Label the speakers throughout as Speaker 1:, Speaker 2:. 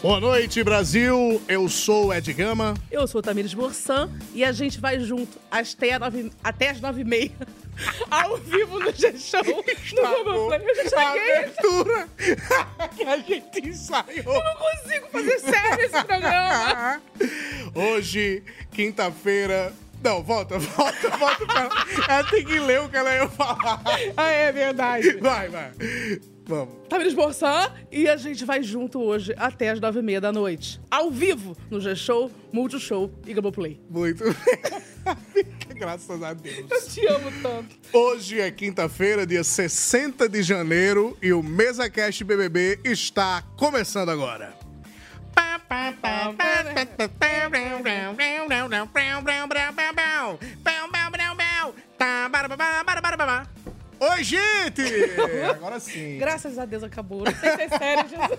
Speaker 1: Boa noite, Brasil. Eu sou o Ed Gama.
Speaker 2: Eu sou Tamires Borsan e a gente vai junto até, a nove, até as nove e meia. Ao vivo no G-Show, no Globoplay. Eu já
Speaker 1: A
Speaker 2: cheguei,
Speaker 1: Tá abertura que a gente ensaiou.
Speaker 2: eu não consigo fazer sério esse programa.
Speaker 1: Hoje, quinta-feira. Não, volta, volta, volta pra lá. Ela tem que ler o que ela ia falar.
Speaker 2: Ah, é verdade.
Speaker 1: Vai, vai. Vamos.
Speaker 2: Tamires Borsan e a gente vai junto hoje até as nove e meia da noite. Ao vivo no G-Show, Multishow e Globoplay.
Speaker 1: Muito bem. Graças a Deus.
Speaker 2: te amo tanto.
Speaker 1: Hoje é quinta-feira, dia 60 de janeiro, e o MesaCast BBB está começando agora. Oi, gente! Agora sim.
Speaker 2: Graças a Deus acabou. Não sei se é sério, Jesus.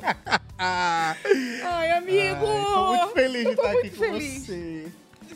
Speaker 1: Ah,
Speaker 2: Ai, amigo!
Speaker 1: tô muito feliz de
Speaker 2: Eu tô
Speaker 1: estar aqui
Speaker 2: muito
Speaker 1: com
Speaker 2: feliz.
Speaker 1: você.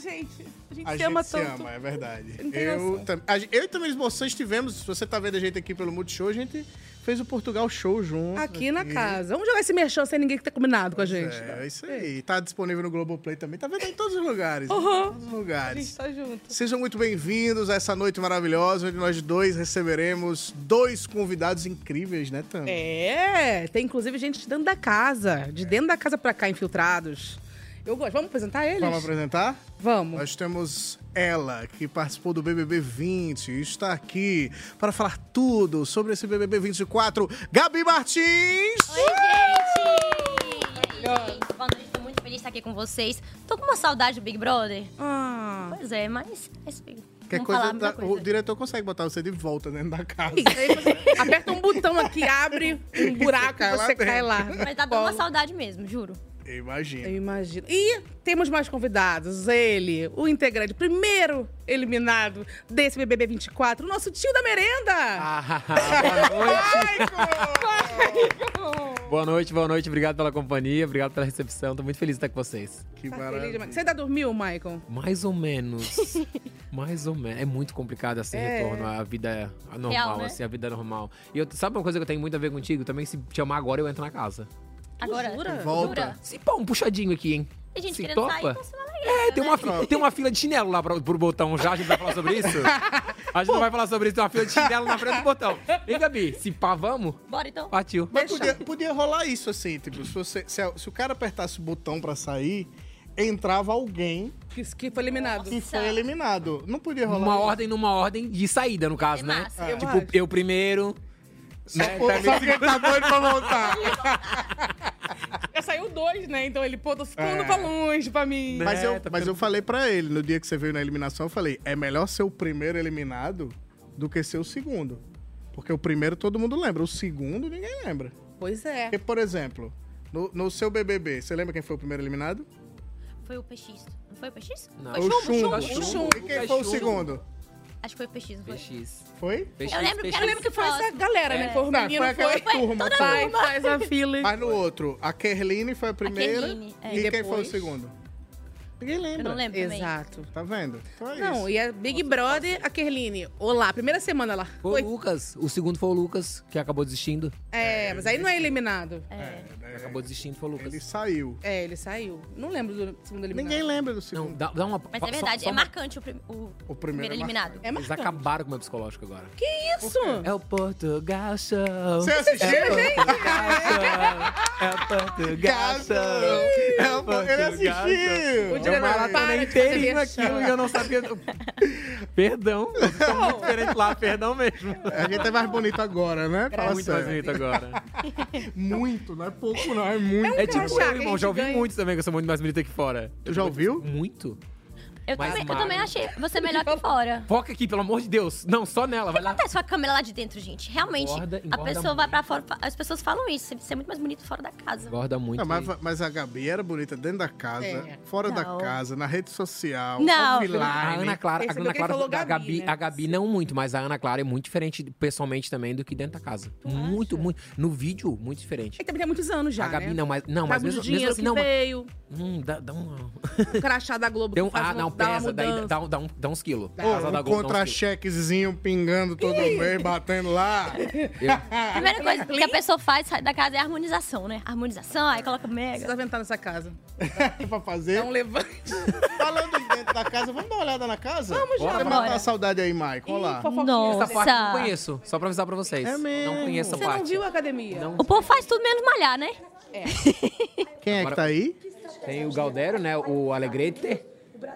Speaker 2: Gente, a gente
Speaker 1: A
Speaker 2: se
Speaker 1: gente
Speaker 2: ama
Speaker 1: se
Speaker 2: tanto.
Speaker 1: ama, é verdade.
Speaker 2: Não tem
Speaker 1: Eu,
Speaker 2: noção.
Speaker 1: tam- a gen- eu e também vocês tivemos, se você tá vendo a gente aqui pelo Multishow, a gente fez o Portugal Show junto.
Speaker 2: Aqui na casa. Vamos jogar esse merchan sem ninguém que tá combinado com a gente.
Speaker 1: É, isso aí. Tá disponível no Globoplay também. Tá vendo em todos os lugares.
Speaker 2: Uhum.
Speaker 1: Em todos os
Speaker 2: A gente
Speaker 1: lugares.
Speaker 2: tá junto.
Speaker 1: Sejam muito bem-vindos a essa noite maravilhosa, onde nós dois receberemos dois convidados incríveis, né, Tam?
Speaker 2: É, tem inclusive gente de dentro da casa. De dentro da casa pra cá, infiltrados. Eu gosto. Vamos apresentar eles?
Speaker 1: Vamos apresentar?
Speaker 2: Vamos.
Speaker 1: Nós temos ela, que participou do BBB 20 e está aqui para falar tudo sobre esse BBB 24, Gabi Martins!
Speaker 3: Gente, boa noite, tô muito feliz de estar aqui com vocês. Tô com uma saudade do Big Brother.
Speaker 2: Ah.
Speaker 3: Pois é, mas. mas
Speaker 1: Que
Speaker 3: vamos
Speaker 1: coisa, tá-
Speaker 3: falar muita
Speaker 1: da- o diretor consegue botar você de volta dentro da casa.
Speaker 2: Aperta um botão aqui, abre um buraco,
Speaker 1: cai lá
Speaker 2: você cai
Speaker 1: dentro.
Speaker 2: lá.
Speaker 3: Mas tá dá uma saudade mesmo, juro.
Speaker 1: Imagina.
Speaker 2: Eu imagino. E temos mais convidados. Ele, o integrante primeiro eliminado desse BBB 24, o nosso tio da merenda.
Speaker 4: Boa noite, boa noite. Obrigado pela companhia, obrigado pela recepção. Tô muito feliz de estar com vocês.
Speaker 1: Que
Speaker 2: Tá feliz
Speaker 1: maravilha.
Speaker 2: demais. Você ainda dormiu, Maicon?
Speaker 4: Mais ou menos. mais ou menos. É muito complicado assim,
Speaker 2: É.
Speaker 4: retorno à vida normal,
Speaker 3: Real, né?
Speaker 4: assim, a vida normal. E eu, sabe uma coisa que eu tenho muito a ver contigo? Também se te chamar agora, eu entro na casa.
Speaker 3: Agora.
Speaker 2: jura?
Speaker 1: Volta.
Speaker 3: Jura?
Speaker 4: Se pô, um puxadinho aqui, hein?
Speaker 3: Tem gente
Speaker 4: se
Speaker 3: querendo
Speaker 4: topa?
Speaker 3: sair, então você vai né? lá.
Speaker 4: É, tem uma, fi- tem uma fila de chinelo lá pro, pro botão já, a gente vai falar sobre isso? A gente não vai falar sobre isso, tem uma fila de chinelo na frente do botão. Hein, Gabi? Se pá, vamos?
Speaker 3: Bora então.
Speaker 4: Partiu.
Speaker 1: Mas
Speaker 2: Deixa.
Speaker 1: podia, podia rolar isso, assim, tipo, se, você- se a- se o cara apertasse o botão pra sair, entrava alguém
Speaker 2: Que, que foi eliminado.
Speaker 1: que
Speaker 3: Nossa.
Speaker 1: foi eliminado. Não podia rolar
Speaker 4: Uma
Speaker 1: isso.
Speaker 4: ordem numa ordem de saída, no caso,
Speaker 3: É
Speaker 4: né?
Speaker 3: massa.
Speaker 2: Eu
Speaker 4: Tipo,
Speaker 2: acho.
Speaker 4: eu primeiro. Né?
Speaker 1: Pô,
Speaker 4: Pega
Speaker 1: Só quem tá doido pra voltar.
Speaker 2: Já saiu dois, né? Então ele, pô, tô ficando
Speaker 1: É.
Speaker 2: pra longe pra mim.
Speaker 1: Mas eu,
Speaker 4: É, tá
Speaker 1: mas eu falei pra ele, no dia que você veio na eliminação, eu falei, é melhor ser o primeiro eliminado do que ser o segundo. Porque o primeiro todo mundo lembra, o segundo ninguém lembra.
Speaker 2: Pois é.
Speaker 1: Porque, por exemplo, no, no seu BBB, você lembra quem foi o primeiro eliminado?
Speaker 3: Foi o PX. Não foi o PX?
Speaker 4: Não.
Speaker 3: Foi
Speaker 4: O
Speaker 3: chumbo, chumbo,
Speaker 4: o
Speaker 3: chumbo.
Speaker 4: Chumbo.
Speaker 1: E quem foi o
Speaker 4: Chumbo.
Speaker 1: segundo?
Speaker 3: Acho que foi o PX, não foi?
Speaker 4: PX.
Speaker 1: Foi?
Speaker 4: PX,
Speaker 3: Eu lembro,
Speaker 4: PX.
Speaker 3: eu
Speaker 2: Eu lembro que foi essa galera,
Speaker 3: É.
Speaker 2: né? Foi o
Speaker 1: Não,
Speaker 2: menino,
Speaker 1: foi aquela
Speaker 2: foi.
Speaker 1: turma.
Speaker 3: toda
Speaker 2: Vai, faz a fila. e-
Speaker 1: Mas no outro, a Kerline foi a primeira.
Speaker 3: Kerline, é.
Speaker 1: E
Speaker 2: E
Speaker 1: quem foi o
Speaker 2: depois?
Speaker 1: segundo? Ninguém lembra.
Speaker 3: Eu não lembro também.
Speaker 2: Exato.
Speaker 1: Tá vendo? Então é
Speaker 2: Não,
Speaker 1: isso.
Speaker 2: e a Big Brother, a Kerline. Olá, primeira semana lá.
Speaker 4: Foi o Lucas. O segundo foi o Lucas, que acabou desistindo.
Speaker 2: É, mas aí não é eliminado.
Speaker 4: Acabou desistindo, foi o Lucas.
Speaker 1: É, Ele saiu.
Speaker 2: É, ele saiu. Não lembro do segundo eliminado.
Speaker 1: Ninguém lembra do
Speaker 4: Não,
Speaker 1: segundo.
Speaker 4: dá, dá uma.
Speaker 3: Mas
Speaker 4: só-
Speaker 3: é verdade,
Speaker 4: só
Speaker 3: é
Speaker 4: uma-
Speaker 3: marcante o, prim- o
Speaker 1: O primeiro
Speaker 3: primeiro
Speaker 1: é
Speaker 3: eliminado.
Speaker 2: É
Speaker 4: Eles
Speaker 2: marcante.
Speaker 4: acabaram com o meu psicológico agora.
Speaker 2: Que isso?
Speaker 4: É o Portugal Show.
Speaker 1: Você assistiu?
Speaker 4: É o Portugal
Speaker 1: Gato!
Speaker 4: Show. É o
Speaker 1: um Ele
Speaker 4: Portugal Show.
Speaker 2: O
Speaker 1: assistiu!
Speaker 4: É uma
Speaker 2: diretor, para
Speaker 4: maratona
Speaker 2: tá de fazer
Speaker 4: inteirinho
Speaker 2: merchan.
Speaker 4: aquilo e eu não sabia. Perdão, tá muito diferente lá, perdão mesmo.
Speaker 1: A gente é mais bonito agora, né?
Speaker 4: Tá
Speaker 1: Fala
Speaker 4: muito mais
Speaker 1: sério.
Speaker 4: bonito agora.
Speaker 1: Muito, não é pouco, não, é
Speaker 2: um
Speaker 1: muito.
Speaker 4: É tipo
Speaker 2: Caraca,
Speaker 4: eu, irmão, já ouvi
Speaker 2: ganha.
Speaker 4: muito também que eu sou muito mais bonita aqui fora.
Speaker 1: Tu já ouviu?
Speaker 4: Muito?
Speaker 3: Eu,
Speaker 4: Mas
Speaker 3: também, eu
Speaker 4: Mara-
Speaker 3: também achei você melhor que fora.
Speaker 4: Foca aqui, pelo amor de Deus. Não, só nela, vai lá.
Speaker 3: Acontece com a câmera lá de dentro, gente. Realmente,
Speaker 4: Engorda-
Speaker 3: a
Speaker 4: engorda
Speaker 3: pessoa vai pra fora. fa- As pessoas falam isso. Você é muito mais bonito fora da casa.
Speaker 4: Engorda muito.
Speaker 1: Não, mas,
Speaker 4: hein?
Speaker 1: mas a Gabi era bonita dentro da casa,
Speaker 2: É.
Speaker 1: fora da
Speaker 3: Não.
Speaker 1: casa, na rede social,
Speaker 3: Não.
Speaker 4: A Ana
Speaker 1: offline.
Speaker 4: Clara,
Speaker 2: Percebeu é
Speaker 4: a Ana
Speaker 2: que ele
Speaker 4: Clara,
Speaker 2: falou
Speaker 4: a
Speaker 2: Gabi,
Speaker 4: Gabi,
Speaker 2: né?
Speaker 4: a Gabi não muito, mas a Ana Clara é muito diferente pessoalmente também do que dentro da casa. muito, muito. No vídeo, muito diferente.
Speaker 2: Ele também tem muitos anos já,
Speaker 4: a Gabi
Speaker 2: né?
Speaker 4: não, mas não,
Speaker 2: Mas
Speaker 4: mas
Speaker 2: muito
Speaker 4: mesmo,
Speaker 2: dinheiro
Speaker 4: mesmo assim
Speaker 2: que
Speaker 4: não. mas-
Speaker 2: veio,
Speaker 4: Hum, dá, dá um.
Speaker 2: o crachá da Globo
Speaker 4: Deu um,
Speaker 2: que faz
Speaker 4: ah,
Speaker 2: uma
Speaker 4: não,
Speaker 2: Dá uma
Speaker 4: pesa, daí
Speaker 2: mudança.
Speaker 4: dá, dá, um- dá uns quilos.
Speaker 1: Ô, um contra-chequezinho pingando todo mês, batendo lá.
Speaker 2: é,
Speaker 3: A primeira coisa que a pessoa faz da casa é a harmonização, né? Harmonização, aí coloca
Speaker 2: Você
Speaker 3: mega.
Speaker 2: tá ventando nessa casa.
Speaker 1: pra fazer.
Speaker 2: Dá um levante.
Speaker 1: Falando em dentro tá da casa, vamos dar uma olhada na casa? Vamos
Speaker 4: já,
Speaker 1: Pra
Speaker 4: bora.
Speaker 1: matar a saudade aí, Mike. Olha lá.
Speaker 2: Ih, fofoquinha.
Speaker 4: Essa
Speaker 3: Nossa.
Speaker 4: parte eu não conheço, só pra avisar pra vocês.
Speaker 1: É mesmo.
Speaker 4: Não conheço essa
Speaker 2: Você
Speaker 4: parte.
Speaker 2: não viu a academia?
Speaker 4: Não. É.
Speaker 3: O povo faz tudo menos malhar, né?
Speaker 1: Quem é que tá aí?
Speaker 4: Tem o Galdério, né? O Alegrete.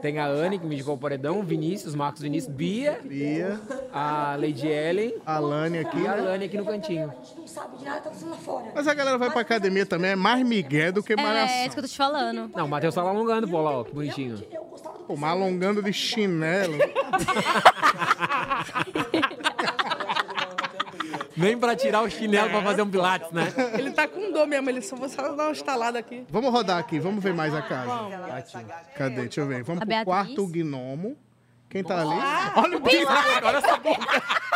Speaker 4: Tem a Anne, que me indicou o paredão. O Vinícius, Marcos Vinícius. Bia,
Speaker 1: Bia,
Speaker 4: a Lady Ellen.
Speaker 1: a Lani aqui. né?
Speaker 4: E a Lani aqui no cantinho.
Speaker 5: A gente não sabe de nada, tá tudo lá fora.
Speaker 1: Mas a galera vai pra academia também, é mais migué do que
Speaker 3: É isso que
Speaker 1: malhação.
Speaker 3: eu tô te falando.
Speaker 4: Não, o Matheus tá lá alongando, pô, lá, ó, que bonitinho.
Speaker 5: Eu gostava do
Speaker 1: Pô, mas alongando de chinelo.
Speaker 4: Nem pra tirar o chinelo pra fazer um pilates, né?
Speaker 2: Ele tá com dor mesmo, ele só vou só dar uma estalada aqui.
Speaker 1: Vamos rodar aqui, vamos ver mais a casa. Cadê? Deixa eu ver. Vamos
Speaker 3: A
Speaker 1: pro
Speaker 3: Beatriz?
Speaker 1: quarto gnomo. Quem tá ali? Olha o
Speaker 4: Agora essa boca.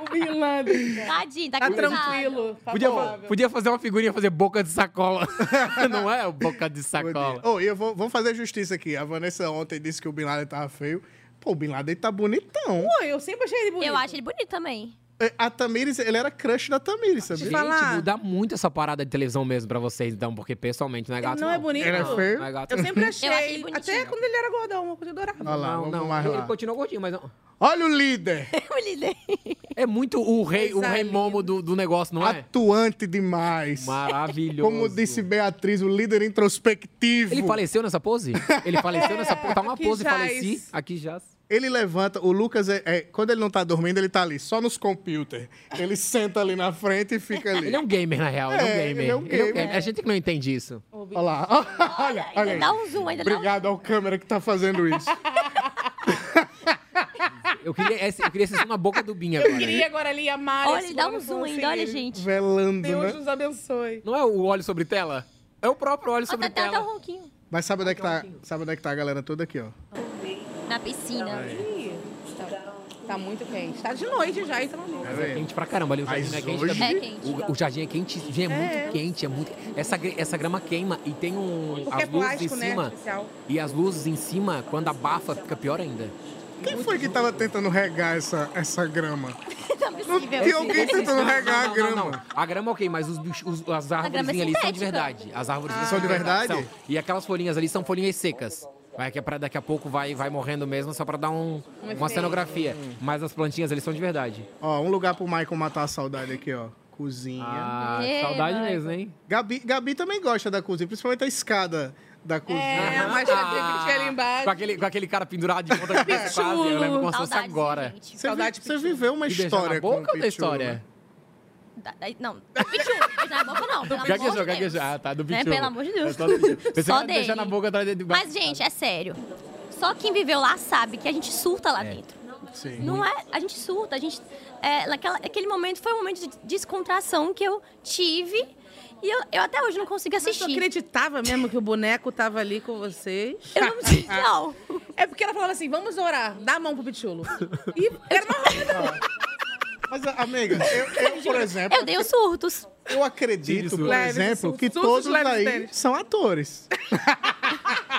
Speaker 2: O Vinland.
Speaker 3: Tadinho, tá,
Speaker 2: Tá
Speaker 3: cansado.
Speaker 2: tranquilo.
Speaker 4: Podia,
Speaker 2: favorável.
Speaker 4: podia fazer uma figurinha, fazer boca de sacola. Não é boca de sacola.
Speaker 1: Ô, e eu vou, vamos fazer justiça aqui. A Vanessa ontem disse que o Bin Laden tava feio. Pô, o Bin Laden tá bonitão.
Speaker 2: Pô, eu sempre achei ele bonito.
Speaker 3: Eu acho ele bonito também.
Speaker 1: É, A Tamires, ele era crush da Tamires,
Speaker 4: Gente,
Speaker 1: sabia?
Speaker 2: falar.
Speaker 4: mudar muito essa parada de televisão mesmo pra vocês, então, porque pessoalmente não é
Speaker 2: Ele
Speaker 4: gato.
Speaker 2: não é bonito.
Speaker 1: Ele é feio?
Speaker 4: Não é gato.
Speaker 2: Eu sempre achei.
Speaker 3: Eu acho ele bonitinho.
Speaker 2: Até quando ele era gordão, uma coisa adorava.
Speaker 1: Olha lá,
Speaker 4: Não,
Speaker 1: vamos
Speaker 4: não,
Speaker 1: mais
Speaker 4: ele
Speaker 1: lá.
Speaker 4: continua gordinho, mas não.
Speaker 1: Olha o líder,
Speaker 4: É muito o rei, o
Speaker 2: Coisa
Speaker 4: rei
Speaker 2: linda.
Speaker 4: momo do, do negócio, não é?
Speaker 1: atuante demais.
Speaker 4: Maravilhoso.
Speaker 1: Como disse Beatriz, o líder introspectivo.
Speaker 4: Ele faleceu nessa pose? Ele faleceu nessa pose. Tá uma
Speaker 2: aqui
Speaker 4: pose,
Speaker 2: jaz.
Speaker 4: faleci. Aqui já.
Speaker 1: Ele levanta, o Lucas, é, é, quando ele não tá dormindo, ele tá ali, só nos computers. Ele senta ali na frente e fica ali.
Speaker 4: Ele é um gamer, na real. ele é um
Speaker 1: É,
Speaker 4: gamer.
Speaker 1: ele é um
Speaker 4: Ele é um
Speaker 1: gamer.
Speaker 4: gamer. A gente que não entende isso.
Speaker 1: Olha lá, olha, olha
Speaker 3: Ainda dá
Speaker 1: aí.
Speaker 3: um zoom, ainda dá um
Speaker 1: Obrigado ao câmera que tá fazendo isso.
Speaker 4: Eu queria esse, eu queria esse zoom na boca do Binha agora.
Speaker 2: Queria agora ali a Mari.
Speaker 3: Olha, ele dá um
Speaker 2: segurando,
Speaker 3: zoom
Speaker 2: falando
Speaker 3: ainda,
Speaker 2: assim,
Speaker 3: olha, gente.
Speaker 1: Velando,
Speaker 2: Deus
Speaker 1: né?
Speaker 2: nos abençoe.
Speaker 4: Não é o óleo sobre tela? É o próprio óleo
Speaker 3: Ó,
Speaker 4: sobre
Speaker 3: tá até um
Speaker 4: tela.
Speaker 3: ronquinho.
Speaker 1: Mas sabe onde, é que tá, sabe onde é que tá a galera toda aqui, ó?
Speaker 3: Na piscina.
Speaker 2: Ih, tá, tá muito quente. Tá de noite já, então não
Speaker 1: Tá
Speaker 2: liga.
Speaker 1: vendo?
Speaker 4: é Quente pra caramba ali. O
Speaker 1: Mas
Speaker 4: jardim não é quente
Speaker 1: hoje-
Speaker 4: também.
Speaker 3: É quente.
Speaker 4: O, o jardim é quente. Gente, é muito quente. É muito... Essa, gr- essa grama queima e tem um,
Speaker 2: Porque
Speaker 4: as
Speaker 2: é
Speaker 4: luzes
Speaker 2: plástico,
Speaker 4: em
Speaker 2: né?
Speaker 4: cima.
Speaker 2: Especial.
Speaker 4: E as luzes em cima, quando abafa, fica pior ainda.
Speaker 1: Quem foi que tava tentando regar essa, essa grama?
Speaker 3: Não é possível.
Speaker 1: Tem alguém tentando regar a
Speaker 4: não, não, não,
Speaker 1: grama.
Speaker 4: A grama é ok, mas os bichos- os- as árvores
Speaker 3: grama é
Speaker 4: ali são
Speaker 3: sintética.
Speaker 4: de verdade. As árvores
Speaker 1: São de verdade?
Speaker 4: são. E aquelas folhinhas ali são folhinhas secas. Vai que é pra- daqui a pouco vai, vai morrendo mesmo, só pra dar um- uma cenografia. Mas as plantinhas ali são de verdade.
Speaker 1: Ó, um lugar pro Michael matar a saudade aqui, ó. Cozinha.
Speaker 4: Ah,
Speaker 3: Ei,
Speaker 4: saudade
Speaker 3: Michael.
Speaker 4: mesmo, hein?
Speaker 1: Gabi, Gabi também gosta da cozinha, principalmente a escada da cozinha.
Speaker 2: É, mas já teve
Speaker 4: Ah,
Speaker 2: que tinha ali embaixo.
Speaker 4: Com aquele, com aquele cara pendurado de ponta cabeça quase.
Speaker 2: Pichulo.
Speaker 4: Eu lembro como se fosse
Speaker 3: Saudades,
Speaker 4: agora.
Speaker 3: gente.
Speaker 1: Você,
Speaker 2: Saudade
Speaker 1: vi- você viveu uma
Speaker 4: E beijar
Speaker 1: história
Speaker 4: na
Speaker 1: com o
Speaker 4: boca ou da
Speaker 1: Pichu,
Speaker 4: história?
Speaker 1: né?
Speaker 3: Da- da- não, do pichulo. Beijar na boca não, pelo amor de
Speaker 4: Gaguejou,
Speaker 3: Deus.
Speaker 4: gaguejou. Ah, tá, do
Speaker 3: Né,
Speaker 4: pichu.
Speaker 3: Pelo amor de Deus.
Speaker 4: É só do pichu. Pensei
Speaker 3: Só
Speaker 4: que era
Speaker 3: dele.
Speaker 4: Beijar na boca atrás dele.
Speaker 3: Mas, gente, é sério. Só quem viveu lá sabe que a gente surta
Speaker 4: É.
Speaker 3: lá dentro.
Speaker 1: Sim.
Speaker 3: Não é, a gente surta, a gente. É, naquela, aquele momento foi um momento de descontração que eu tive e eu, eu até hoje não consigo
Speaker 2: Você
Speaker 3: assistir.
Speaker 2: acreditava mesmo que o boneco tava ali com vocês?
Speaker 3: Eu não sei, não.
Speaker 2: É porque ela falava assim, vamos orar, dá a mão pro Pichulo. E era uma roda.
Speaker 1: Mas, a- amiga, eu, eu, por exemplo,
Speaker 3: Eu dei os surtos.
Speaker 1: eu acredito, por
Speaker 4: Leves,
Speaker 1: exemplo,
Speaker 2: surtos,
Speaker 1: que
Speaker 2: surtos,
Speaker 1: todos
Speaker 2: leves
Speaker 1: aí
Speaker 2: tênis.
Speaker 1: são atores.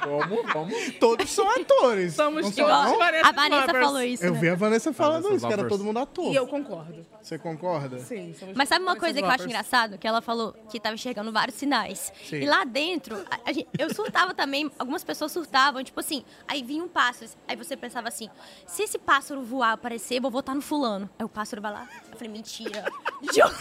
Speaker 4: Como? Como?
Speaker 1: Todos são atores.
Speaker 2: Somos
Speaker 1: Não são,
Speaker 2: igual
Speaker 1: não?
Speaker 2: Vanessa
Speaker 3: a Vanessa
Speaker 2: Roberts.
Speaker 3: falou isso.
Speaker 1: Eu
Speaker 3: né?
Speaker 1: vi a Vanessa falando
Speaker 4: Vanessa
Speaker 1: isso, que era
Speaker 4: Lovers.
Speaker 1: todo mundo ator.
Speaker 2: E eu concordo.
Speaker 1: Você concorda?
Speaker 2: Sim, somos
Speaker 3: Mas sabe uma
Speaker 2: Vanessa
Speaker 3: coisa que eu acho
Speaker 2: Roberts.
Speaker 3: engraçado? Que ela falou que tava enxergando vários sinais.
Speaker 1: Sim.
Speaker 3: E lá dentro, a- a gente- eu surtava também, algumas pessoas surtavam, tipo assim, aí vinha um pássaro, aí você pensava assim, se esse pássaro voar, aparecer, eu vou votar no fulano. Aí o pássaro vai lá. Eu falei, mentira. Juro.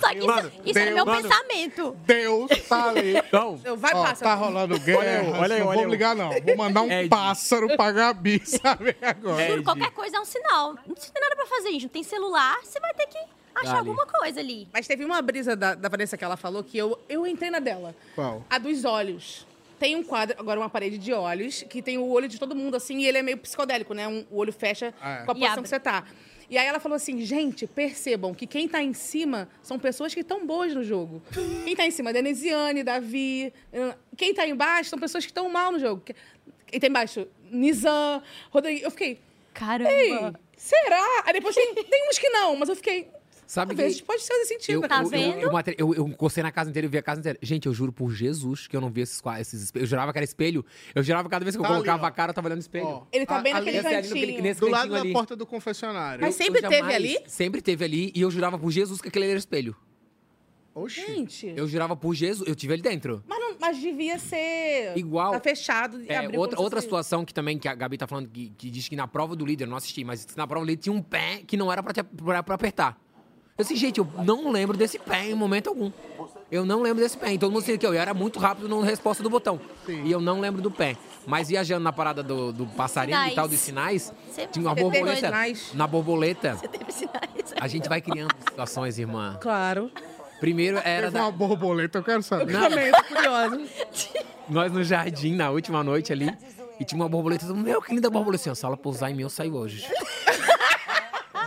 Speaker 3: Só que isso, é-
Speaker 4: Mano,
Speaker 3: isso era
Speaker 1: Deus,
Speaker 3: meu
Speaker 1: mano.
Speaker 3: pensamento.
Speaker 1: Deus tá ali.
Speaker 4: Então,
Speaker 2: Eu, vai,
Speaker 1: Ó,
Speaker 2: passa.
Speaker 1: tá rolando guerra.
Speaker 4: aí, olha aí,
Speaker 1: não
Speaker 4: olha
Speaker 1: vou
Speaker 4: aí.
Speaker 1: ligar, não. Vou mandar um
Speaker 4: Ed.
Speaker 1: pássaro pra Gabi, sabe? Agora.
Speaker 3: Juro,
Speaker 4: Entendi.
Speaker 3: qualquer coisa é um sinal. Não tem nada pra fazer, gente. Não tem celular, você vai ter que achar
Speaker 4: Dá ali.
Speaker 3: alguma coisa ali.
Speaker 2: Mas teve uma brisa da, da Vanessa que ela falou que eu, eu entrei na dela.
Speaker 1: Qual?
Speaker 2: A dos olhos. Tem um quadro, agora uma parede de olhos, que tem o olho de todo mundo, assim, e ele é meio psicodélico, né? Um, o olho fecha
Speaker 1: Ah, é.
Speaker 2: com
Speaker 3: E
Speaker 2: a posição
Speaker 3: abre.
Speaker 2: que você tá. E aí ela falou assim, gente, percebam que quem tá em cima são pessoas que estão boas no jogo. Quem tá em cima, Denisiane, Davi. eh, Quem tá embaixo são pessoas que estão mal no jogo. Que- Quem tá embaixo, Nizam, Rodrigo. Eu fiquei,
Speaker 3: Caramba.
Speaker 2: ei, será? Aí depois tem, tem uns que não, mas eu fiquei,
Speaker 4: Sabe
Speaker 2: Às
Speaker 4: que.
Speaker 2: vezes pode fazer sentido.
Speaker 4: Eu,
Speaker 2: né?
Speaker 3: Tá
Speaker 4: eu,
Speaker 3: vendo?
Speaker 4: Eu, eu, matei- eu, eu encostei na casa inteira e vi a casa inteira. Gente, eu juro por Jesus que eu não vi esses, qua- esses espelhos. Eu jurava que era espelho. Eu jurava que cada vez que eu
Speaker 1: Tá ali,
Speaker 4: colocava
Speaker 1: ó.
Speaker 4: a cara, eu tava olhando no espelho.
Speaker 1: Ó,
Speaker 2: Ele tá
Speaker 1: a-
Speaker 2: bem
Speaker 1: a
Speaker 2: naquele
Speaker 1: linha-
Speaker 4: ali, no
Speaker 2: cantinho.
Speaker 4: brin- nesse
Speaker 1: Do lado
Speaker 4: cantinho
Speaker 1: da
Speaker 4: ali.
Speaker 1: porta do confessionário.
Speaker 2: Mas
Speaker 4: Eu
Speaker 2: sempre teve
Speaker 4: jamais-
Speaker 2: ali?
Speaker 4: Sempre teve ali e eu jurava por Jesus que aquele era espelho.
Speaker 1: Oxi.
Speaker 2: Gente,
Speaker 4: Eu jurava por Jesus, eu tive ele dentro.
Speaker 2: mas, não, mas devia ser...
Speaker 4: Igual.
Speaker 2: Tá fechado. e
Speaker 4: É,
Speaker 2: abriu
Speaker 4: outra
Speaker 2: como se
Speaker 4: outra
Speaker 2: fosse-
Speaker 4: situação que também, que a Gabi tá falando, que, que diz que na prova do líder, eu não assisti, mas na prova do líder tinha um pé que não era pra, te- pra- pra apertar. Eu assim, gente, eu não lembro desse pé em momento algum. Eu não lembro desse pé. E todo mundo dizia que eu era muito rápido na resposta do botão.
Speaker 1: Sim.
Speaker 4: E eu não lembro do pé. Mas viajando na parada do, do passarinho e
Speaker 3: Sinais.
Speaker 4: tal, dos sinais,
Speaker 3: Você-
Speaker 4: tinha uma
Speaker 3: você teve
Speaker 4: borboleta.
Speaker 2: sinais?
Speaker 4: Na borboleta,
Speaker 3: Teve sinais.
Speaker 4: a gente vai criando situações, irmã.
Speaker 2: Claro.
Speaker 4: Primeiro era
Speaker 1: Teve
Speaker 4: da,
Speaker 1: uma borboleta, eu quero saber.
Speaker 4: Não.
Speaker 2: Também, tô curiosa.
Speaker 4: Nós no jardim, na última noite ali, e tinha uma borboleta. todo mundo, Meu, que linda borboleta. Assim, ó, Se ela pousar em mim, eu saio hoje.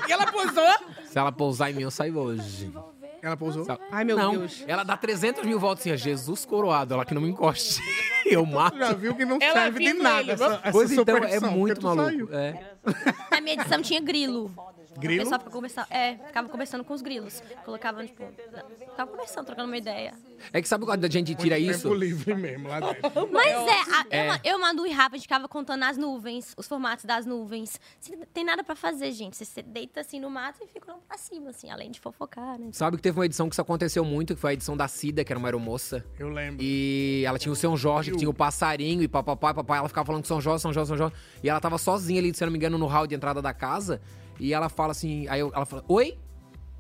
Speaker 2: E ela posou?
Speaker 4: Se ela pousar em mim, eu saio hoje.
Speaker 1: Ela pousou?
Speaker 2: Ai, meu
Speaker 4: não,
Speaker 2: Deus.
Speaker 4: ela dá 300 mil voltas assim, ó, Jesus coroado, ela que não me encoste. Eu mato.
Speaker 1: Já viu que não
Speaker 2: Ela
Speaker 1: serve de
Speaker 2: viu ele,
Speaker 1: nada essa,
Speaker 2: vamos-
Speaker 1: essa
Speaker 4: Pois então, é
Speaker 1: superstição, porque
Speaker 4: muito
Speaker 1: tu
Speaker 4: maluco.
Speaker 1: saiu.
Speaker 4: É.
Speaker 3: Na minha edição tinha grilo. O
Speaker 1: Grilo?
Speaker 3: pessoal ficava conversando, é, ficava conversando com os grilos. Colocava, tipo, ficava conversando, trocando uma ideia.
Speaker 4: é que sabe quando a gente tira isso?
Speaker 1: Tempo livre mesmo lá dentro.
Speaker 3: Mas é, a- eu, eu, Manu e Rafa, a gente ficava contando as nuvens, os formatos das nuvens. Você não tem nada pra fazer, gente. Você- Você deita assim no mato e fica olhando pra cima, assim, além de fofocar, né?
Speaker 4: Sabe que teve uma edição que isso aconteceu muito, que foi a edição da Cida, que era uma aeromoça.
Speaker 1: Eu lembro.
Speaker 4: E ela tinha o São Jorge, que tinha o passarinho e papapá, papai. Ela ficava falando com São Jorge, São Jorge, São Jorge. E ela tava sozinha ali, se eu não me engano, no hall de entrada da casa. E ela fala assim, aí eu- ela fala, oi?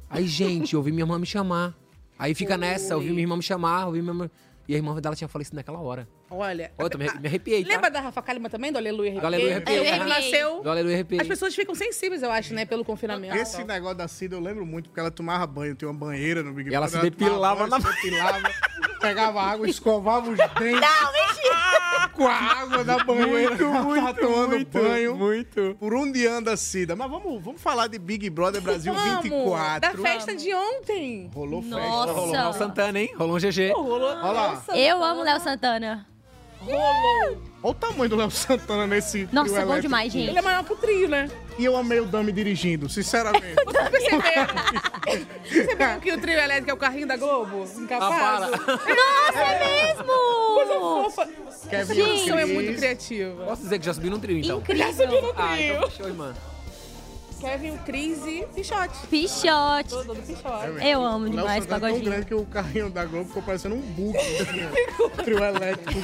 Speaker 4: Aí, gente, eu ouvi minha irmã me chamar. Aí fica nessa, eu ouvi minha irmã me chamar, ouvi minha irmã... E a irmã dela tinha falecido naquela hora.
Speaker 2: Olha.
Speaker 4: Ó, eu também me arrepiei, tá?
Speaker 2: Lembra da Rafa Kalimann também, do Aleluia Arrepiei?
Speaker 4: Do Aleluia Arrepiei.
Speaker 2: Ela
Speaker 3: Aham.
Speaker 2: nasceu...
Speaker 4: Do aleluia, arrepiei.
Speaker 2: As pessoas ficam sensíveis, eu acho, né? Pelo confinamento.
Speaker 1: Esse negócio da Cida eu lembro muito, porque ela tomava banho, tinha uma banheira no Big
Speaker 4: E ela se
Speaker 1: Brother, tomava
Speaker 4: depilava
Speaker 1: banho,
Speaker 4: na-
Speaker 1: se depilava, pegava água, escovava os dentes. Não, mentira! Com a água da banheira, ela tava tomando banho.
Speaker 4: muito.
Speaker 1: Por um onde anda a Cida? Mas vamos, vamos falar de Big Brother Brasil
Speaker 2: Vamos,
Speaker 1: 24.
Speaker 2: Da festa de ontem.
Speaker 1: Rolou festa.
Speaker 3: Nossa.
Speaker 1: Rolou.
Speaker 4: Rolou um Santana, hein? Rolou um GG.
Speaker 1: Olha lá.
Speaker 3: Eu amo Léo Santana.
Speaker 1: Olha o tamanho do Léo Santana nesse. trio
Speaker 3: Nossa, bom
Speaker 1: elétrico.
Speaker 3: demais, gente.
Speaker 2: Ele é maior pro trio, né?
Speaker 1: E eu amei o Dami dirigindo, sinceramente.
Speaker 2: Você percebeu? percebeu que o trio elétrico é o carrinho da Globo? Incapaz?
Speaker 4: Ah,
Speaker 3: Nossa, é mesmo!
Speaker 2: Opa,
Speaker 1: Kevin
Speaker 2: a produção é
Speaker 1: Cris.
Speaker 2: muito criativa.
Speaker 4: Posso dizer que já subi num trio, então?
Speaker 3: Incrível.
Speaker 4: Ah, então fechou, irmã.
Speaker 2: Kevin, o Cris e Pichote.
Speaker 3: Pichote.
Speaker 2: Todo Pichote.
Speaker 3: Eu amo
Speaker 1: O Léo
Speaker 3: demais
Speaker 1: Santana é tão
Speaker 3: pagodinho.
Speaker 1: grande que o carrinho da Globo ficou parecendo um bug. assim, ó. Trio elétrico.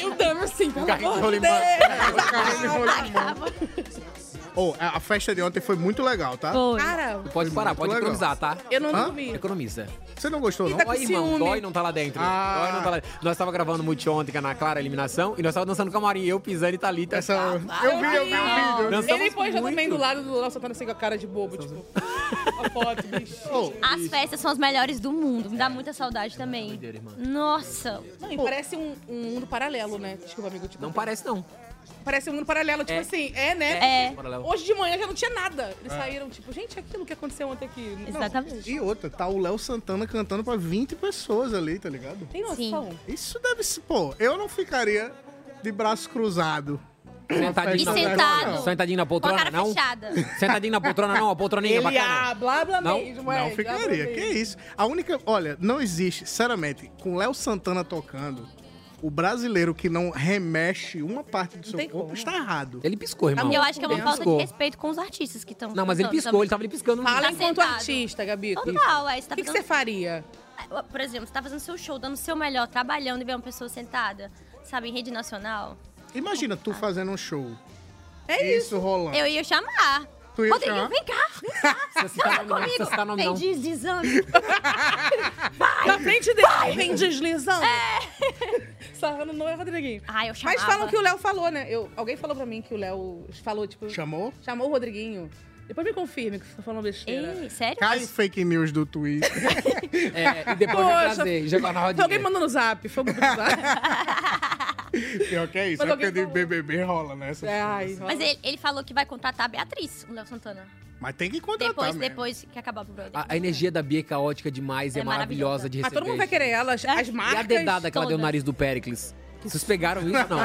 Speaker 2: E o Dami, assim, pelo
Speaker 4: carrinho de
Speaker 2: amor de
Speaker 4: rolimã.
Speaker 2: Deus.
Speaker 1: É, O carrinho de rolimão. Ô, é, a a festa de ontem foi muito legal, tá?
Speaker 3: Foi.
Speaker 2: Cara,
Speaker 4: Pode parar, pode
Speaker 1: legal.
Speaker 4: economizar, tá?
Speaker 2: eu não
Speaker 1: Hã?
Speaker 2: dormi.
Speaker 4: Economiza.
Speaker 1: Você não gostou, não?
Speaker 2: Tá com
Speaker 4: Dói, irmão,
Speaker 2: ciúme.
Speaker 4: dói não tá lá dentro.
Speaker 1: Ah.
Speaker 4: Dói não tá lá Nós tava gravando muito ontem com a Ana Clara, a eliminação, e nós tava dançando camarim, eu, Pisani e Thalita.
Speaker 1: Essa... Eu vi, eu vi o vídeo.
Speaker 4: Dançamos
Speaker 2: Ah, Ele foi já
Speaker 4: muito.
Speaker 2: também do lado do Léo Santana, assim, com a cara de bobo, tipo... A foto, bicho.
Speaker 1: Ô,
Speaker 3: As festas são as melhores do mundo. Me dá muita saudade também. Nossa.
Speaker 2: Não, e parece um, um mundo paralelo, né? Desculpa, amigo. Tipo,
Speaker 4: Não parece, não.
Speaker 2: Parece um mundo paralelo, tipo
Speaker 4: É.
Speaker 2: assim, é, né?
Speaker 3: É.
Speaker 4: Bora lá.
Speaker 2: Hoje de manhã já não tinha nada.
Speaker 1: É.
Speaker 2: Eles saíram, tipo, gente, aquilo que aconteceu ontem aqui. Não,
Speaker 3: Exatamente.
Speaker 1: e outra, tá o Léo Santana cantando pra 20 pessoas ali, tá ligado?
Speaker 2: tem noção?
Speaker 1: Isso deve ser... Pô, eu não ficaria de braço cruzado.
Speaker 4: Sentadinho
Speaker 3: E
Speaker 4: na
Speaker 1: Não,
Speaker 3: sentado.
Speaker 1: não.
Speaker 4: Sentadinho na
Speaker 3: Com a
Speaker 4: poltrona,
Speaker 3: cara
Speaker 4: não?
Speaker 3: fechada.
Speaker 4: Sentadinho na poltrona, não? A poltroninha é
Speaker 2: Ele,
Speaker 4: bacana.
Speaker 2: ah, blá, blá,
Speaker 4: Não,
Speaker 2: mesmo, é,
Speaker 1: Não
Speaker 2: blá, blá,
Speaker 1: ficaria, que
Speaker 2: mesmo.
Speaker 1: isso. A única, olha, não existe, sinceramente, com Léo Santana tocando, o brasileiro que não remexe uma parte do seu
Speaker 2: tem
Speaker 1: corpo
Speaker 2: como.
Speaker 1: está errado.
Speaker 4: Ele piscou, irmão.
Speaker 3: Eu acho que é uma
Speaker 2: Tá
Speaker 4: Ele
Speaker 3: falta de
Speaker 4: piscou.
Speaker 3: respeito com os artistas que estão.
Speaker 4: Não, mas ele piscou, ele tava ali piscando.
Speaker 2: Fala
Speaker 3: Tá
Speaker 2: enquanto
Speaker 3: sentado.
Speaker 2: artista, Gabi.
Speaker 3: Total, é. Você
Speaker 2: O
Speaker 3: tá
Speaker 2: que, que
Speaker 3: fazendo-
Speaker 2: você faria?
Speaker 3: Por exemplo, você tá fazendo seu show, dando o seu melhor, trabalhando e vê uma pessoa sentada, sabe, em rede nacional.
Speaker 1: Imagina tu fazendo um show.
Speaker 2: É
Speaker 1: isso, rolando.
Speaker 3: Eu ia chamar.
Speaker 1: Tu ia
Speaker 3: Rodrigo,
Speaker 1: chamar?
Speaker 3: vem cá! Vem cá!
Speaker 4: Você tá
Speaker 3: Senta
Speaker 4: nome, não,
Speaker 3: comigo!
Speaker 4: você tá nome,
Speaker 3: Vem
Speaker 4: não.
Speaker 3: des- desando.
Speaker 2: Na frente dele, vem deslizando. É. Sarrando não é Rodriguinho.
Speaker 3: Ah, eu chamava.
Speaker 2: Mas falam que o Léo falou, né? Eu, alguém falou pra mim que o Léo falou, tipo...
Speaker 1: Chamou?
Speaker 2: Chamou o Rodriguinho. Depois me confirme que você tá falando besteira.
Speaker 3: Ei, sério?
Speaker 1: Cai fake news do Twitter.
Speaker 4: É, e depois vai trazer, jogar na rodinha.
Speaker 2: Alguém mandou no zap, foi o grupo do
Speaker 4: é
Speaker 2: zap.
Speaker 1: Pior que é isso,
Speaker 2: Mas
Speaker 1: é porque
Speaker 2: alguém
Speaker 1: de BBB rola, né? essas
Speaker 2: É,
Speaker 1: coisas.
Speaker 2: ai,
Speaker 3: Mas ele, ele falou que vai contratar a Beatriz, o Léo Santana.
Speaker 1: Mas tem que contratar
Speaker 3: Depois,
Speaker 1: mesmo.
Speaker 3: depois que acabar o Big Brother.
Speaker 4: A, a energia da Bia é caótica demais, é,
Speaker 3: É
Speaker 4: maravilhosa de
Speaker 2: Mas
Speaker 4: receber.
Speaker 2: todo mundo vai querer ela, as, as
Speaker 4: E a
Speaker 2: marcas.
Speaker 4: dedada que ela deu no
Speaker 3: todas.
Speaker 4: nariz do Péricles. Vocês pegaram isso? Não.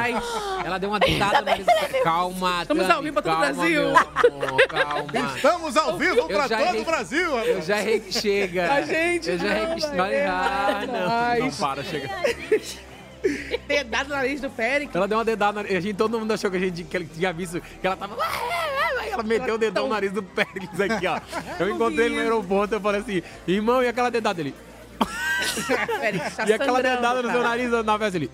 Speaker 4: Ela deu uma deitada no nariz. Calma,
Speaker 2: Estamos
Speaker 4: Tami,
Speaker 2: ao vivo pra todo o
Speaker 4: calma,
Speaker 2: Brasil.
Speaker 4: meu amor, calma.
Speaker 1: Estamos ao vivo pra
Speaker 4: já
Speaker 1: todo
Speaker 4: errei.
Speaker 1: o Brasil,
Speaker 4: Eu já errei que chega.
Speaker 2: A gente
Speaker 4: Eu já errei
Speaker 2: não
Speaker 4: que
Speaker 2: vai
Speaker 4: não errar,
Speaker 2: errar.
Speaker 4: não.
Speaker 2: Ai,
Speaker 6: Não para, chega.
Speaker 2: Dedado na nariz do Péricles.
Speaker 4: Ela deu uma dedada na... A gente, todo mundo achou que a gente que ela tinha visto que ela tava... Aí Ela meteu
Speaker 2: Então.
Speaker 4: o dedão no nariz do Pérez aqui, ó. Eu encontrei ele no aeroporto, eu falei assim... Irmão, e aquela dedada? Ele...
Speaker 2: Péricles, tá
Speaker 4: e aquela
Speaker 2: sangrando,
Speaker 4: dedada no seu
Speaker 2: cara.
Speaker 4: nariz na festa? Ele...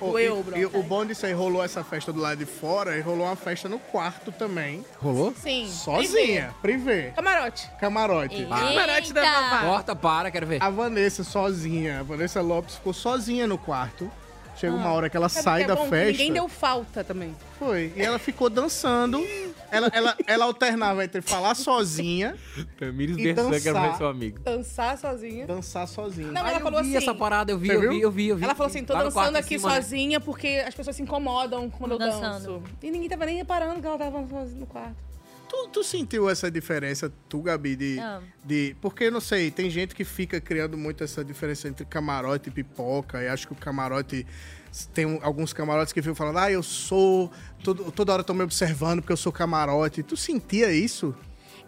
Speaker 1: Pô,
Speaker 2: Doeu,
Speaker 1: e,
Speaker 2: bro.
Speaker 1: e o bom disso aí, rolou essa festa do lado de fora e rolou uma festa no quarto também,
Speaker 4: Rolou?
Speaker 2: Sim.
Speaker 1: sozinha, privê,
Speaker 2: Camarote.
Speaker 1: camarote.
Speaker 2: Camarote da
Speaker 3: Eita!
Speaker 2: babá.
Speaker 4: Corta, para, quero ver.
Speaker 1: A Vanessa sozinha, a Vanessa Lopes ficou sozinha no quarto. Chega uma hora que ela
Speaker 2: Sabe
Speaker 1: sai
Speaker 2: que é
Speaker 1: da
Speaker 2: bom?
Speaker 1: festa.
Speaker 2: Ninguém deu falta também.
Speaker 1: Foi. E ela ficou dançando. Ela, ela, ela alternava entre falar sozinha
Speaker 4: Tamires
Speaker 1: E
Speaker 4: Bersan, né? quero
Speaker 1: dançar.
Speaker 4: ver seu amigo.
Speaker 2: Dançar Tá sozinha.
Speaker 1: dançar sozinha.
Speaker 2: Não,
Speaker 4: Aí
Speaker 2: ela falou
Speaker 4: eu vi
Speaker 2: assim-
Speaker 4: essa parada, eu vi,
Speaker 1: Você
Speaker 4: eu
Speaker 1: viu?
Speaker 4: vi, eu vi, eu vi.
Speaker 2: Ela falou assim, tô
Speaker 4: Lá no quarto
Speaker 2: dançando
Speaker 4: em
Speaker 2: aqui
Speaker 4: cima, né?
Speaker 2: sozinha porque as pessoas se incomodam quando eu
Speaker 3: Dançando.
Speaker 2: danço. E ninguém tava nem reparando que ela tava sozinha no quarto.
Speaker 1: Tu, tu sentiu essa diferença, tu, Gabi, de,
Speaker 3: Ah.
Speaker 1: de. Porque eu não sei, tem gente que fica criando muito essa diferença entre camarote e pipoca. E acho que o camarote. Tem um- alguns camarotes que ficam falando, ah, eu sou. todo- toda hora estão me observando porque eu sou camarote. Tu sentia isso?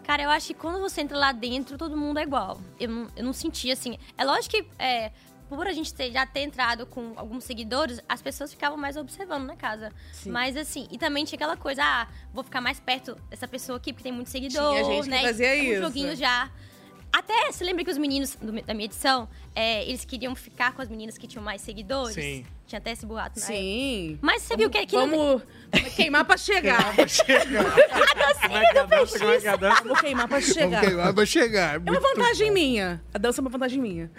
Speaker 3: Cara, eu acho que quando você entra lá dentro, todo mundo é igual. Eu não, eu não senti, assim... É lógico que, é, por a gente ter- já ter entrado com alguns seguidores, as pessoas ficavam mais observando na casa. Mas, assim... E também tinha aquela coisa, ah, vou ficar mais perto dessa pessoa aqui, porque tem muito seguidor,
Speaker 2: Tinha gente que
Speaker 3: né?
Speaker 2: fazia
Speaker 3: um
Speaker 2: isso.
Speaker 3: joguinho já... Até, você lembra que os meninos do me- da minha edição, é, eles queriam ficar com as meninas que tinham mais seguidores?
Speaker 1: Sim.
Speaker 3: Tinha até esse boato na época.
Speaker 2: Sim.
Speaker 3: Mas você viu que aquilo...
Speaker 2: Vamos queimar pra chegar.
Speaker 4: Como é que é a dança? Como é que é a dança?
Speaker 2: Vou queimar pra
Speaker 1: Vamos
Speaker 2: chegar. É
Speaker 1: queimar pra chegar. É
Speaker 2: uma
Speaker 1: muito-
Speaker 2: vantagem minha. A dança é uma vantagem minha.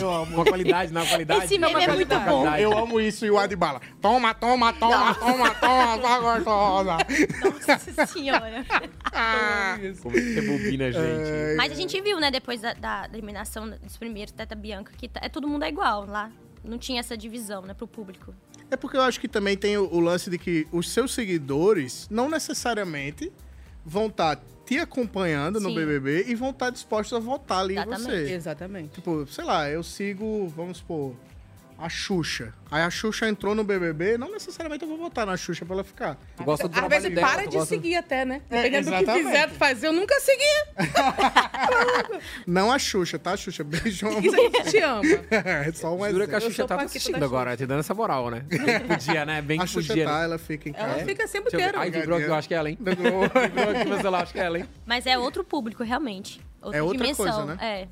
Speaker 1: Eu amo.
Speaker 4: Uma qualidade, não, uma qualidade.
Speaker 3: Esse meme é muito bom.
Speaker 4: Qualidade.
Speaker 1: É. Eu amo isso e o Adbala. Toma, toma, toma, toma, toma, tá gostosa. Ah.
Speaker 3: Nossa senhora.
Speaker 4: Como é que você bobina, gente?
Speaker 3: Mas a gente viu, né, depois da, da eliminação dos primeiros Teta Bianca, que tá- é, todo mundo é igual lá. Não tinha essa divisão, né, pro público.
Speaker 1: É porque eu acho que também tem o, o lance de que os seus seguidores não necessariamente vão estar te acompanhando no
Speaker 3: Sim.
Speaker 1: BBB e vão estar dispostos a votar ali em
Speaker 3: Exatamente.
Speaker 1: você.
Speaker 2: Exatamente.
Speaker 1: Tipo, sei lá, eu sigo, vamos supor, a Xuxa. Aí a Xuxa entrou no BBB, não necessariamente eu vou votar na Xuxa pra ela ficar.
Speaker 4: Eu gosto do
Speaker 2: Às
Speaker 4: trabalho
Speaker 2: vezes
Speaker 4: dela,
Speaker 2: para
Speaker 4: eu
Speaker 2: de
Speaker 4: gosto-
Speaker 2: seguir até, né? Dependendo do que
Speaker 1: É, exatamente.
Speaker 2: fizer fazer, eu nunca segui.
Speaker 1: Não a Xuxa, tá, Xuxa?
Speaker 2: Isso
Speaker 1: Beijo.
Speaker 2: a gente te ama.
Speaker 1: é só um
Speaker 4: Jura
Speaker 1: exemplo.
Speaker 4: que a
Speaker 2: Eu
Speaker 4: Xuxa
Speaker 2: sou
Speaker 4: tava
Speaker 2: Paquita
Speaker 4: assistindo
Speaker 2: da
Speaker 4: agora, te dando essa moral, né? Bem que Podia, né? Bem
Speaker 1: A
Speaker 4: que
Speaker 1: Xuxa
Speaker 4: podia.
Speaker 1: tá,
Speaker 4: né?
Speaker 1: ela fica em
Speaker 2: Ela
Speaker 1: casa.
Speaker 2: fica sempre
Speaker 4: Deixa eu
Speaker 2: inteira.
Speaker 4: ver. Ai, vibrou aqui, eu acho que é ela, hein? Vibrou aqui, mas eu acho que é ela, hein?
Speaker 3: Mas é outro público, realmente. Outra
Speaker 1: É outra
Speaker 3: dimensão.
Speaker 1: coisa, né?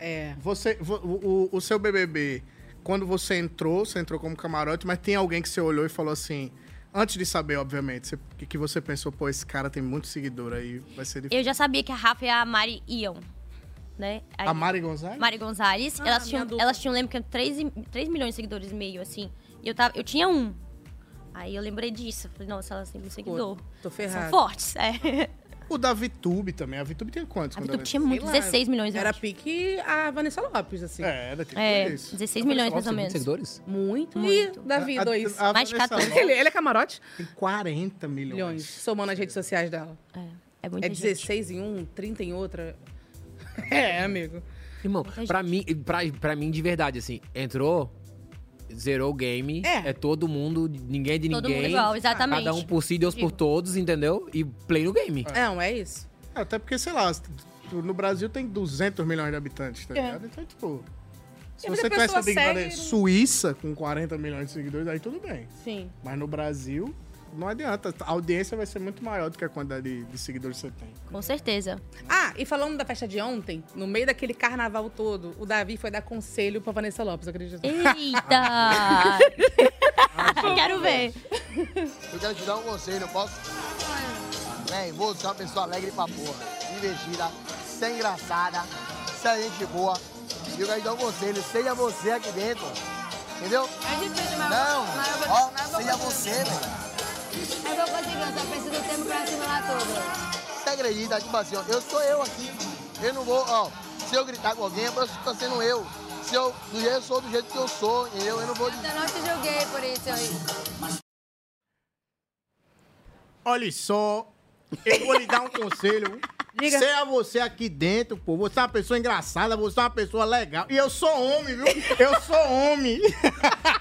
Speaker 3: É.
Speaker 2: É.
Speaker 1: Você, vo- o, o- o seu BBB, quando você entrou, você entrou como camarote, mas tem alguém que você olhou e falou assim, antes de saber, obviamente, você- que, que você pensou, pô, esse cara tem muito seguidor aí, vai ser difícil.
Speaker 3: Eu já sabia que a Rafa e a Mari iam, né? Aí-
Speaker 1: A Mari Gonzalez?
Speaker 3: Mari Gonzalez.
Speaker 2: Ah,
Speaker 3: elas,
Speaker 2: minha
Speaker 3: tinham,
Speaker 2: dupla.
Speaker 3: elas tinham, lembro que 3, milhões de seguidores e meio, assim. E eu, tava, eu tinha um. Aí eu lembrei disso. Falei, nossa, elas têm um seguidor.
Speaker 2: Tô
Speaker 3: São
Speaker 2: ferrada.
Speaker 3: fortes, é.
Speaker 1: O da VTube também. A VTube tinha quantos?
Speaker 3: A
Speaker 1: quando
Speaker 3: Vitor
Speaker 1: ela-
Speaker 3: tinha muito,
Speaker 2: Sei lá,
Speaker 3: 16 milhões, eu
Speaker 2: Era
Speaker 3: acho.
Speaker 2: pique a Vanessa Lopes, assim.
Speaker 1: É, era tipo
Speaker 3: É,
Speaker 1: isso.
Speaker 3: 16 milhões, mais ou
Speaker 4: Nossa, muitos
Speaker 3: menos.
Speaker 4: seguidores?
Speaker 2: Muito.
Speaker 3: Muito.
Speaker 2: E Davi,
Speaker 1: A-
Speaker 2: dois.
Speaker 1: a
Speaker 3: Mais de
Speaker 1: Vanessa
Speaker 3: 14.
Speaker 1: Lopes
Speaker 2: Ele, ele é camarote?
Speaker 1: Tem 40 milhões.
Speaker 2: Milhões. Somando as redes sociais dela.
Speaker 3: É, é muito
Speaker 2: É 16 em um, 30 em outra. É, amigo.
Speaker 4: Irmão,
Speaker 3: Muita
Speaker 4: pra mim, pra, pra mim, de verdade, assim, entrou, zerou o game, é,
Speaker 2: É.
Speaker 4: todo mundo, ninguém é de
Speaker 3: Todo
Speaker 4: ninguém.
Speaker 3: mundo igual, exatamente. Tipo.
Speaker 4: Cada um por si, Deus por todos, entendeu? E play no game.
Speaker 2: Não, é isso.
Speaker 1: Até porque, sei lá, no Brasil tem 200 milhões de habitantes, tá
Speaker 2: É.
Speaker 1: ligado? Então, tipo... Se
Speaker 2: E muita
Speaker 1: você tivesse
Speaker 2: pessoa
Speaker 1: na Big Brother
Speaker 3: né?
Speaker 2: segue, né? não-
Speaker 1: Suíça com 40 milhões de seguidores, aí tudo bem.
Speaker 2: Sim.
Speaker 1: Mas no Brasil, não adianta. A audiência vai ser muito maior do que a quantidade de, de seguidores que você tem.
Speaker 3: Com certeza.
Speaker 2: Ah, e falando da festa de ontem, no meio daquele carnaval todo, o Davi foi dar conselho pra Vanessa Lopes, acredita?
Speaker 3: Eita! Quero ver.
Speaker 7: Eu quero te dar um conselho, eu posso? Bem, vou ser uma pessoa alegre pra porra. Investida, ser engraçada, ser gente boa. E eu quero te dar um conselho, seja você aqui dentro. Entendeu?
Speaker 8: É difícil, mas
Speaker 7: Não,
Speaker 8: mas eu vou- mas
Speaker 7: ó,
Speaker 8: eu vou
Speaker 7: seja
Speaker 8: conseguir.
Speaker 7: você, velho.
Speaker 8: Eu vou conseguir, eu só preciso do tempo pra assimilar tudo.
Speaker 7: Você acredita, tipo assim, ó, eu sou eu aqui. Eu não vou, ó, se eu gritar com alguém, eu estou sendo eu. Se eu, do jeito, eu sou do jeito que eu sou, entendeu? Eu não vou...
Speaker 8: Eu não te julguei por isso aí.
Speaker 1: Olha só, eu vou lhe dar um conselho
Speaker 2: Diga.
Speaker 1: Você é você aqui dentro, pô. Você é uma pessoa engraçada, você é uma pessoa legal. E eu sou homem, viu? Eu sou homem.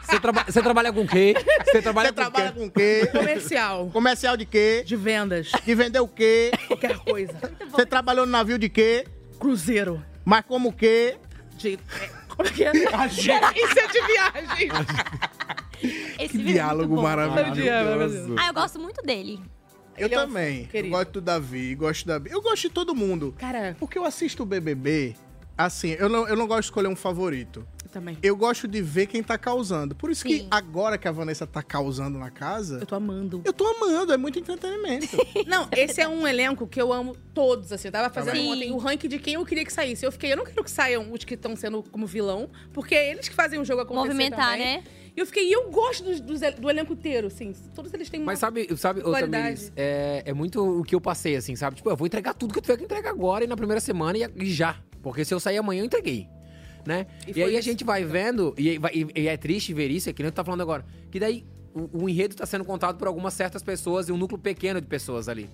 Speaker 4: Você, traba- você trabalha com o quê? Você trabalha
Speaker 1: Você
Speaker 4: com o
Speaker 1: trabalha
Speaker 4: quê?
Speaker 1: com o quê?
Speaker 2: Comercial.
Speaker 1: Comercial de quê?
Speaker 2: De vendas.
Speaker 1: De vender o quê?
Speaker 2: Qualquer coisa.
Speaker 1: Você trabalhou no navio de quê?
Speaker 2: Cruzeiro.
Speaker 1: Mas como o quê?
Speaker 2: De. é, Como é que é? Isso é de viagem.
Speaker 3: Esse
Speaker 8: Que
Speaker 3: vídeo é
Speaker 8: diálogo
Speaker 3: muito bom.
Speaker 8: maravilhoso.
Speaker 2: Meu Deus, meu Deus.
Speaker 3: Ah, eu gosto muito dele.
Speaker 1: Eu
Speaker 2: Ele é um
Speaker 1: também. eu
Speaker 2: querido.
Speaker 1: gosto do Davi, gosto da. Eu gosto de todo mundo.
Speaker 2: Cara,
Speaker 1: Porque eu assisto o BBB, assim, eu não, eu não gosto de escolher um favorito.
Speaker 2: eu também.
Speaker 1: Eu gosto de ver quem tá causando. Por isso que
Speaker 3: Sim.
Speaker 1: agora que a Vanessa tá causando na casa,
Speaker 2: Eu tô amando.
Speaker 1: eu tô amando, é muito entretenimento.
Speaker 2: Não, esse é um elenco que eu amo todos, assim. Eu
Speaker 4: Tá
Speaker 2: tava fazendo
Speaker 3: Sim.
Speaker 2: ontem o ranking de quem eu queria que saísse. Eu fiquei, eu não quero que saiam os que estão sendo como vilão, porque é eles que fazem o jogo acontecer
Speaker 3: Movimentar,
Speaker 2: também.
Speaker 3: né?
Speaker 2: E eu fiquei, e eu gosto dos- dos el- do elenco inteiro, assim. Todos eles têm
Speaker 4: Mas
Speaker 2: uma...
Speaker 4: sabe, sabe ô,
Speaker 2: Qualidade.
Speaker 4: Tamiris, é, é muito o que eu passei, assim, sabe? Tipo, eu vou entregar tudo que eu tiver que entregar agora e na primeira semana e, e já. Porque se eu sair amanhã, eu entreguei. Né?
Speaker 2: E
Speaker 4: E,
Speaker 2: foi
Speaker 4: aí a
Speaker 2: isso.
Speaker 4: gente vai vendo, e, aí vai- e- e é triste ver isso, é que nem tu tá falando agora. Que daí o, o enredo tá sendo contado por algumas certas pessoas e um núcleo pequeno de pessoas ali.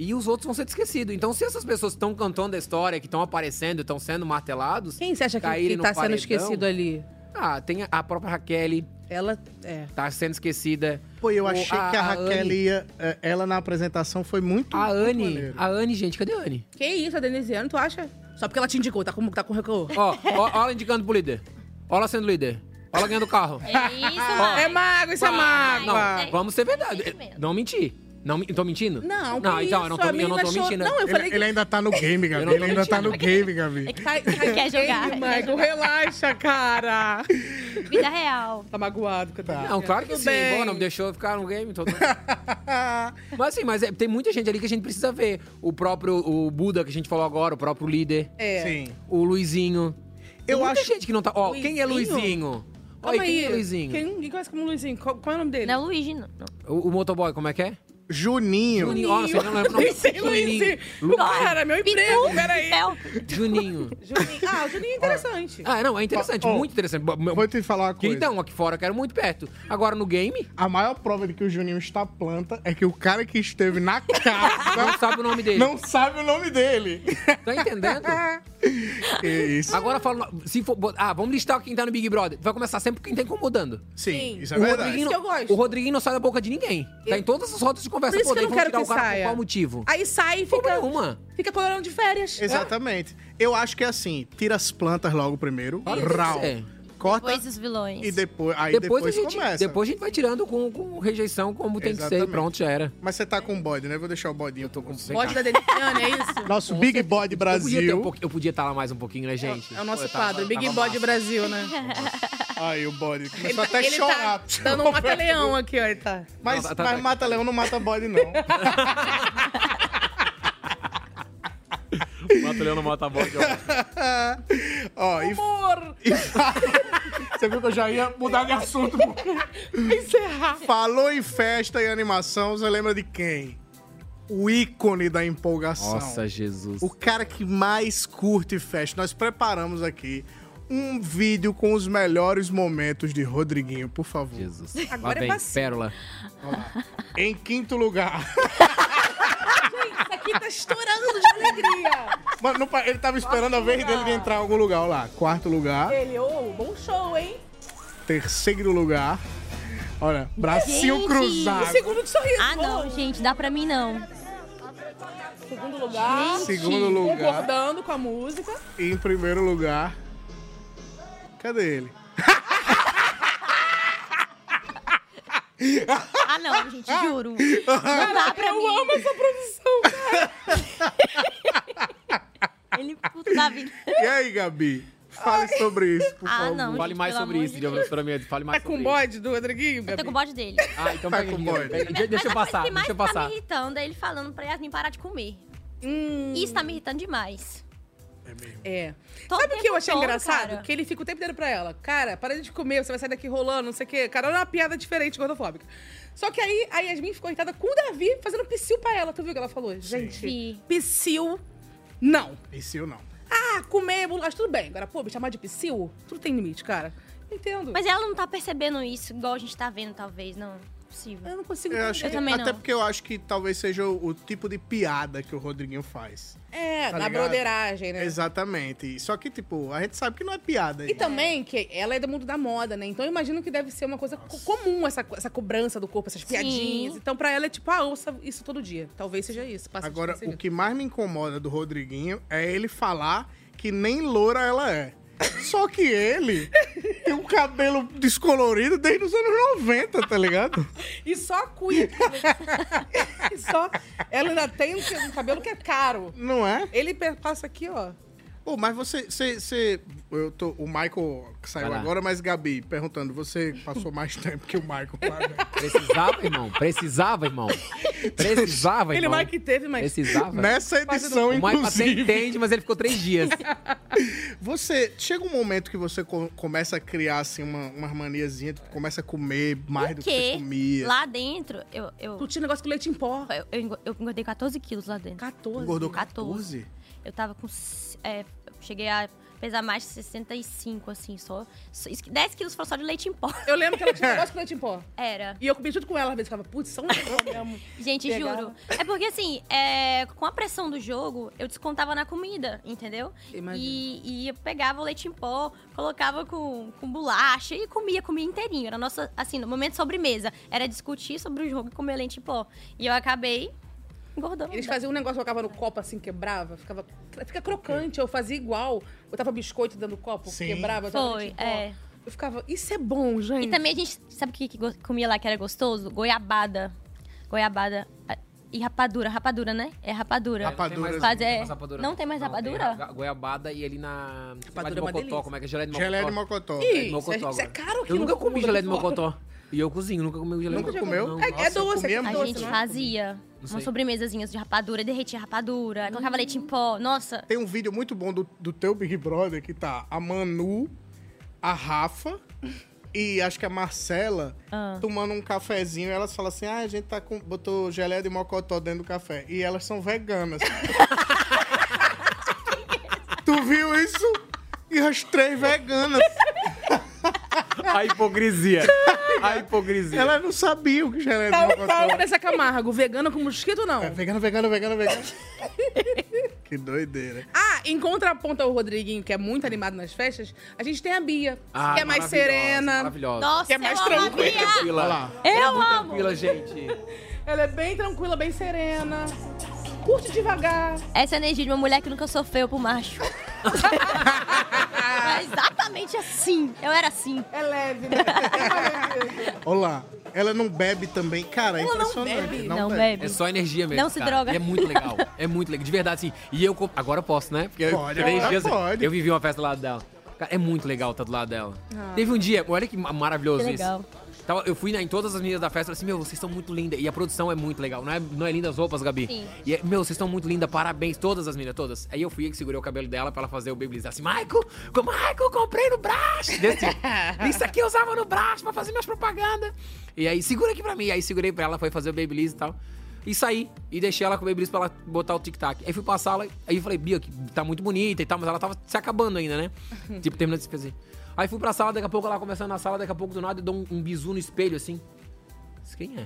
Speaker 4: E os outros vão ser esquecidos. Então, se essas pessoas que estão cantando a história, que estão aparecendo, estão sendo martelados.
Speaker 2: Quem você acha que,
Speaker 4: caírem
Speaker 2: que
Speaker 4: no
Speaker 2: tá sendo
Speaker 4: paredão,
Speaker 2: esquecido ali?
Speaker 4: Ah, tem a própria Raquel,
Speaker 2: Ela, é...
Speaker 4: tá sendo esquecida.
Speaker 1: Pô, eu
Speaker 4: O-
Speaker 1: achei que a Raquel
Speaker 4: Anne-
Speaker 1: ia. eh, Ela na apresentação foi muito.
Speaker 4: A
Speaker 1: muito
Speaker 4: Anne,
Speaker 1: maneiro.
Speaker 4: a Anne, é gente, cadê a Anne?
Speaker 2: Que isso, a Denisiano, tu acha? Só porque ela te indicou, tá com, tá com rancor.
Speaker 4: Ó, ó, ó ela indicando pro líder. Ó ela sendo líder. Ó ela ganhando carro.
Speaker 3: É isso, mano.
Speaker 2: É mago, isso é
Speaker 3: Vai,
Speaker 2: mago.
Speaker 3: mágoa.
Speaker 4: Não, vamos ser verdade.
Speaker 3: Isso mesmo.
Speaker 4: Não mentir. Não, men- tô mentindo?
Speaker 2: Não, que
Speaker 4: não então,
Speaker 2: isso,
Speaker 4: eu não tô,
Speaker 2: a
Speaker 4: eu não
Speaker 2: menina
Speaker 4: tô
Speaker 2: achou-
Speaker 4: mentindo.
Speaker 2: Não, eu
Speaker 1: Ele,
Speaker 2: falei que...
Speaker 1: ele ainda tá no game, Gabi.
Speaker 4: não
Speaker 1: Ele
Speaker 4: tô
Speaker 1: ainda tá no game, Gabi.
Speaker 2: Ai, ai,
Speaker 3: Quer jogar.
Speaker 2: Michael, relaxa, cara.
Speaker 3: Vida real.
Speaker 2: Tá magoado que eu tô
Speaker 4: Não, claro que
Speaker 2: Tudo
Speaker 4: sim. é
Speaker 2: bem.
Speaker 4: Bom, não me deixou ficar no game. Tô... mas assim, mas é, tem muita gente ali que a gente precisa ver. O próprio o Buda que a gente falou agora, o próprio líder,
Speaker 2: É.
Speaker 1: Sim.
Speaker 4: o Luizinho. Tem
Speaker 1: Eu
Speaker 4: muita
Speaker 1: acho-
Speaker 4: gente que não tá. Ó, quem é
Speaker 2: Luizinho?
Speaker 4: Luizinho? Ó, e
Speaker 2: Calma
Speaker 4: quem
Speaker 2: aí.
Speaker 4: é Luizinho?
Speaker 2: Quem, quem conhece como Luizinho? Qual, qual é o nome dele?
Speaker 3: Não é o Luigi, não. não.
Speaker 4: O, o motoboy, como é que é?
Speaker 1: Juninho.
Speaker 4: Juninho. Ó, não sei, não lembro o nome.
Speaker 2: Luizinho, Luizinho.
Speaker 4: Lu-
Speaker 2: Cara, meu emprego, peraí.
Speaker 3: Fel.
Speaker 4: Juninho.
Speaker 2: Juninho. Ah, o Juninho é interessante.
Speaker 4: Ah, não, é interessante,
Speaker 1: Ó, ó,
Speaker 4: muito interessante. Bo- meu-
Speaker 1: Vou te falar uma coisa.
Speaker 4: Queridão, aqui fora, eu quero muito perto. Agora no game,
Speaker 1: A maior prova de que o Juninho está planta é que o cara que esteve na casa
Speaker 4: não sabe o nome dele.
Speaker 1: não sabe o nome dele.
Speaker 4: Tá entendendo?
Speaker 1: Que isso.
Speaker 4: Agora fala. Se for, bo- ah, vamos listar quem tá no Big Brother. Vai começar sempre quem tá incomodando.
Speaker 1: Sim,
Speaker 2: Sim.
Speaker 1: isso é
Speaker 4: o
Speaker 1: verdade.
Speaker 4: Rodriguinho,
Speaker 2: Isso que eu gosto.
Speaker 4: o Rodriguinho não sai da boca de ninguém. Tá em todas as rodas de conversa.
Speaker 2: Por isso que
Speaker 4: Pô,
Speaker 2: eu
Speaker 4: daí
Speaker 2: não
Speaker 4: vamos
Speaker 2: quero
Speaker 4: tirar
Speaker 2: que
Speaker 4: o cara
Speaker 2: saia.
Speaker 4: por qual motivo?
Speaker 2: Aí sai e
Speaker 4: Fica...
Speaker 2: fica...
Speaker 4: nenhuma.
Speaker 2: Fica colorando de férias.
Speaker 1: Exatamente. Eu acho que é assim, tira as plantas logo primeiro,
Speaker 4: Olha
Speaker 1: rau,
Speaker 4: você.
Speaker 1: corta
Speaker 3: Depois os vilões.
Speaker 1: e depois, aí
Speaker 4: Depois,
Speaker 1: depois,
Speaker 4: a gente,
Speaker 1: começa.
Speaker 4: depois a gente vai tirando com, com rejeição como tem que ser.
Speaker 1: Exatamente.
Speaker 4: Pronto, já era.
Speaker 1: Mas você tá com o bode, né? Vou deixar o bodinho. Eu tô com um
Speaker 4: você.
Speaker 2: Bode da Denisiane, é isso?
Speaker 1: Nosso Big Body
Speaker 4: Eu podia, ter um
Speaker 1: Brasil.
Speaker 4: pouquinho- eu podia estar lá mais um pouquinho, né, gente?
Speaker 2: É o nosso
Speaker 4: Eu tava-
Speaker 2: quadro, Big
Speaker 4: tava
Speaker 2: Body
Speaker 4: massa.
Speaker 2: Brasil, né?
Speaker 1: Aí o bode
Speaker 2: Ele,
Speaker 1: começou
Speaker 2: tá-
Speaker 1: até a
Speaker 2: ele
Speaker 1: chorar.
Speaker 2: tá dando um mata-leão aqui, ó. Ele tá.
Speaker 1: Mas,
Speaker 4: Tá, tá,
Speaker 1: mas
Speaker 4: tá.
Speaker 1: mata leão não mata bode, não.
Speaker 4: Mata o Leão, não mata a bode, ó.
Speaker 1: Ó, e
Speaker 2: Amor!
Speaker 1: você viu que eu já ia mudar de assunto.
Speaker 2: Encerrar.
Speaker 1: Falou em festa e animação, você lembra de quem? O ícone da empolgação.
Speaker 4: Nossa, Jesus.
Speaker 1: O cara que mais curte festa. Nós preparamos aqui um vídeo com os melhores momentos de Rodriguinho, por favor.
Speaker 4: Jesus.
Speaker 2: Agora é
Speaker 4: Lá vem,
Speaker 2: vacilo.
Speaker 4: pérola.
Speaker 1: Em quinto lugar.
Speaker 2: Isso aqui tá estourando de alegria.
Speaker 1: Mano, não pa- ele tava esperando a vez dele de entrar em algum lugar. Olha lá. Quarto lugar.
Speaker 2: Ele, ô, bom show, hein?
Speaker 1: Terceiro lugar. Olha, bracinho
Speaker 3: Gente!
Speaker 2: O
Speaker 1: cruzado.
Speaker 2: um segundo de sorriso.
Speaker 3: Ah, não, gente, dá pra mim não.
Speaker 2: Segundo lugar.
Speaker 1: Segundo lugar.
Speaker 2: Concordando com a música.
Speaker 1: E em primeiro lugar. Cadê ele?
Speaker 3: Ah, não, gente, juro. Não dá pra mim.
Speaker 2: Eu amo essa produção, cara.
Speaker 3: Ele puto da vida.
Speaker 1: E aí, Gabi? Fale sobre isso, por
Speaker 3: Ah,
Speaker 1: favor.
Speaker 3: não.
Speaker 4: Fale
Speaker 3: gente,
Speaker 4: mais
Speaker 3: pelo
Speaker 4: sobre
Speaker 3: amor
Speaker 4: isso,
Speaker 3: de
Speaker 4: Diogo,
Speaker 3: Deus.
Speaker 4: pra mim. Fale mais
Speaker 2: Tá com o
Speaker 4: sobre
Speaker 2: bode do Rodriguinho,
Speaker 3: Eu tô
Speaker 2: Gabi?
Speaker 3: com o bode dele.
Speaker 4: isso. Ah, então
Speaker 1: Tá
Speaker 4: pega
Speaker 1: com
Speaker 4: aqui,
Speaker 1: bode.
Speaker 4: pega.
Speaker 2: é
Speaker 4: De-
Speaker 3: Mas
Speaker 4: Deixa eu
Speaker 3: a coisa
Speaker 4: passar,
Speaker 3: que mais
Speaker 4: deixa eu
Speaker 3: tá
Speaker 4: passar.
Speaker 3: me irritando é ele falando pra Yasmin parar de comer.
Speaker 2: Hum,
Speaker 3: Isso tá me irritando demais.
Speaker 2: é.
Speaker 3: Tô
Speaker 2: Sabe o que eu achei
Speaker 3: tempo todo,
Speaker 2: engraçado?
Speaker 3: cara.
Speaker 2: Que ele fica o tempo inteiro pra ela. Cara, para de comer, você vai sair daqui rolando, não sei o quê. Cara, era uma piada diferente, gordofóbica. Só que aí a Yasmin ficou irritada com o Davi fazendo psiu pra ela. Tu viu o que ela falou? Gente,
Speaker 3: Vi.
Speaker 2: psiu, não.
Speaker 1: Pensei ou não.
Speaker 2: Ah, comer bolacha, tudo bem. Agora, pô, me chamar de psiu, tudo tem limite, cara. Entendo.
Speaker 3: Mas ela não tá percebendo isso, igual a gente tá vendo, talvez, não. possível.
Speaker 2: Eu não consigo
Speaker 1: Eu acho
Speaker 3: Eu
Speaker 1: que-
Speaker 3: também não.
Speaker 1: até porque eu acho que talvez seja o, o tipo de piada que o Rodriguinho faz.
Speaker 2: É,
Speaker 1: Tá
Speaker 2: na
Speaker 1: ligado?
Speaker 2: broderagem, né?
Speaker 1: Exatamente. Só que, tipo, a gente sabe que não é piada.
Speaker 2: E também que ela é do mundo da moda, né? Então eu imagino que deve ser uma coisa co- comum essa, co- essa cobrança do corpo, essas piadinhas. Então pra ela é tipo, ah, ouça isso todo dia. Talvez seja isso. passa
Speaker 1: Agora, o
Speaker 2: despercebido.
Speaker 1: que mais me incomoda do Rodriguinho é ele falar que nem loura ela é. Só que ele tem um cabelo descolorido desde os anos 90, tá ligado?
Speaker 2: E só cuida. e só... Ela ainda tem um que- um cabelo que é caro.
Speaker 1: Não é?
Speaker 2: Ele pe- passa aqui, ó.
Speaker 1: Pô, mas você, você, você- eu tô, o Michael que saiu
Speaker 4: Vai lá.
Speaker 1: agora, mas Gabi, perguntando, você passou mais tempo que o Michael, claro. né?
Speaker 4: Precisava, irmão. Precisava, irmão. Precisava,
Speaker 2: Ele
Speaker 4: irmão.
Speaker 2: mais que teve, mas...
Speaker 4: Precisava.
Speaker 1: Nessa edição,
Speaker 4: O Mike até
Speaker 1: inclusive.
Speaker 4: entende, mas ele ficou três dias.
Speaker 1: Você chega um momento que você co- começa a criar assim uma, uma maniazinha, tipo, começa a comer
Speaker 4: é
Speaker 1: mais do que você
Speaker 3: Porque
Speaker 1: comia.
Speaker 3: lá dentro, eu, eu,
Speaker 2: Tu tinha negócio com leite em pó.
Speaker 3: eu, eu engo- eu engordei 14 quilos lá dentro.
Speaker 2: 14.
Speaker 1: Engordou
Speaker 3: 14.
Speaker 1: 14?
Speaker 3: Eu tava com. s- é, eu cheguei a pesar mais de 65, assim, só. só- isso que- 10 quilos foram só de leite em pó.
Speaker 2: Eu lembro que ela tinha negócio com leite em pó.
Speaker 3: Era.
Speaker 2: E eu comi junto com ela, às vezes eu ficava, putz, são mesmo. Assim,
Speaker 3: Gente,
Speaker 2: Pegava.
Speaker 3: juro. É porque, assim, é, com a pressão do jogo, eu descontava na comida, entendeu?
Speaker 2: Imagino.
Speaker 3: E, e eu pegava o leite em pó, colocava com, com bolacha e comia, comia inteirinho. Era a nossa, assim, no momento sobremesa. Era discutir sobre o jogo e comer leite em pó. E eu acabei engordando.
Speaker 2: Eles faziam um negócio, colocava no copo assim, quebrava, ficava. Fica crocante, eu fazia igual. Eu tava biscoito dentro do copo,
Speaker 1: Sim.
Speaker 2: Tipo, quebrava, eu tava tipo,
Speaker 3: Foi,
Speaker 2: leite em pó.
Speaker 3: é.
Speaker 2: Eu ficava, isso é bom, gente.
Speaker 3: E também a gente. Sabe o que, que go- comia lá que era gostoso? Goiabada. Goiabada. ah, E rapadura, rapadura, né? É rapadura.
Speaker 1: Rapadura. é,
Speaker 3: Faz- é, Não tem mais rapadura?
Speaker 4: tem É, goiabada e ali na.
Speaker 2: Rapadura é
Speaker 4: de
Speaker 2: uma
Speaker 4: mocotó,
Speaker 2: delícia.
Speaker 4: como é que é? Geleia de mocotó.
Speaker 1: Geleia de mocotó.
Speaker 2: Ih,
Speaker 4: de
Speaker 2: isso é- isso é
Speaker 4: agora.
Speaker 2: caro aqui
Speaker 4: Eu
Speaker 2: no
Speaker 4: nunca comi
Speaker 2: mundo
Speaker 4: geleia de
Speaker 2: aqui fora.
Speaker 4: mocotó. E eu cozinho, nunca comi geleia de
Speaker 1: Nunca
Speaker 4: mocotó.
Speaker 1: comeu?
Speaker 4: Não.
Speaker 2: É, é
Speaker 1: Nossa, eu
Speaker 2: doce,
Speaker 1: comia
Speaker 2: é
Speaker 3: A
Speaker 1: muito.
Speaker 2: doce,
Speaker 3: gente
Speaker 2: né?
Speaker 3: fazia
Speaker 4: sei.
Speaker 3: umas sobremesazinhas de rapadura, derretia rapadura, colocava leite em pó. Nossa,
Speaker 1: Tem um vídeo muito bom do, do teu Big Brother que tá a Manu, a Rafa e acho que a Marcela
Speaker 3: Ah.
Speaker 1: tomando um cafezinho. E elas falam assim: ah, a gente tá com. botou geleia de mocotó dentro do café. E elas são veganas. tu viu isso? E as três veganas.
Speaker 4: A hipocrisia. A hipocrisia.
Speaker 1: Elas não sabiam que geleia de
Speaker 2: Tá
Speaker 1: mocotó
Speaker 2: o pau dessa Camargo, vegano com mosquito, não.
Speaker 1: É vegana, vegana, vegana, vegana. que doideira.
Speaker 2: Ah, em contraponto ao Rodriguinho, que é muito animado nas festas, a gente tem a Bia,
Speaker 4: Ah,
Speaker 2: que é mais
Speaker 4: maravilhosa,
Speaker 2: serena.
Speaker 4: Maravilhosa.
Speaker 3: nossa,
Speaker 2: é mais
Speaker 3: eu amo a
Speaker 2: tranquilo.
Speaker 3: Bia.
Speaker 4: Tranquila.
Speaker 3: Eu amo.
Speaker 4: Tranquila, É gente.
Speaker 2: Ela é bem tranquila, bem serena. Curte devagar.
Speaker 3: Essa energia de uma mulher que nunca sofreu por macho. Era exatamente assim. Eu era assim.
Speaker 2: É leve, né?
Speaker 1: Olá. Ela não bebe também. Cara, é
Speaker 2: Ela não
Speaker 1: impressionante.
Speaker 2: bebe.
Speaker 3: Não, bebe.
Speaker 4: É só energia mesmo.
Speaker 3: Não se
Speaker 4: cara.
Speaker 3: droga.
Speaker 4: E é muito legal. É muito legal. De verdade, sim. E eu. co- Agora eu posso, né? Porque eu-
Speaker 1: Pode,
Speaker 4: três
Speaker 1: agora
Speaker 4: dias-
Speaker 1: pode.
Speaker 4: Eu vivi uma festa do lado dela. Cara, é muito legal estar do lado dela. Teve um dia, olha que ma-
Speaker 3: Ah.
Speaker 4: maravilhoso
Speaker 3: Que
Speaker 4: isso.
Speaker 3: legal.
Speaker 4: Tava- Então, eu fui na- em todas as meninas da festa e falei assim: Meu, vocês estão muito lindas. E a produção é muito legal. Não é, não é linda as roupas, Gabi?
Speaker 3: Sim.
Speaker 4: E é, meu, vocês estão muito lindas, parabéns, todas as meninas, todas. Aí eu fui e segurei o cabelo dela pra ela fazer o babyliss. Ela assim: Michael, co- Michael, comprei no braço. Desse, tipo. isso aqui eu usava no braço pra fazer minhas propagandas. E aí, segura aqui pra mim. E aí segurei pra ela, foi fazer o babyliss e tal. E saí e deixei ela com o babyliss pra ela botar o tic-tac. Aí fui pra sala, aí eu falei: Bia, que tá muito bonita e tal, mas ela tava se acabando ainda, né? tipo, terminando de se fazer. Aí fui pra sala, daqui a pouco ela começando na sala, daqui a pouco do nada eu dou um, um bisu no espelho assim. Disse, Quem é?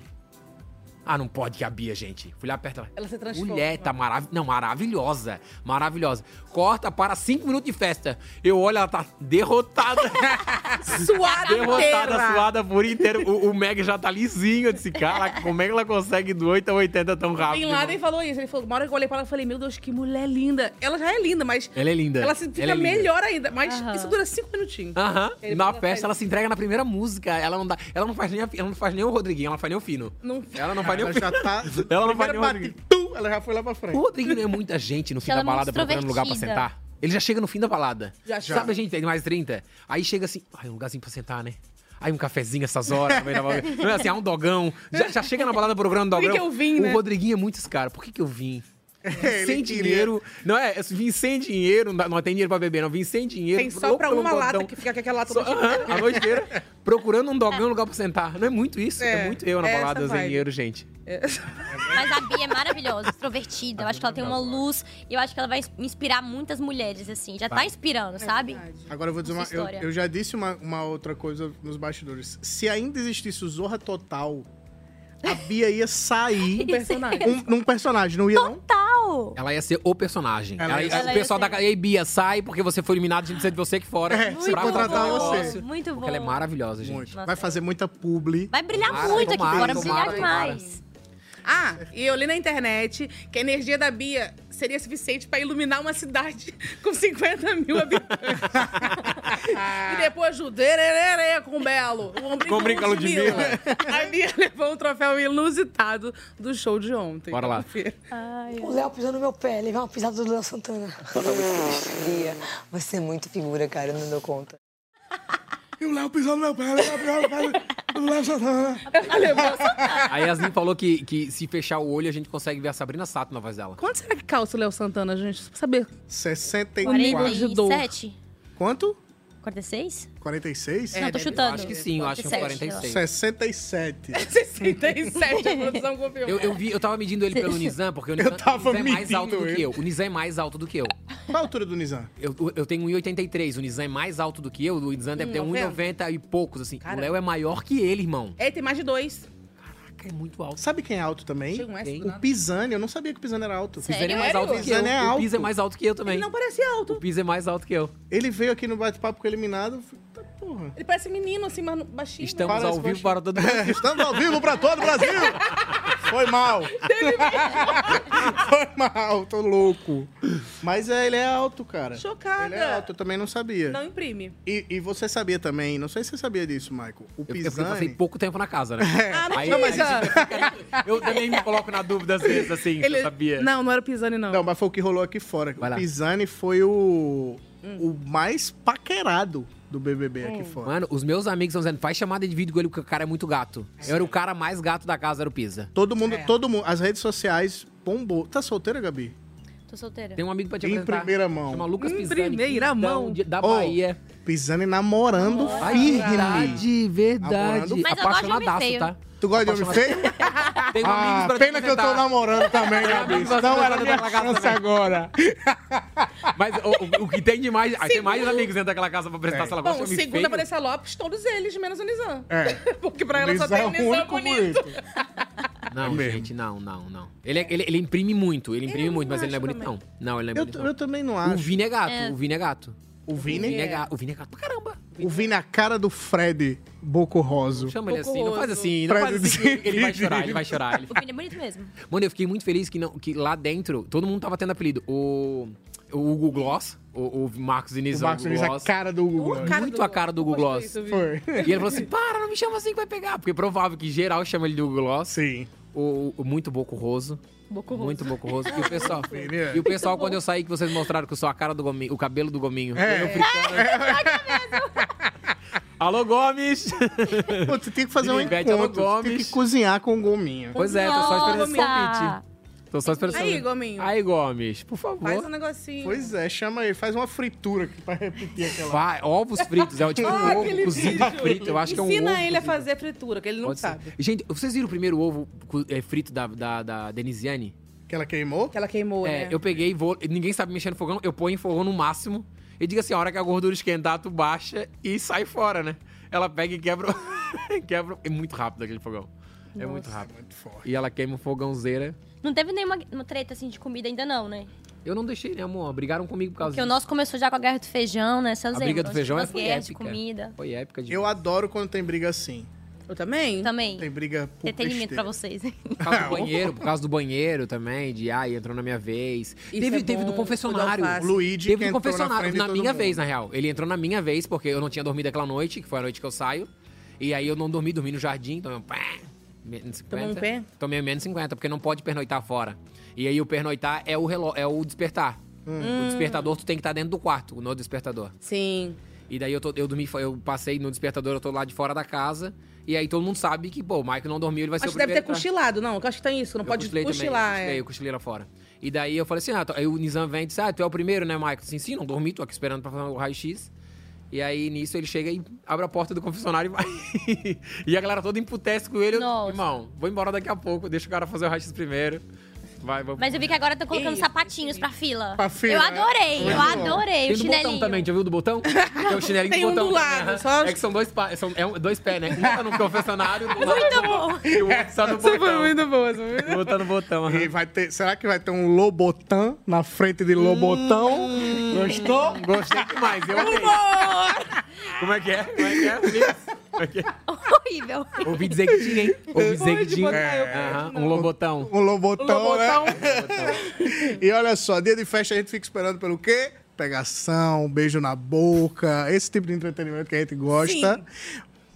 Speaker 4: Ah, não pode que a Bia, gente. Fui lá perto ela.
Speaker 2: Ela se transforma.
Speaker 4: Mulher, tá marav não, maravilhosa. Maravilhosa. Corta para cinco minutos de festa. Eu olho, ela tá derrotada.
Speaker 2: Suada
Speaker 4: derrotada,
Speaker 2: inteira.
Speaker 4: suada por inteiro. O, o Meg já tá lisinho. Eu disse, cara, como é que ela consegue do 8 a 80 tão rápido?
Speaker 2: Bin Laden falou isso. Ele falou, uma hora que eu olhei pra ela, eu falei, meu Deus, que mulher linda. Ela já é linda, mas...
Speaker 4: Ela é linda.
Speaker 2: Ela se fica
Speaker 4: Ela é linda.
Speaker 2: melhor ainda. Mas
Speaker 3: Aham.
Speaker 2: isso dura cinco minutinhos.
Speaker 4: Aham.
Speaker 2: Ele
Speaker 4: Na
Speaker 2: falou,
Speaker 4: festa, ela se entrega na primeira música. Ela não, dá, ela não faz nem a- ela não faz nem o Rodriguinho, ela não faz nem o Fino.
Speaker 2: Não-
Speaker 4: Ela não faz nem o
Speaker 1: Ela
Speaker 4: Fino.
Speaker 1: já tá.
Speaker 4: Ela não vai
Speaker 1: Primeiro
Speaker 4: nem
Speaker 1: bate, tum, ela já foi lá pra frente.
Speaker 4: O Rodrigo não é muita gente no fim
Speaker 3: Ela
Speaker 4: da
Speaker 3: é muito
Speaker 4: balada procurando lugar pra
Speaker 3: extrovertida.
Speaker 4: sentar. Ele já chega no fim da balada.
Speaker 2: Já chega.
Speaker 4: Sabe, a gente tem mais 30. Aí chega assim, ai, um lugarzinho pra sentar, né? Aí um cafezinho essas horas. também dá pra ver. não é assim, ah, um dogão. Já, já chega na balada procurando um
Speaker 2: que
Speaker 4: dogão.
Speaker 2: que eu vim,
Speaker 4: o
Speaker 2: né?
Speaker 4: Rodriguinho é muito caro. Por que que eu vim?
Speaker 1: Ele
Speaker 4: sem
Speaker 1: queria-
Speaker 4: dinheiro. Não é, eu vim sem dinheiro, não não tem dinheiro pra beber, não. Vim sem dinheiro.
Speaker 2: Tem só
Speaker 4: louco
Speaker 2: pra
Speaker 4: pelo
Speaker 2: uma lata
Speaker 4: dogão.
Speaker 2: que fica com aquela lata
Speaker 4: um Só,
Speaker 2: do tipo-
Speaker 4: aham, a noite inteira procurando um dogão, um lugar pra sentar. Não é muito isso? É,
Speaker 2: É,
Speaker 4: muito eu na
Speaker 2: essa
Speaker 4: balada sem
Speaker 2: vibe.
Speaker 4: dinheiro, gente.
Speaker 3: Mas a Bia é maravilhosa, extrovertida. Eu acho que ela tem uma luz e eu acho que ela vai inspirar muitas mulheres, assim. Já tá
Speaker 2: É
Speaker 3: inspirando, sabe?
Speaker 1: Agora eu vou dizer uma.
Speaker 3: Nossa
Speaker 1: Eu,
Speaker 3: história.
Speaker 1: eu já disse uma, uma outra coisa nos bastidores. Se ainda existisse o Zorra Total, a Bia ia sair
Speaker 2: personagem.
Speaker 1: um- num personagem, não ia não?
Speaker 3: Total!
Speaker 4: Ela ia ser o personagem.
Speaker 1: Ela
Speaker 4: Ela-
Speaker 1: ia-
Speaker 3: Ela
Speaker 4: o
Speaker 3: ia
Speaker 4: pessoal
Speaker 3: ser-
Speaker 4: da Ei, Bia, sai porque você foi eliminado, a gente precisa de você aqui fora.
Speaker 1: É, se
Speaker 4: pra
Speaker 1: contratar
Speaker 4: montar o
Speaker 1: você.
Speaker 4: negócio.
Speaker 3: Muito
Speaker 4: Porque
Speaker 3: bom.
Speaker 4: ela é maravilhosa, gente.
Speaker 1: Muito.
Speaker 3: Nossa,
Speaker 1: Vai fazer muita publi.
Speaker 3: Vai brilhar
Speaker 4: Tomara,
Speaker 3: muito
Speaker 4: tomara,
Speaker 3: aqui fora,
Speaker 4: tomara,
Speaker 3: brilhar
Speaker 4: tomara.
Speaker 3: demais.
Speaker 2: Ah, e eu li na internet que a energia da Bia seria suficiente pra iluminar uma cidade com 50 mil habitantes. e depois o dererê com o Belo. Com
Speaker 4: Com
Speaker 2: o
Speaker 4: Brinca
Speaker 2: Brinca Ludmilla.
Speaker 4: Ludmilla.
Speaker 2: A Bia levou um troféu inusitado do show de ontem.
Speaker 4: Bora lá.
Speaker 5: O Léo pisou no meu pé, levei uma pisada do Léo Santana.
Speaker 9: Bia, você é muito figura, cara, eu não dou conta.
Speaker 1: E o Léo pisou no meu pé, o Léo Santana.
Speaker 4: Aí a Yasmin falou que, que se fechar o olho, a gente consegue ver a Sabrina Sato na voz dela.
Speaker 2: Quanto será que calça o Léo Santana, gente? Só pra saber.
Speaker 1: 64.
Speaker 3: 47?
Speaker 1: Quanto?
Speaker 3: 46?
Speaker 1: 46?
Speaker 3: Não, tô chutando.
Speaker 4: É, acho que sim, eu acho que é
Speaker 3: 47, sei
Speaker 4: 46.
Speaker 1: 67.
Speaker 2: 67, a produção confirmou.
Speaker 4: Eu, eu vi, eu tava medindo ele pelo Nizam, porque o Nizam, o
Speaker 1: tava
Speaker 4: Nizam é mais
Speaker 1: medindo
Speaker 4: alto do
Speaker 1: ele.
Speaker 4: que eu. O Nizam é mais alto do que eu.
Speaker 1: Qual a altura do Nizam?
Speaker 4: Eu, eu tenho 1,83, o Nizam é mais alto do que eu, o Nizam
Speaker 1: Hum,
Speaker 4: deve ter
Speaker 1: tá
Speaker 4: 1,90 e poucos, assim. O
Speaker 2: Cara.
Speaker 4: Léo é maior que ele, irmão.
Speaker 2: É, tem mais de dois.
Speaker 4: Caraca, é muito alto.
Speaker 1: Sabe quem é alto também?
Speaker 2: Chega um S do
Speaker 1: O
Speaker 2: nada.
Speaker 1: Pisani. Eu não sabia que o Pisani era alto.
Speaker 4: O Pisani é
Speaker 3: Sério?
Speaker 4: mais alto do que eu.
Speaker 1: Pisani é alto.
Speaker 4: O Pisa é mais alto que eu também.
Speaker 2: Ele não parece alto.
Speaker 4: O Pisa é mais alto que eu.
Speaker 1: Ele veio aqui no bate-papo com o eliminado. eu falei, Tá porra.
Speaker 2: Ele parece menino, assim, mas baixinho.
Speaker 4: Estamos
Speaker 1: Parece
Speaker 4: ao vivo
Speaker 1: baixinho.
Speaker 4: para todo mundo.
Speaker 1: Estamos ao vivo pra todo o Brasil! Foi mal. Foi mal, tô louco. Mas é, ele é alto, cara.
Speaker 2: Chocada.
Speaker 1: Ele é alto, eu também não sabia.
Speaker 2: Não imprime.
Speaker 1: E, e você sabia também, não sei se você sabia disso, Michael. O
Speaker 4: Eu, eu passei
Speaker 1: Pisani. É.
Speaker 4: pouco tempo na casa, né?
Speaker 2: Ah, não
Speaker 4: Aí-
Speaker 2: foi,
Speaker 4: mas
Speaker 2: Pisani.
Speaker 4: Eu também me coloco na dúvida às vezes, assim, se eu sabia.
Speaker 2: Não, não era o Pisani, não.
Speaker 1: Não, mas foi o que rolou aqui fora.
Speaker 4: Vai lá.
Speaker 1: O Pisani foi o,
Speaker 2: Hum.
Speaker 1: o mais paquerado do BBB aqui fora.
Speaker 4: Mano, os meus amigos estão dizendo, faz chamada de vídeo com ele porque o cara é muito gato. Eu era o cara mais gato da casa, era o Pisa.
Speaker 1: Todo
Speaker 2: É.
Speaker 1: mundo,
Speaker 4: É.
Speaker 1: todo mundo, as redes sociais bombou. Tá solteira, Gabi?
Speaker 3: Tô solteira.
Speaker 4: Tem um amigo pra te
Speaker 1: Em
Speaker 4: apresentar.
Speaker 1: primeira mão.
Speaker 4: Chama Lucas
Speaker 2: Em
Speaker 4: Pisani.
Speaker 2: primeira
Speaker 4: queridão
Speaker 2: mão.
Speaker 4: de- Da
Speaker 1: Ô,
Speaker 4: Bahia.
Speaker 1: Pisani namorando
Speaker 4: Ai,
Speaker 1: firme.
Speaker 4: verdade,
Speaker 1: Namorando.
Speaker 4: verdade.
Speaker 3: Mas eu gosto de homem
Speaker 4: Apaixonadaço,
Speaker 3: feio.
Speaker 4: tá?
Speaker 1: Tu gosta de homem feio?
Speaker 4: Tem
Speaker 1: Ah, pena que eu tô namorando também, Gabi.
Speaker 4: amigos pra
Speaker 1: Não era
Speaker 4: apresentar
Speaker 1: minha
Speaker 4: pra casa
Speaker 1: chance
Speaker 4: também.
Speaker 1: agora.
Speaker 4: Mas o, o- o que tem de mais... Aí tem mais amigos dentro daquela casa pra apresentar, se ela gosta
Speaker 2: Bom,
Speaker 4: de homem
Speaker 2: segundo a
Speaker 4: feio.
Speaker 2: Vanessa Lopes, todos eles, menos o Nizam.
Speaker 1: É.
Speaker 2: Porque pra ela só
Speaker 1: Luizão
Speaker 2: tem o
Speaker 1: é o
Speaker 2: Nizam
Speaker 1: único
Speaker 2: bonito.
Speaker 4: Não,
Speaker 1: É mesmo.
Speaker 4: gente, não, não, não. Ele, é- ele- ele imprime muito, ele imprime muito, mas ele não é bonito, não. Não, ele não é
Speaker 1: Eu,
Speaker 4: bonito,
Speaker 1: eu também não
Speaker 4: não. O
Speaker 1: acho.
Speaker 4: Vini é gato, o Vini é gato.
Speaker 1: O
Speaker 4: O Vini
Speaker 1: Vini,
Speaker 4: é gato, o Vini é gato pra caramba.
Speaker 1: o Vini é a cara do Fred Boco Roso.
Speaker 4: Não chama ele assim, não
Speaker 2: Horroroso.
Speaker 4: faz assim, não
Speaker 1: Pra
Speaker 4: faz assim.
Speaker 1: dizer
Speaker 4: que Ele vai
Speaker 1: que-
Speaker 4: chorar, ele vai chorar. ele-
Speaker 3: O Vini é bonito mesmo.
Speaker 4: Mano, eu fiquei muito feliz que, não, que lá dentro todo mundo tava tendo apelido. O, o Hugo Gloss, o, o Marcos Diniz,
Speaker 1: O
Speaker 4: é o
Speaker 1: Marcos
Speaker 4: Hugo
Speaker 1: Nunes é a
Speaker 4: Gloss.
Speaker 1: cara do Hugo.
Speaker 2: cara
Speaker 4: muito
Speaker 2: do-
Speaker 4: a cara do Hugo
Speaker 2: Postou
Speaker 4: Gloss.
Speaker 2: isso, vi.
Speaker 1: Foi.
Speaker 4: E ele falou assim: para, não me chama assim que vai pegar. Porque é provável que geral chama ele de Hugo Gloss.
Speaker 1: Sim.
Speaker 4: O, o- o muito bocurroso.
Speaker 2: Bocurroso.
Speaker 4: Muito bocurroso. E o pessoal,
Speaker 1: Ele é.
Speaker 4: e o pessoal quando eu saí, que vocês mostraram que eu sou a cara do gominho, o cabelo do gominho.
Speaker 1: É.
Speaker 4: Eu fritando. Alô, Gomes!
Speaker 1: Pô, tu tem que fazer um
Speaker 4: Ivete Alô
Speaker 1: encontro. Tem
Speaker 4: Gomes.
Speaker 1: que cozinhar com o gominho.
Speaker 4: pois é, tô só esperando esse
Speaker 3: Nossa!
Speaker 4: convite. Tô só esperando esse
Speaker 2: Aí,
Speaker 4: convite.
Speaker 2: Gominho.
Speaker 4: Aí, Gomes, por favor.
Speaker 2: Faz um negocinho.
Speaker 1: Pois é, chama ele, faz uma fritura aqui pra repetir aquela.
Speaker 4: Vai, ovos fritos, é o tipo
Speaker 2: Ah,
Speaker 4: um ovo
Speaker 2: aquele
Speaker 4: cozido
Speaker 2: bicho.
Speaker 4: frito. Eu acho que é um
Speaker 2: Ensina
Speaker 4: ovo
Speaker 2: ele a
Speaker 4: cozido.
Speaker 2: fazer fritura, que ele não
Speaker 4: Pode ser.
Speaker 2: sabe.
Speaker 4: Gente, vocês viram o primeiro ovo co- é, frito da, da, da Denisiane?
Speaker 1: Que ela queimou?
Speaker 2: Que ela queimou,
Speaker 4: É,
Speaker 2: né?
Speaker 4: eu peguei e vou. Ninguém sabe mexer no fogão, eu ponho em fogão no máximo. E digo assim: a hora que a gordura esquentar, tu baixa e sai fora, né? Ela pega e quebra. o- quebra. É muito rápido aquele fogão. É muito rápido.
Speaker 1: Muito forte.
Speaker 4: E ela queima o fogãozeira.
Speaker 3: Não teve nenhuma uma treta assim de comida ainda, não, né?
Speaker 4: Eu não deixei, né, amor? Brigaram comigo por causa
Speaker 3: Porque o nosso começou já com a guerra do feijão, né? Vocês
Speaker 4: A briga
Speaker 3: lembram?
Speaker 4: do feijão é
Speaker 3: Umas
Speaker 4: foi
Speaker 3: guerras de
Speaker 4: épica.
Speaker 3: comida.
Speaker 4: Foi épica de.
Speaker 1: Eu adoro quando tem briga assim.
Speaker 2: Eu também?
Speaker 3: Também.
Speaker 1: Tem briga por
Speaker 3: Entretenimento pra
Speaker 1: besteira.
Speaker 3: vocês.
Speaker 4: Por
Speaker 1: É,
Speaker 4: causa do banheiro, por causa do banheiro também, de ai, entrou na minha vez. teve
Speaker 2: é
Speaker 4: teve
Speaker 2: bom,
Speaker 4: do confessionário.
Speaker 2: o do alface.
Speaker 1: Luigi,
Speaker 4: teve
Speaker 1: que
Speaker 4: do
Speaker 1: entrou na
Speaker 4: confessionário,
Speaker 1: frente de
Speaker 4: na,
Speaker 1: todo
Speaker 4: minha
Speaker 1: mundo.
Speaker 4: vez, na real. Ele entrou na minha vez, porque eu não tinha dormido aquela noite, que foi a noite que eu saio. E aí eu não dormi, dormi no jardim, tomei um pé. Menos 50.
Speaker 2: Tomou um pé?
Speaker 4: Tomei menos 50, porque não pode pernoitar fora. E aí o pernoitar é o, reló é o despertar. O despertador, tu tem que estar dentro do quarto, no despertador.
Speaker 2: Hum. Sim.
Speaker 4: E daí eu, tô- eu dormi, eu passei no despertador, eu tô lá de fora da casa. E aí todo mundo sabe que, pô, o Michael não dormiu, ele vai ser
Speaker 2: Acho
Speaker 4: o
Speaker 2: que deve
Speaker 4: primeiro tá-
Speaker 2: ter
Speaker 4: a entrar.
Speaker 2: cochilado, não. Eu acho que tem isso. Não
Speaker 4: Eu
Speaker 2: pode
Speaker 4: cochilei também,
Speaker 2: cochilar,
Speaker 4: eu cochilei,
Speaker 2: é.
Speaker 4: eu cochilei lá fora. E daí eu falei assim, ah, tô- aí o Nizam vem e disse, ah, tu é o primeiro, né, Michael? Sim, sim, não dormi, tô aqui esperando pra fazer o raio-x. E aí, nisso, ele chega e abre a porta do confessionário e vai. e a galera toda emputece com ele. Eu,
Speaker 3: Nossa.
Speaker 4: Irmão, vou embora daqui a pouco, deixa o cara fazer o raio-x primeiro. Vai, vamos.
Speaker 3: Mas eu vi que agora estão colocando
Speaker 2: Ih,
Speaker 3: sapatinhos pra né? fila.
Speaker 1: Pra fila,
Speaker 3: Eu
Speaker 1: é.
Speaker 3: adorei, eu adorei.
Speaker 4: Tem
Speaker 3: o
Speaker 4: do
Speaker 3: chinelinho.
Speaker 4: botão também, já viu do botão? Tem o chinelinho
Speaker 2: Tem um
Speaker 4: botão.
Speaker 2: do
Speaker 4: também,
Speaker 2: lado,
Speaker 4: aham.
Speaker 2: só-
Speaker 4: É que são dois, pa... são... É um- dois pés, né? Um tá no confessionário do lado,
Speaker 3: Muito bom.
Speaker 4: e o outro tá no
Speaker 2: Você foi
Speaker 4: botão.
Speaker 2: muito boa, você foi muito boa.
Speaker 4: Botando botão, aham.
Speaker 1: E vai ter, será que vai ter um Lobotan na frente de Lobotão? Gostou?
Speaker 4: Gostei demais, eu amei. Como é que é? Como é que é, Felipe? Como é que é?
Speaker 3: Horrível.
Speaker 4: Ouvi dizer que tinha, hein? Ouvi dizer que
Speaker 2: Pode
Speaker 4: tinha.
Speaker 2: botar,
Speaker 1: É.
Speaker 2: eu
Speaker 4: Aham, Um lobotão.
Speaker 1: Um Lobotão,
Speaker 2: Lobotão.
Speaker 1: né? E olha só, dia de festa a gente fica esperando pelo quê? Pegação, um beijo na boca, esse tipo de entretenimento que a gente gosta.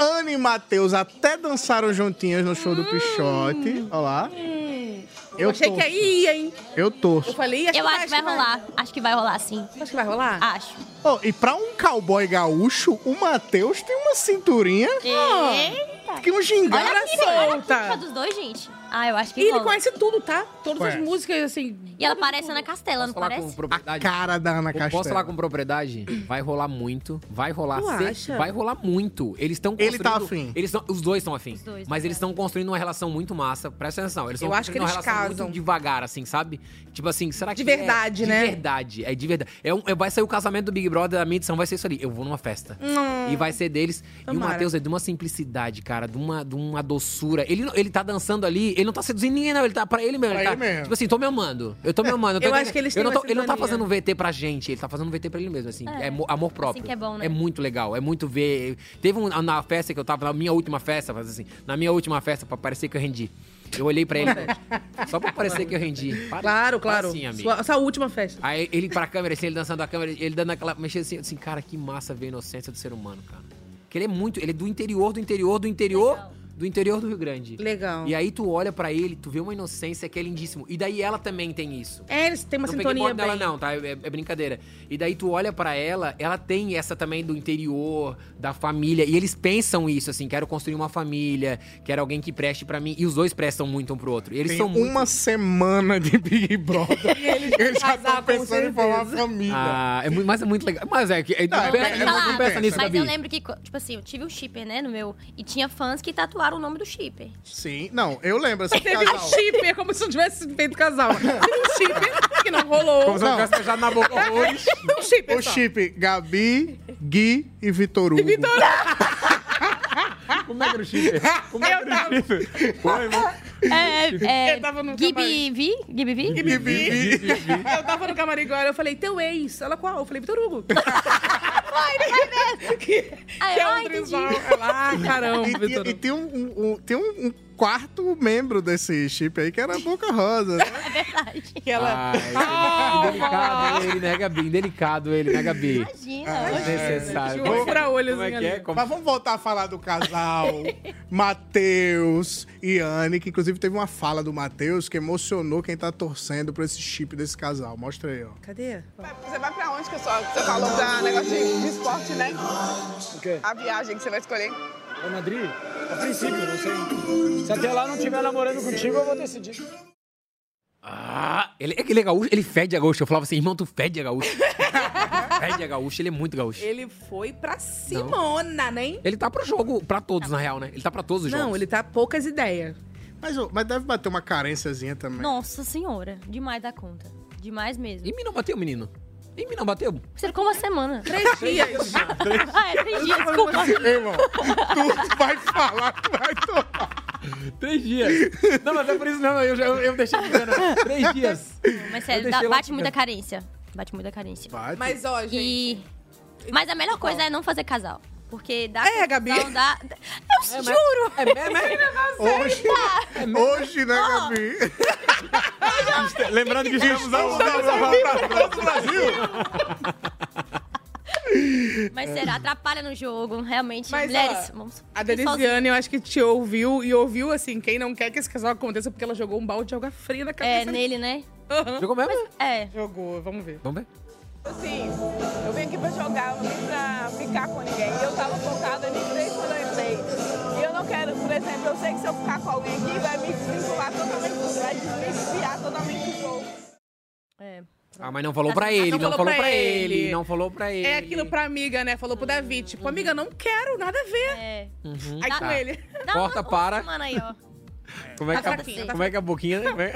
Speaker 1: Ana e Matheus até dançaram juntinhas no show do Pichote. Olha lá. Hum,
Speaker 2: Eu achei que
Speaker 1: torço,
Speaker 2: aí ia, hein?
Speaker 1: Eu
Speaker 2: Eu
Speaker 1: torço.
Speaker 2: falei,
Speaker 3: Eu acho que vai rolar. Acho que vai rolar, sim.
Speaker 2: Acho que vai rolar?
Speaker 3: Acho.
Speaker 1: Ó, e pra um cowboy gaúcho, o Matheus tem uma cinturinha
Speaker 3: Eita.
Speaker 1: que um gingado.
Speaker 3: Olha aqui, olha aqui,
Speaker 2: solta.
Speaker 3: só dos dois, gente. Ah, eu acho que
Speaker 2: E ele
Speaker 3: rola.
Speaker 2: conhece tudo, tá? Todas
Speaker 1: Conhece.
Speaker 2: as músicas, assim. Ah,
Speaker 3: E ela parece Ana Castela, não
Speaker 4: Falar com
Speaker 3: parece?
Speaker 1: A
Speaker 4: propriedade.
Speaker 1: cara da Ana Castela.
Speaker 4: Posso falar com propriedade? Vai rolar muito. Vai rolar.
Speaker 2: Tu
Speaker 4: cer-
Speaker 2: acha?
Speaker 4: Vai rolar muito. Eles estão construindo.
Speaker 1: Ele tá afim.
Speaker 4: Eles tão, os dois estão afim.
Speaker 3: Os dois,
Speaker 4: mas
Speaker 3: tá
Speaker 4: eles estão construindo uma relação muito massa. Presta atenção. Eles estão
Speaker 2: é. Eu acho que
Speaker 4: construindo uma
Speaker 2: eles
Speaker 4: relação
Speaker 2: casam.
Speaker 4: muito devagar, assim, sabe? Tipo assim, será que.
Speaker 2: De
Speaker 4: é-
Speaker 2: verdade,
Speaker 4: de
Speaker 2: né?
Speaker 4: verdade. É de verdade. É um- é- vai sair o casamento do Big Brother, a minha edição vai ser isso ali. Eu vou numa festa. E vai ser deles. E o
Speaker 2: Tomara.
Speaker 4: Matheus é de uma simplicidade, cara, de uma, de uma doçura. Ele, não- ele tá dançando ali, ele não tá seduzindo ninguém, não. Ele tá pra ele mesmo.
Speaker 1: Pra
Speaker 4: ele tá,
Speaker 1: ele mesmo.
Speaker 4: Tipo assim, tô me amando. Eu tô me amando. Eu, tô
Speaker 2: É, Eu acho
Speaker 4: entendendo.
Speaker 2: que eles
Speaker 4: eu
Speaker 2: têm
Speaker 4: não
Speaker 2: uma
Speaker 4: tô, Ele não tá
Speaker 2: sintonia.
Speaker 4: fazendo um VT pra gente, ele tá fazendo um VT pra ele mesmo, assim. É, mo- amor próprio.
Speaker 3: que é bom, né?
Speaker 4: muito legal, é muito ver. Teve um, na festa que eu tava, na minha última festa, faz assim, na minha última festa, pra parecer que eu rendi. Eu olhei pra ele, só pra parecer que eu rendi. Para-
Speaker 2: Claro,
Speaker 4: para
Speaker 2: claro.
Speaker 4: Assim, amigo.
Speaker 2: Sua, essa última festa.
Speaker 4: Aí ele pra câmera, assim, ele dançando a câmera, ele dando aquela mexendo assim, assim, cara, que massa ver a inocência do ser humano, cara. Que ele é muito, ele é do interior, do interior, do interior,
Speaker 3: Legal.
Speaker 4: do interior do Rio Grande.
Speaker 2: Legal.
Speaker 4: E aí tu olha pra ele, tu vê uma inocência que é lindíssimo. E daí ela também tem isso
Speaker 2: É, eles têm uma
Speaker 4: não peguei
Speaker 2: sintonia
Speaker 4: moto
Speaker 2: bem.
Speaker 4: dela não, tá? É, é brincadeira. E daí tu olha pra ela, ela tem essa também do interior, da família. E eles pensam isso, assim, quero construir uma família, quero alguém que preste pra mim. E os dois prestam muito um pro outro. E eles
Speaker 1: Tem
Speaker 4: são muito...
Speaker 1: uma semana de Big Brother. eles
Speaker 2: casar,
Speaker 1: já estão
Speaker 2: com um
Speaker 1: pensando em formar
Speaker 2: certeza.
Speaker 1: família.
Speaker 4: Ah, é muito, mas é muito legal. Mas é que é,
Speaker 1: Não,
Speaker 4: não,
Speaker 1: é
Speaker 4: pensa,
Speaker 1: bem-
Speaker 3: Mas,
Speaker 1: é
Speaker 4: não- não
Speaker 1: muito
Speaker 3: lá,
Speaker 4: pensa
Speaker 1: intenso,
Speaker 4: nisso,
Speaker 3: mas
Speaker 4: Gabi.
Speaker 3: eu lembro que, tipo assim, eu tive um shipper, né, no meu. E tinha fãs que tatuaram o nome do shipper.
Speaker 1: Sim, não, eu lembro esse
Speaker 2: Teve um
Speaker 1: casal.
Speaker 2: shipper, como se não tivesse feito casal. Teve um shipper que não rolou.
Speaker 4: Como se eu tivesse beijado na boca horrores.
Speaker 2: Um shipper
Speaker 1: O
Speaker 2: só.
Speaker 1: É chip Gabi, Gui e Vitor Hugo.
Speaker 4: Como é que era o chifre? Como é que era o chifre? Foi, né? mano.
Speaker 3: É, é
Speaker 2: Eu tava no
Speaker 3: Gibi Vi? Gibi Vi?
Speaker 2: Eu tava no camarim agora, eu falei, teu ex. Ela qual? Eu falei, Vitor Hugo. que que
Speaker 3: é Ah,
Speaker 2: é
Speaker 3: ah,
Speaker 2: um
Speaker 3: entendi.
Speaker 2: trisal. Ela, ah,
Speaker 1: E,
Speaker 2: caramba, Vitor
Speaker 1: tinha- e
Speaker 2: Hugo.
Speaker 1: tem um, um- um- tem um- um quarto membro desse chip aí que era a Boca Rosa. né?
Speaker 3: É
Speaker 2: Que ela... Ah,
Speaker 4: Ai, que delicado ele, né, Gabi? Delicado ele, né, Gabi?
Speaker 3: Imagina.
Speaker 4: Desnecessário.
Speaker 2: Tinha um fura-olhozinho
Speaker 4: Como é que é?
Speaker 2: ali.
Speaker 4: Como-
Speaker 1: Mas vamos voltar a falar do casal Matheus e Anne, que inclusive teve uma fala do Matheus que emocionou quem tá torcendo pra esse chip desse casal. Mostra aí, ó.
Speaker 2: Cadê?
Speaker 10: Você vai pra onde que eu só, você falou pra um negócio de, de esporte, né? A viagem que você vai escolher.
Speaker 11: Ô, Madri, a princípio,
Speaker 4: né?
Speaker 11: não sei. Se até lá não estiver namorando contigo, eu vou decidir.
Speaker 4: Ah, ele, é que ele é gaúcho, ele fede a gaúcho. Eu falava assim, irmão, tu fede a gaúcho. fede a gaúcho, ele é muito gaúcho. Ele,
Speaker 2: Ele foi pra Simona, né?
Speaker 4: tá pro jogo, pra todos, na real, né? Ele tá pra todos os jogos.
Speaker 2: Não, ele tá poucas ideias.
Speaker 1: Mas, ô, mas deve bater uma carênciazinha também.
Speaker 3: Nossa senhora, demais da conta. Demais mesmo.
Speaker 4: Em mim não bateu, menino. Em mim não bateu.
Speaker 3: Você ficou uma semana.
Speaker 2: Três dias.
Speaker 3: ah, é, três dias, desculpa.
Speaker 1: Ei, irmão, tu vai falar, tu vai tomar.
Speaker 4: Três dias. Não, mas é por isso não, eu, já- eu, eu deixei ficando. Três dias.
Speaker 3: Mas
Speaker 4: Eu
Speaker 3: sério, dá-
Speaker 4: deixei lá
Speaker 3: bate
Speaker 4: ficando.
Speaker 3: muita carência. Bate muita carência.
Speaker 2: Mas, ó, gente...
Speaker 3: E... Mas a melhor coisa é não fazer casal. Porque dá.
Speaker 2: É, Gabi.
Speaker 3: Não dá. Eu juro!
Speaker 4: É, é, Ah!
Speaker 1: Hoje, hoje, né, Gabi?
Speaker 4: Lembrando que estamos ao
Speaker 3: Mas será, atrapalha no jogo, realmente.
Speaker 2: é. Mas,
Speaker 3: Mulheres,
Speaker 2: ó,
Speaker 3: vamos.
Speaker 2: A Denisiane, eu acho que te ouviu e ouviu, assim, quem não quer que esse casal aconteça, porque ela jogou um balde de água fria na
Speaker 3: É,
Speaker 2: cabeça.
Speaker 3: nele, né?
Speaker 2: Aham.
Speaker 4: Jogou mesmo?
Speaker 3: É.
Speaker 2: Jogou, vamos ver.
Speaker 4: Vamos ver.
Speaker 10: Assim, eu vim aqui pra jogar, eu não vim pra ficar com ninguém. E eu tava focada em três playplays. E eu não quero, por exemplo, eu sei que se eu ficar com alguém aqui, vai me desvincular totalmente, vai desviar totalmente do jogo.
Speaker 3: é.
Speaker 4: Ah, mas não falou pra ele, não, falou, pra ele, não falou pra ele.
Speaker 2: É aquilo pra amiga, né? Falou pro Davi, tipo, amiga, não quero, nada a ver.
Speaker 3: É.
Speaker 4: Uhum.
Speaker 2: Aí com
Speaker 4: Tá.
Speaker 2: ele.
Speaker 3: Dá
Speaker 4: Corta
Speaker 3: uma,
Speaker 4: para.
Speaker 3: Uma semana aí, ó.
Speaker 4: Como é, que a,
Speaker 2: fraquinha, tá
Speaker 4: como é que a boquinha. como é-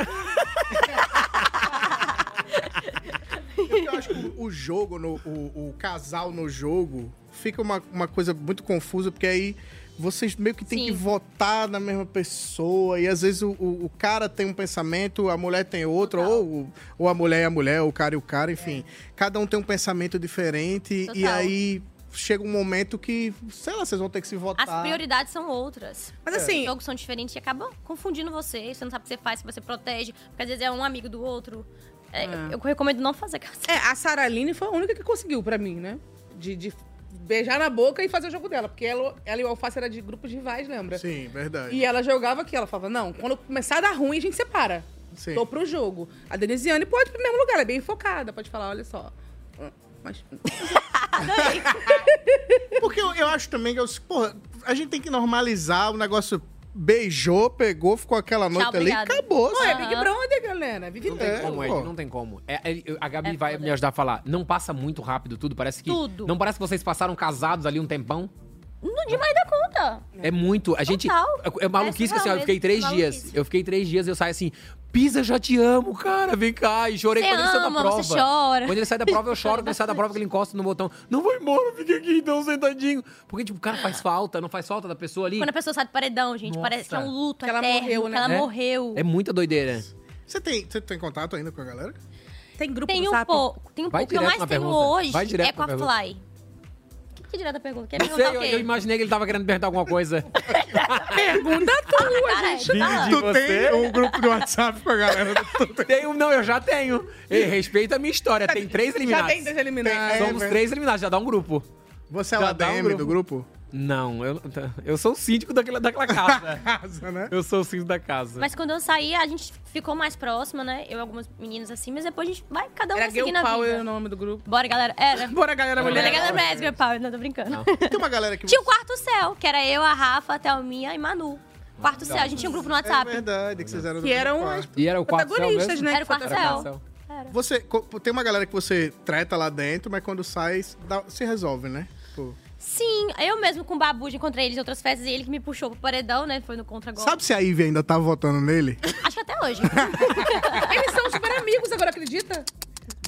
Speaker 1: É Eu acho que o jogo, no, o, o casal no jogo, fica uma, uma coisa muito confusa, porque aí vocês meio que tem
Speaker 3: Sim.
Speaker 1: que votar na mesma pessoa. E às vezes o, o, o cara tem um pensamento, a mulher tem outro, ou, ou a mulher e a mulher, ou o cara e o cara, enfim. Cada um tem um pensamento diferente. E
Speaker 3: É. Total.
Speaker 1: aí chega um momento que, sei lá, vocês vão ter que se votar.
Speaker 3: As prioridades são outras.
Speaker 2: Tá. Mas
Speaker 4: É.
Speaker 2: assim-
Speaker 3: Os jogos são diferentes e acabam confundindo você. Você não sabe o que você faz, se você protege. Porque às vezes é um amigo do outro. É, eu- Eu recomendo não fazer caça.
Speaker 2: Ah. É, a Saraline foi a única que conseguiu pra mim, né? De, de beijar na boca e fazer o jogo dela. Porque ela, ela e o Alface eram de grupos rivais, lembra?
Speaker 1: Sim, verdade.
Speaker 2: E ela jogava aqui, ela falava, não, quando começar a dar ruim, a gente separa.
Speaker 1: Sim.
Speaker 2: Tô pro jogo. A Denisiane pode ir pro mesmo lugar, ela é bem focada, pode falar, olha só. Mas
Speaker 1: Porque eu, eu acho também que eu, porra, a gente tem que normalizar o negócio. Beijou, pegou, ficou aquela
Speaker 4: tá
Speaker 1: noite ali e
Speaker 3: obrigado.
Speaker 1: acabou.
Speaker 2: Não é
Speaker 1: sabe?
Speaker 2: Big Brother, galera. Vive
Speaker 4: Não tem
Speaker 2: dentro.
Speaker 4: como,
Speaker 1: pô.
Speaker 4: Ed, não tem como. É, é, eu- a Gabi
Speaker 3: É
Speaker 4: vai
Speaker 3: foda.
Speaker 4: me ajudar a falar. Não passa muito rápido tudo, parece que.
Speaker 3: Tudo.
Speaker 4: Não parece que vocês passaram casados ali um tempão.
Speaker 3: Não demais da conta.
Speaker 4: É muito. A gente.
Speaker 3: Total.
Speaker 4: É, é maluquice,
Speaker 3: Essa
Speaker 4: assim, ó, eu
Speaker 3: realmente
Speaker 4: fiquei três
Speaker 3: maluquice.
Speaker 4: dias. Eu fiquei três dias e eu saio assim. Pisa, já te amo, cara, vem cá. E chorei
Speaker 3: Você
Speaker 4: quando ele saiu da
Speaker 3: ama,
Speaker 4: prova.
Speaker 3: você chora.
Speaker 4: Quando ele sai da prova, eu choro. Quando ele sai da prova, que ele encosta no botão. Não vai embora, fica aqui então, sentadinho. Porque, tipo, cara, faz falta, não faz falta da pessoa ali.
Speaker 3: Quando a pessoa sai do paredão, gente,
Speaker 4: Nossa.
Speaker 3: parece que é um luto
Speaker 2: Que ela
Speaker 3: eterno,
Speaker 2: morreu, né?
Speaker 3: Que ela
Speaker 4: É.
Speaker 3: morreu.
Speaker 4: É muita doideira.
Speaker 1: Você tem, você tem contato ainda com a galera?
Speaker 2: Tem grupo
Speaker 3: Tem
Speaker 2: no
Speaker 3: um
Speaker 2: Zap?
Speaker 3: pouco. Tem um
Speaker 4: Vai
Speaker 3: pouco. O que eu
Speaker 4: direto
Speaker 3: mais
Speaker 4: na
Speaker 3: tenho
Speaker 4: pergunta.
Speaker 3: hoje
Speaker 4: Vai direto
Speaker 3: é com
Speaker 4: na
Speaker 3: a
Speaker 4: pergunta.
Speaker 3: Fly. Que, que direto a pergunta? Quer
Speaker 4: Não sei,
Speaker 3: perguntar
Speaker 4: eu,
Speaker 3: o quê?
Speaker 4: eu imaginei que ele tava querendo perguntar alguma coisa.
Speaker 2: Pergunta tua,
Speaker 3: Cara,
Speaker 2: gente.
Speaker 3: fala.
Speaker 1: Tu tem um grupo do WhatsApp com a galera? Tu tem?
Speaker 4: Tenho, um, não, eu já tenho. Ei, respeita a minha história. Tem três
Speaker 2: Já
Speaker 4: eliminados.
Speaker 2: tem dois eliminados.
Speaker 1: Tem- é,
Speaker 4: Somos
Speaker 1: velho.
Speaker 4: três eliminados, já dá um grupo.
Speaker 1: Você é
Speaker 4: Já
Speaker 1: o
Speaker 4: dá um
Speaker 1: ADM do grupo?
Speaker 4: Não, eu, eu sou o síndico daquela, daquela casa.
Speaker 1: Casa, né?
Speaker 4: eu sou o síndico da casa.
Speaker 3: Mas quando eu saí, a gente ficou mais próxima, né? Eu e algumas meninas assim, mas depois a gente vai, cada um
Speaker 2: Era
Speaker 3: vai
Speaker 2: Gay
Speaker 3: seguindo a
Speaker 2: Power o
Speaker 3: vida.
Speaker 2: nome do grupo.
Speaker 3: Bora, galera. Era.
Speaker 2: Bora, galera,
Speaker 3: Bora,
Speaker 2: mulher.
Speaker 3: galera, Brasil, Girl Power. Não, tô brincando.
Speaker 1: E tem uma galera que...
Speaker 3: Tinha o Quarto Céu, que era eu, a Rafa, a Thelminha e Manu. Quarto Céu, a gente tinha um grupo no
Speaker 1: É
Speaker 3: WhatsApp.
Speaker 1: verdade, que vocês eram... do
Speaker 2: Que
Speaker 1: grupo
Speaker 2: eram
Speaker 1: quarto.
Speaker 4: E era o quarto céu
Speaker 2: Protagonistas,
Speaker 4: mesmo?
Speaker 2: né?
Speaker 3: Era o Quarto
Speaker 2: Era
Speaker 4: Era o
Speaker 3: Céu.
Speaker 4: quarto céu.
Speaker 1: Você, co- tem uma galera que você treta lá dentro, mas quando sai, dá- se resolve, né? Tipo,
Speaker 3: Sim, eu mesmo com o Babu já encontrei eles em outras festas e ele que me puxou pro paredão, né? Foi no contra-golpe.
Speaker 1: sabe se a Ivy ainda tá votando nele?
Speaker 3: Acho que até hoje.
Speaker 2: Eles são super amigos agora, acredita?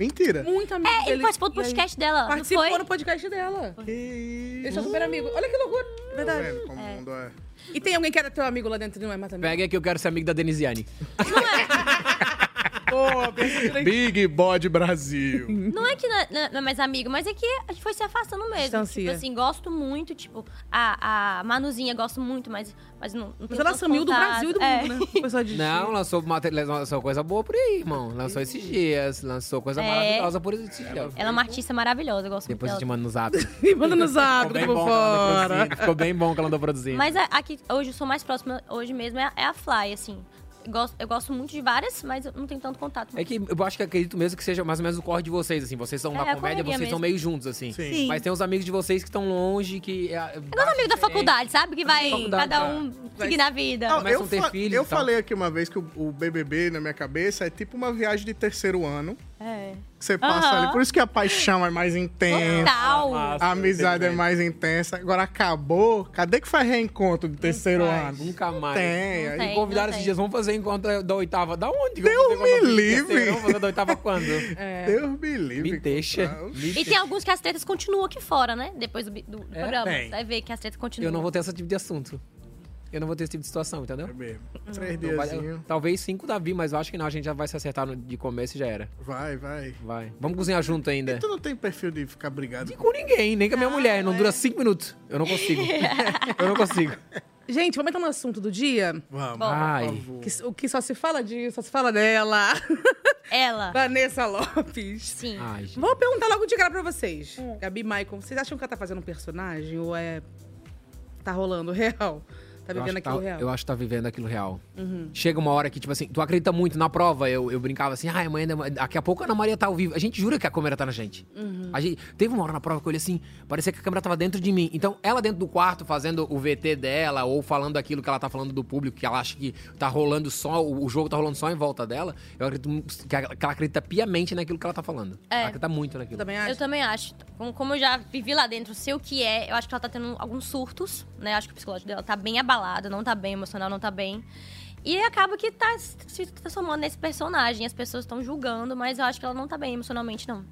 Speaker 1: Mentira.
Speaker 2: Muito amigos.
Speaker 3: é, ele
Speaker 2: deles.
Speaker 3: participou do
Speaker 2: E aí?
Speaker 3: podcast dela. não
Speaker 2: Participou
Speaker 3: foi?
Speaker 2: no podcast dela.
Speaker 1: Que...
Speaker 2: Eles são é super amigos. Olha que loucura.
Speaker 1: Tá
Speaker 2: Verdade.
Speaker 1: vendo como o mundo é...
Speaker 2: E tem alguém que era teu amigo lá dentro e não é mais amigo?
Speaker 4: Pega que eu quero ser amigo da Denisiane.
Speaker 3: é.
Speaker 1: Pô, Big Body Brasil.
Speaker 3: Não é que não é, não é mais amigo, mas é que a gente foi se afastando mesmo.
Speaker 2: Distancia.
Speaker 3: Tipo assim, gosto muito, tipo, a, a Manuzinha gosto muito, mas, mas não, não
Speaker 2: Mas
Speaker 3: tenho
Speaker 2: ela
Speaker 3: tanto
Speaker 2: sumiu do
Speaker 3: contato.
Speaker 2: Brasil e do
Speaker 3: É.
Speaker 2: mundo, né? Começou a desistir.
Speaker 4: Não, lançou, mate- lançou coisa boa por aí, irmão. Lançou esses dias, lançou coisa
Speaker 3: É.
Speaker 4: maravilhosa por esses dias.
Speaker 3: Ela é uma artista maravilhosa, eu gosto
Speaker 4: Depois eu
Speaker 3: muito
Speaker 4: te
Speaker 3: dela.
Speaker 4: mando no zap. Ficou
Speaker 2: E manda no zap, tá do
Speaker 4: bem
Speaker 2: por
Speaker 4: bom que ela andou
Speaker 2: fora.
Speaker 4: produzindo. Ficou bem bom que ela andou produzindo.
Speaker 3: Mas a, a que hoje eu sou mais próxima, hoje mesmo, é, a- é a Fly, assim. Eu gosto, eu gosto muito de várias, mas eu não tenho tanto contato.
Speaker 4: É que eu acho que acredito mesmo que seja mais ou menos o corre de vocês, assim. Vocês são
Speaker 3: É,
Speaker 4: da
Speaker 3: a correria
Speaker 4: comédia, vocês
Speaker 3: mesmo.
Speaker 4: são meio juntos, assim.
Speaker 1: Sim.
Speaker 4: Mas tem uns amigos de vocês que estão longe, que. É, é
Speaker 3: Eu gosto amigo da faculdade, sabe? Que vai
Speaker 4: faculdade,
Speaker 3: cada
Speaker 4: é.
Speaker 3: um seguir na vida.
Speaker 1: Não,
Speaker 4: Começam
Speaker 1: eu
Speaker 4: a ter então.
Speaker 1: fa-
Speaker 4: filho
Speaker 1: eu
Speaker 4: e tal.
Speaker 1: falei aqui uma vez que o, o BBB, na minha cabeça, é tipo uma viagem de terceiro ano.
Speaker 3: É.
Speaker 1: Que você passa
Speaker 3: Aham.
Speaker 1: ali. Por isso que a paixão é mais intensa.
Speaker 3: Total.
Speaker 1: A amizade é mais intensa. Agora acabou. Cadê que faz reencontro do terceiro ano?
Speaker 4: Nunca mais.
Speaker 1: Tem. aí-
Speaker 3: tem.
Speaker 4: Me convidaram esses
Speaker 3: tem.
Speaker 4: dias, vamos fazer encontro da oitava. Da onde?
Speaker 1: Deus
Speaker 4: Vamos fazer
Speaker 1: me
Speaker 4: encontro da
Speaker 1: livre.
Speaker 4: terceira, Vamos fazer da oitava quando?
Speaker 1: Deus me livre.
Speaker 4: É. Me Ah, deixa.
Speaker 1: Não,
Speaker 4: me
Speaker 3: E tem alguns que as tretas continuam aqui fora, né? Depois do, bi- do
Speaker 4: É?
Speaker 3: programa.
Speaker 1: Tem.
Speaker 3: Você vai ver que as tretas continuam.
Speaker 4: Eu não vou ter esse tipo de assunto. Eu não vou ter esse tipo de situação, entendeu?
Speaker 1: É mesmo. Três
Speaker 4: Não vai-
Speaker 1: diazinho.
Speaker 4: talvez cinco Davi, mas eu acho que não. A gente já vai se acertar no- de começo e já era.
Speaker 1: Vai, vai.
Speaker 4: Vai. Vamos cozinhar junto ainda.
Speaker 1: Tu não tem perfil de ficar brigado
Speaker 4: E com ninguém, nem com a
Speaker 2: Ah,
Speaker 4: minha mulher. Não
Speaker 2: é?
Speaker 4: dura cinco minutos. Eu não consigo. eu não consigo.
Speaker 2: Gente, vamos entrar no assunto do dia?
Speaker 1: Vamos.
Speaker 4: Ai.
Speaker 2: Que- o que só se fala disso, só se fala dela.
Speaker 3: Ela.
Speaker 2: Vanessa Lopes.
Speaker 3: Sim. Hum.
Speaker 4: Ai, gente.
Speaker 2: Vou perguntar logo de cara pra vocês. Gabi Maicon, vocês acham que ela tá fazendo um personagem ou é. tá rolando real? Tá
Speaker 4: eu, acho
Speaker 2: vivendo
Speaker 4: que tá-
Speaker 2: aquilo real?
Speaker 4: eu acho que tá vivendo aquilo real.
Speaker 3: Uhum.
Speaker 4: Chega uma hora que, tipo assim, tu acredita muito na prova. Eu, eu brincava assim, ai, amanhã, daqui a pouco a Ana Maria tá ao vivo. A gente jura que a câmera tá na gente.
Speaker 2: Hum.
Speaker 12: Uhum.
Speaker 4: A gente. Teve uma hora na prova que eu olhei assim, parecia que a câmera tava dentro de mim. Então, ela dentro do quarto, fazendo o VT dela, ou falando aquilo que ela tá falando do público, que ela acha que tá rolando só, o o jogo tá rolando só em volta dela, eu acredito que ela que ela acredita piamente naquilo que ela tá falando.
Speaker 3: É.
Speaker 4: Ela acredita muito
Speaker 2: Eu
Speaker 4: naquilo.
Speaker 2: também acho.
Speaker 3: Eu também acho. Como- Como eu já vivi lá dentro, sei o que é. Eu acho que ela tá tendo alguns surtos, né? Acho que o psicológico dela tá bem abalado, não tá bem, emocional não tá bem. E acaba que tá se transformando nesse personagem. As pessoas estão julgando, mas eu acho que ela não tá bem emocionalmente, não.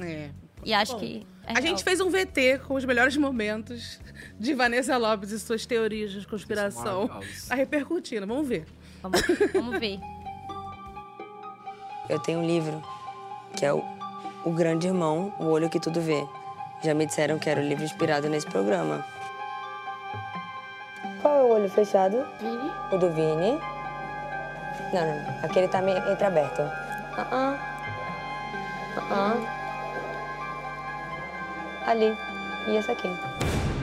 Speaker 2: É.
Speaker 3: E acho
Speaker 2: Bom,
Speaker 3: que. é
Speaker 2: a
Speaker 3: real.
Speaker 2: gente fez um VT com os melhores momentos de Vanessa Lopes e suas teorias de conspiração.
Speaker 9: maravilhoso.
Speaker 2: Tá repercutindo, vamos ver.
Speaker 3: Vamos, ver.
Speaker 9: Eu tenho um livro que é o, o Grande Irmão, O Olho que Tudo Vê. Já me disseram que era o livro inspirado nesse programa. Qual é o olho fechado? Vini. O do Vini. Não, não, aquele tá meio entreaberto. Ah, ah. Ah, ah. Ali. E esse aqui.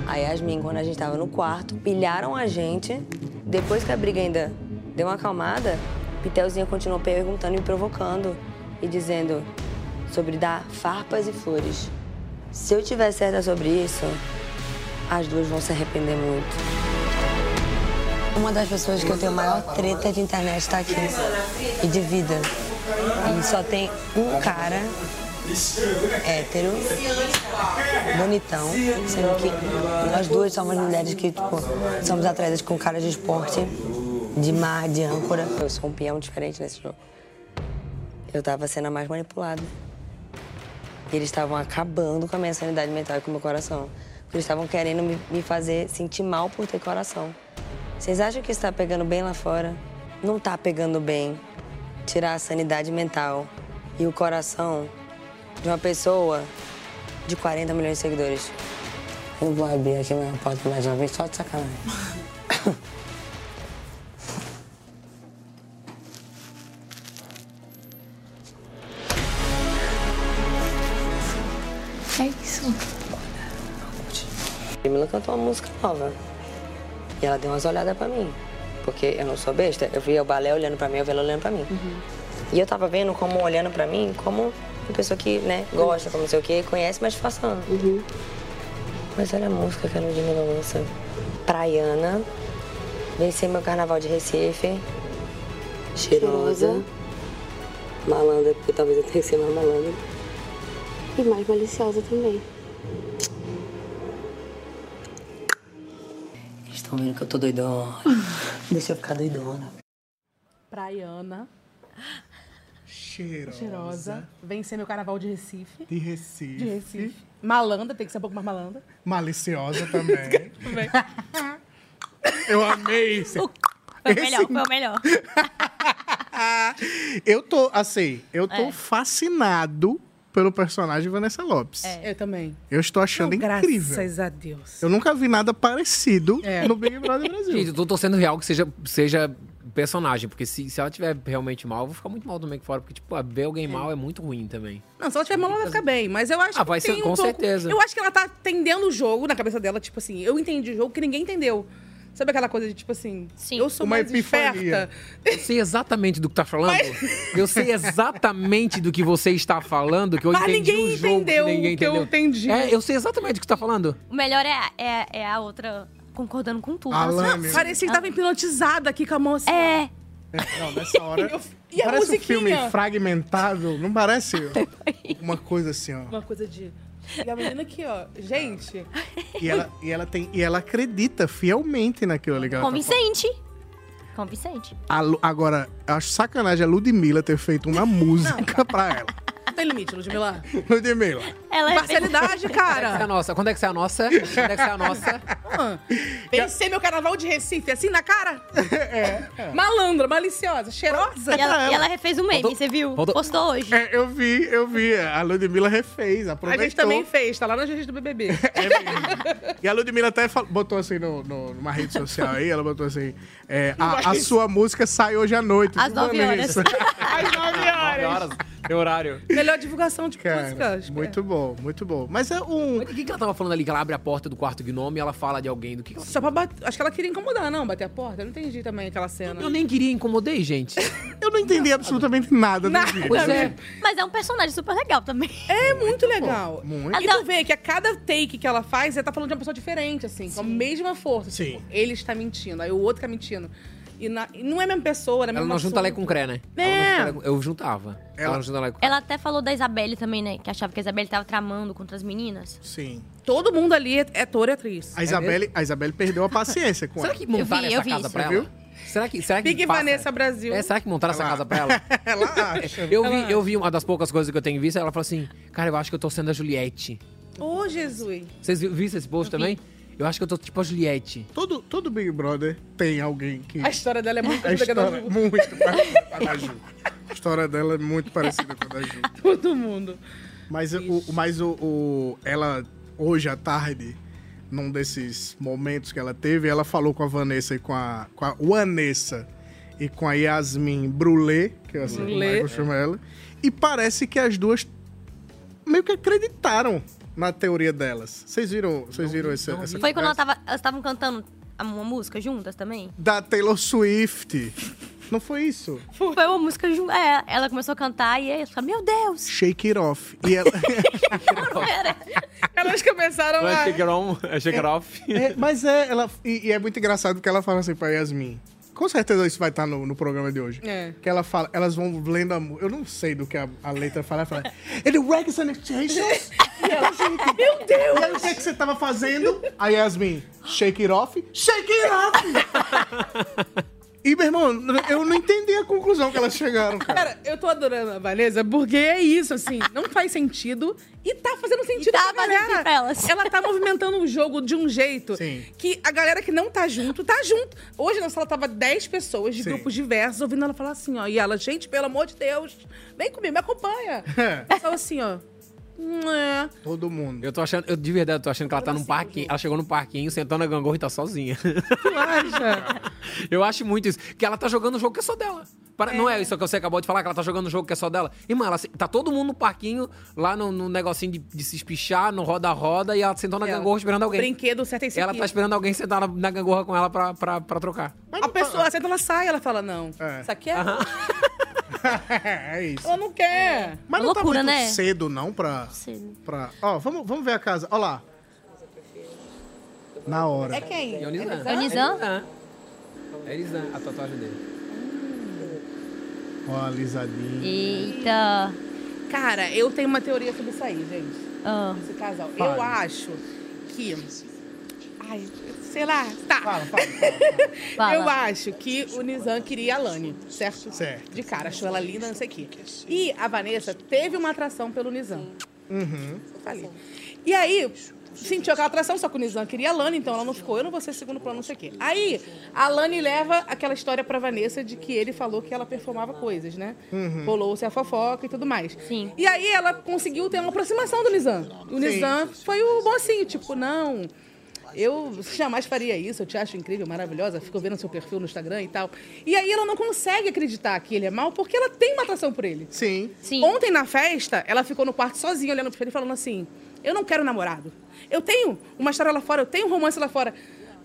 Speaker 9: A Yasmin, quando a gente tava no quarto, pilharam a gente. Depois que a briga ainda deu uma acalmada, Pitelzinha continuou perguntando e provocando. E dizendo sobre dar farpas e flores. Se eu tiver certa sobre isso, as duas vão se arrepender muito. Uma das pessoas que eu tenho maior treta de internet tá aqui. E de vida. E só tem um cara hétero, bonitão, sendo que nós duas somos mulheres que, tipo, somos atletas com cara de esporte, de mar, de âncora. Eu sou um peão diferente nesse jogo. Eu tava sendo a mais manipulada. E eles estavam acabando com a minha sanidade mental e com o meu coração. Porque eles estavam querendo me, me fazer sentir mal por ter coração. Vocês acham que isso tá pegando bem lá fora? Não tá pegando bem. Tirar a sanidade mental e o coração de uma pessoa de 40 milhões de seguidores. Eu vou abrir aqui minha porta mais uma vez só de sacanagem.
Speaker 5: É isso.
Speaker 9: Camila cantou uma música nova. E ela deu umas olhadas pra mim. Porque eu não sou besta. Eu vi o balé olhando pra mim, eu vi ela olhando pra mim.
Speaker 5: Uhum.
Speaker 9: E eu tava vendo como olhando pra mim, como uma pessoa que, né, gosta, como não sei o quê, conhece, mas passando.
Speaker 5: Uhum.
Speaker 9: Mas olha a música que a Ludmilla lança. Praiana. Vencer meu carnaval de Recife. Cheirosa. Malandra, porque talvez eu tenha que ser mais malandra.
Speaker 13: E mais maliciosa também.
Speaker 9: Eles estão vendo que eu tô doidona. Deixa eu ficar doidona.
Speaker 2: Praiana,
Speaker 1: Cheirosa.
Speaker 2: cheirosa, vencer meu carnaval de Recife.
Speaker 1: De Recife.
Speaker 2: De Recife. Malanda, tem que ser um pouco mais malanda.
Speaker 1: Maliciosa também. Eu amei esse.
Speaker 3: Foi o melhor, foi o melhor.
Speaker 1: Eu tô, assim, eu tô
Speaker 2: É.
Speaker 1: fascinado pelo personagem Vanessa Lopes.
Speaker 2: É.
Speaker 3: É.
Speaker 2: Eu também.
Speaker 1: Eu estou achando
Speaker 2: Não,
Speaker 1: é incrível.
Speaker 2: Graças a É. Deus.
Speaker 1: Eu nunca vi nada parecido no Big Brother Brasil.
Speaker 4: Gente, eu tô torcendo real que seja, seja personagem. Porque se, se ela tiver realmente mal, eu vou ficar muito mal também aqui fora. Porque, tipo, ver alguém mal é muito ruim também.
Speaker 2: Não, se ela tiver mal, ela vai ficar bem. Mas eu acho
Speaker 4: Ah,
Speaker 2: que
Speaker 4: vai ser-
Speaker 2: tem um
Speaker 4: com
Speaker 2: pouco-
Speaker 4: certeza.
Speaker 2: Eu acho que ela tá entendendo o jogo na cabeça dela, tipo assim, eu entendi o jogo que ninguém entendeu. Sabe aquela coisa de, tipo assim, eu sou mais esperta.
Speaker 4: Eu sei exatamente do que tá falando. Eu sei exatamente do que você está falando, que eu
Speaker 2: Mas
Speaker 4: entendi
Speaker 2: Ah, ninguém
Speaker 4: o jogo,
Speaker 2: entendeu
Speaker 4: que ninguém
Speaker 2: o que eu
Speaker 4: entendeu.
Speaker 2: entendi.
Speaker 4: É, eu sei exatamente do que você tá falando.
Speaker 3: O melhor é, é, é a outra concordando com tudo.
Speaker 4: A
Speaker 3: Ela assim,
Speaker 4: Lâmina.
Speaker 3: "Ah,
Speaker 2: Parecia que tava hipnotizada aqui com a moça.
Speaker 3: É.
Speaker 1: Não, nessa hora.
Speaker 2: E a
Speaker 1: parece um
Speaker 2: musiquinha?
Speaker 1: filme fragmentado. Não parece uma coisa assim, ó.
Speaker 2: Uma coisa de. E a menina aqui, ó. Gente.
Speaker 1: E ela, e ela, tem, e ela acredita fielmente naquilo ali que ela tá
Speaker 3: Convincente. Convincente.
Speaker 1: falando. A Lu- agora, eu acho sacanagem a Ludmilla ter feito uma música pra ela.
Speaker 2: Não tem limite, Ludmilla.
Speaker 1: Ludmilla.
Speaker 3: Ela
Speaker 2: é. Parcialidade,
Speaker 4: Quando é que
Speaker 2: cara.
Speaker 4: sai a nossa? Quando é que sai a nossa? Quando é que sai a nossa?
Speaker 2: Ah, Pensei meu carnaval de Recife, assim na cara? É. Malandra, maliciosa, cheirosa.
Speaker 3: E ela, e ela refez um meme, você viu?
Speaker 1: voltou.
Speaker 3: Postou hoje.
Speaker 1: É, eu vi, eu vi. A Ludmilla refez,
Speaker 2: A
Speaker 1: aproveitou.
Speaker 2: gente também fez, tá lá nas redes do BBB.
Speaker 1: E a Ludmilla até fal- botou assim no, no- numa rede social aí, ela botou assim, é,
Speaker 2: Mas-
Speaker 1: a, a sua música sai hoje à noite.
Speaker 2: Às
Speaker 1: viu,
Speaker 2: nove
Speaker 1: Vanessa?
Speaker 2: Às 9
Speaker 4: Nove horas. Meu horário.
Speaker 2: Melhor divulgação de
Speaker 1: Cara, muito bom, muito bom. Mas é um...
Speaker 4: o que, que ela tava falando ali? Que ela abre a porta do quarto gnome e ela fala de alguém. Do que, que ela...
Speaker 2: Só pra bater. Acho que ela queria incomodar, não, bater a porta. Eu não entendi também aquela cena.
Speaker 4: Eu nem queria, incomodei, gente.
Speaker 1: Eu não entendi absolutamente nada.
Speaker 2: Nada.
Speaker 4: Pois é.
Speaker 3: Mas é um personagem super legal também.
Speaker 2: É muito legal.
Speaker 1: Muito.
Speaker 4: Então-
Speaker 2: E tu vê que a cada take que ela faz, ela tá falando de uma pessoa diferente, assim, com a mesma força. Sim. ele está mentindo, aí o outro tá mentindo. E, na- e não é a mesma pessoa, né?
Speaker 4: Ela não junta lé com cré, né?
Speaker 2: É.
Speaker 4: Ela não junta lé com- Eu juntava. Ela, não junta lé com
Speaker 3: Ela até falou da Isabelle também, né? Que achava que a Isabelle tava tramando contra as meninas.
Speaker 1: Sim.
Speaker 2: Todo mundo ali é ator e atriz.
Speaker 1: A Isabelle, a Isabelle perdeu a paciência com
Speaker 4: Será
Speaker 1: ela.
Speaker 4: que
Speaker 3: Eu
Speaker 4: montaram
Speaker 3: vi, eu
Speaker 4: essa
Speaker 3: vi
Speaker 4: casa
Speaker 3: isso.
Speaker 4: pra
Speaker 1: Você
Speaker 4: ela?
Speaker 1: viu?
Speaker 4: Será que. Será que
Speaker 2: Big
Speaker 4: passa-
Speaker 2: Vanessa Brasil.
Speaker 4: É, será que montaram essa casa pra ela?
Speaker 1: ela
Speaker 4: Eu vi, eu vi uma das poucas coisas que eu tenho visto, ela falou assim: Cara, eu acho que eu tô sendo a Juliette.
Speaker 2: Ô, Jesus.
Speaker 4: Vocês vi- viram esse post também? Eu acho que eu tô tipo a Juliette.
Speaker 1: Todo, todo Big Brother tem alguém que.
Speaker 2: A história dela é muito
Speaker 1: A
Speaker 2: parecida com a da
Speaker 1: história,
Speaker 2: Ju.
Speaker 1: muito parecida com a da Ju. A história dela é muito parecida com a da Ju.
Speaker 2: Todo mundo.
Speaker 1: Mas, o, mas o, o- ela, hoje à tarde, num desses momentos que ela teve, ela falou com a Vanessa e com a, com a Vanessa e com a Yasmin Brulé, que é assim que o
Speaker 2: Brulé.
Speaker 1: Michael chama ela. E parece que as duas meio que acreditaram na teoria delas. Vocês viram, vocês viram esse, essa
Speaker 3: Foi quando
Speaker 1: conversa?
Speaker 3: ela tava, elas estavam cantando uma música juntas também?
Speaker 1: Da Taylor Swift. Não foi isso?
Speaker 3: Foi uma música junto. É, ela começou a cantar e aí eu falei, meu Deus!
Speaker 1: Shake It Off. E ela...
Speaker 2: Elas começaram
Speaker 14: Não é
Speaker 2: a.
Speaker 14: shake it on, é shake it off.
Speaker 1: É, mas é, ela. E, e é muito engraçado que ela fala assim pra Yasmin. Com certeza isso vai estar no, no programa de hoje.
Speaker 2: É.
Speaker 1: Que ela fala, elas vão lendo a mu- Eu não sei do que a, a letra fala. Ela fala. And the Records and Exchanges. Meu Deus! E aí, o que, é que você tava fazendo? A Yasmin, shake it off. Shake it off! e, meu irmão, eu não entendi a conclusão que elas chegaram, cara.
Speaker 2: Cara, eu tô adorando a Vanessa, porque é isso, assim, não faz sentido e tá fazendo sentido
Speaker 3: tá
Speaker 2: pra
Speaker 3: fazendo
Speaker 2: galera.
Speaker 3: pra elas.
Speaker 2: Ela tá movimentando o jogo de um jeito que a galera que não tá junto, tá junto. Hoje na sala tava 10 pessoas de
Speaker 1: Sim.
Speaker 2: grupos diversos ouvindo ela falar assim, ó, e ela, gente, pelo amor de Deus, vem comigo, me acompanha.
Speaker 1: É.
Speaker 2: Só assim, ó. "Hum, é."
Speaker 1: Todo mundo.
Speaker 4: Eu tô achando, eu de verdade, eu tô achando que ela tá num parquinho. Ela chegou num parquinho, sentou na gangorra e tá sozinha.
Speaker 2: Tu acha?
Speaker 4: Eu acho muito isso. Que ela tá jogando um jogo que é só dela. Para- Não é isso que você acabou de falar, que ela tá jogando um jogo que é só dela. Irmã, ela, se- tá todo mundo no parquinho, lá no, no negocinho de, de se espichar, no roda-roda, e ela sentou na
Speaker 2: Ela-
Speaker 4: gangorra esperando alguém.
Speaker 2: Brinquedo certo esse
Speaker 4: Ela
Speaker 2: aqui.
Speaker 4: tá esperando alguém sentar na, na gangorra com ela pra, pra, pra trocar.
Speaker 2: A
Speaker 1: tá
Speaker 2: pessoa senta, ela sai, ela fala, não, isso aqui é...
Speaker 1: é isso.
Speaker 2: Ela não quer.
Speaker 1: Mas
Speaker 3: É
Speaker 1: não tá muito
Speaker 2: né?
Speaker 3: né?
Speaker 1: cedo, não, pra. Cedo. Pra... Ó, vamos, vamos ver a casa. Ó lá. Na hora.
Speaker 2: É quem?
Speaker 4: Ionizan.
Speaker 2: É Ionizan?
Speaker 4: É Erizan, a tatuagem dele.
Speaker 2: Hum.
Speaker 1: Ó, alisadinho.
Speaker 3: Eita.
Speaker 2: Cara, eu tenho uma teoria sobre isso aí, gente.
Speaker 3: Ah.
Speaker 2: Esse casal.
Speaker 3: Fale.
Speaker 2: Eu acho que. Ai, sei lá. Tá.
Speaker 3: Fala.
Speaker 2: Eu acho que o Nizam queria a Lani, certo?
Speaker 1: Certo.
Speaker 2: De cara, achou ela linda, não sei o quê. E a Vanessa teve uma atração pelo Nizam.
Speaker 1: Uhum.
Speaker 2: Falei. Tá E aí, sentiu aquela atração, só que o Nizam queria a Lani, então ela não ficou. Eu não vou ser segundo plano, não sei o quê. Aí, a Lani leva aquela história pra Vanessa de que ele falou que ela performava coisas, né?
Speaker 1: Uhum.
Speaker 2: Rolou-se a fofoca e tudo mais.
Speaker 3: Sim.
Speaker 2: E aí, ela conseguiu ter uma aproximação do Nizam. O
Speaker 1: Sim.
Speaker 2: Nizam foi o mocinho, tipo, não... Eu jamais faria isso, eu te acho incrível, maravilhosa, fico vendo seu perfil no Instagram e tal. E aí ela não consegue acreditar que ele é mal porque ela tem uma atração por ele.
Speaker 1: Sim.
Speaker 3: Sim.
Speaker 2: Ontem na festa, ela ficou no quarto sozinha, olhando pro espelho e falando assim: Eu não quero namorado. Eu tenho uma história lá fora, eu tenho um romance lá fora.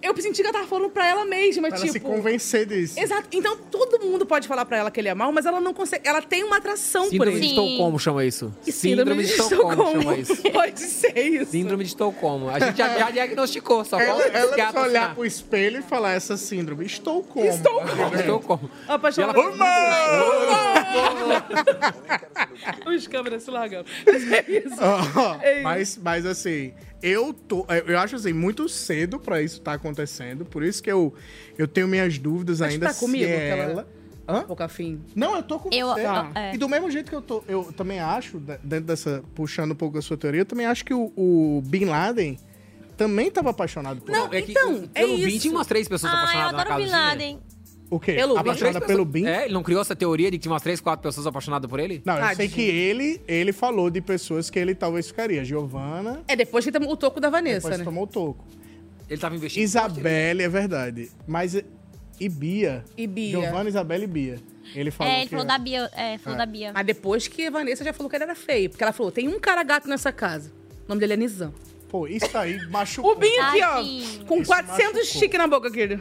Speaker 2: Eu senti que ela tava falando pra ela mesma,
Speaker 1: Pra ela
Speaker 2: tipo.
Speaker 1: se convencer disso.
Speaker 2: Exato. Então todo mundo pode falar pra ela que ele é mal, mas ela não consegue. Ela tem uma atração por
Speaker 4: Síndrome
Speaker 2: ele.
Speaker 4: de Estocolmo chama isso.
Speaker 2: E síndrome de Estocolmo.
Speaker 4: chama isso.
Speaker 2: Pode ser isso.
Speaker 4: Síndrome de Estocolmo. A gente já, já diagnosticou, só
Speaker 1: Ela,
Speaker 4: falta o
Speaker 1: ela
Speaker 4: psiquiatra
Speaker 1: só olhar
Speaker 4: assinar.
Speaker 1: pro espelho e falar essa síndrome. Estou como?
Speaker 2: assim, Estou como?
Speaker 4: Estou como?
Speaker 2: Apaixonada.
Speaker 4: E ela-
Speaker 2: Os câmeras se largam. É isso.
Speaker 1: Ó,
Speaker 2: É isso.
Speaker 1: mas, mas assim, eu tô. Eu acho assim, muito cedo pra isso estar acontecendo. Por isso que eu, eu tenho minhas dúvidas
Speaker 2: Mas
Speaker 1: ainda.
Speaker 2: tá comigo
Speaker 1: se é
Speaker 2: aquela-
Speaker 1: ela. Hã?
Speaker 2: Pouca fim.
Speaker 1: Não, eu tô com
Speaker 3: Eu-
Speaker 1: você. Ah.
Speaker 3: eu- é.
Speaker 1: Tá. E do mesmo jeito que eu tô, eu também acho, da- dentro dessa, puxando um pouco a sua teoria, eu também acho que o, o Bin Laden também tava apaixonado por
Speaker 2: Não,
Speaker 1: ela.
Speaker 2: então, é
Speaker 4: eu não vi,
Speaker 2: isso.
Speaker 4: tinha umas três pessoas
Speaker 3: Ai, eu
Speaker 4: apaixonadas na
Speaker 3: adoro o
Speaker 4: casa.
Speaker 3: Bin
Speaker 4: do Sidney.
Speaker 3: Laden.
Speaker 1: O quê?
Speaker 2: Pelo Bin?
Speaker 1: Apaixonada pelo Bin?
Speaker 4: É, ele não criou essa teoria de que tinha umas três, quatro pessoas apaixonadas por ele?
Speaker 1: Não, eu sei
Speaker 2: Tadinho.
Speaker 1: que ele, ele falou de pessoas que ele talvez ficaria. Giovana,
Speaker 2: É depois que tomou o toco da Vanessa,
Speaker 1: depois
Speaker 2: né?
Speaker 1: tomou o toco.
Speaker 4: Ele tava investindo.
Speaker 1: Isabelle, é verdade. Mas e Bia?
Speaker 2: E Bia.
Speaker 1: Giovana, Isabelle e Bia. Ele falou
Speaker 3: É, ele
Speaker 1: que
Speaker 3: falou da Bia. É, falou da Bia.
Speaker 2: Mas depois que a Vanessa já falou que ele era feio. Porque ela falou, tem um cara gato nessa casa. O nome dele é Nizam.
Speaker 1: Pô, isso aí machucou.
Speaker 2: O Bin aqui, ó.
Speaker 3: Tadinho.
Speaker 2: Com
Speaker 1: Isso
Speaker 2: 400
Speaker 1: machucou.
Speaker 2: chique na boca, querido.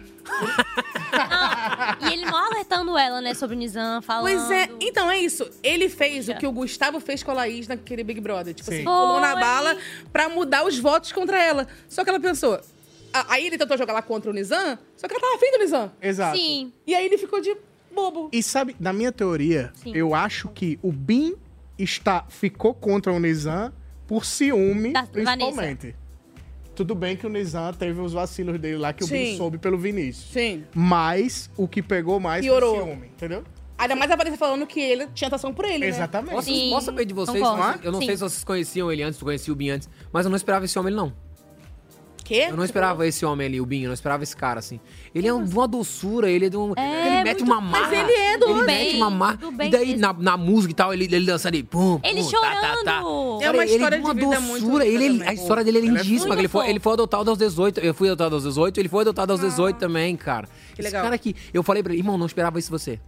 Speaker 3: E ele não alertando ela, né, sobre o Nizam, falando.
Speaker 2: Pois é. Então é isso. Ele fez o que o Gustavo fez com a Laís naquele Big Brother. Tipo assim,
Speaker 1: Sim.
Speaker 2: pulou na
Speaker 3: Foi.
Speaker 2: bala pra mudar os votos contra ela. Só que ela pensou... a- Aí ele tentou jogar lá contra o Nizam, só que ela tava afim do Nizam.
Speaker 1: Exato.
Speaker 3: Sim.
Speaker 2: E aí ele ficou de bobo.
Speaker 1: E sabe, na minha teoria,
Speaker 3: Sim.
Speaker 1: eu acho que o Bin está, ficou contra o Nizam por ciúme,
Speaker 3: Da
Speaker 1: principalmente. Tudo bem que o Nizam teve os vacilos dele lá que o
Speaker 2: Sim.
Speaker 1: Bin soube pelo Vinícius.
Speaker 2: Sim.
Speaker 1: Mas o que pegou mais foi
Speaker 2: Piorou.
Speaker 1: o ciúme, entendeu?
Speaker 2: Ainda mais a Vanessa falando que ele tinha atração por ele, né?
Speaker 1: Exatamente.
Speaker 4: Posso, posso saber de vocês? Eu não sei se vocês conheciam ele antes, se conhecia o Bin antes, mas eu não esperava esse homem, não.
Speaker 2: Quê?
Speaker 4: Eu não esperava esse homem ali, o Binho, eu não esperava esse cara, assim. Ele é um- uma doçura, ele é de um. ele mete uma marra.
Speaker 3: mas ele é do
Speaker 4: ele
Speaker 3: bem,
Speaker 4: mete uma marra.
Speaker 3: do bem
Speaker 4: e daí,
Speaker 3: mesmo.
Speaker 4: na, na música e tal, ele, ele dança ali. Pum,
Speaker 3: Ele
Speaker 4: pum, tá,
Speaker 3: chorando. É
Speaker 4: Cara,
Speaker 3: uma
Speaker 4: ele
Speaker 3: história
Speaker 4: de uma
Speaker 3: de vida muito
Speaker 4: doçura. Ele,
Speaker 3: linda
Speaker 4: a
Speaker 3: também.
Speaker 4: história dele é
Speaker 3: Ele é
Speaker 4: lindíssima.
Speaker 3: muito
Speaker 4: que ele, foi,
Speaker 3: fofo.
Speaker 4: ele foi adotado aos 18. Eu fui adotado aos 18, ele foi adotado aos 18 também, cara.
Speaker 2: Que
Speaker 4: esse
Speaker 2: legal.
Speaker 4: cara aqui. Eu falei pra ele, irmão, não esperava isso de você.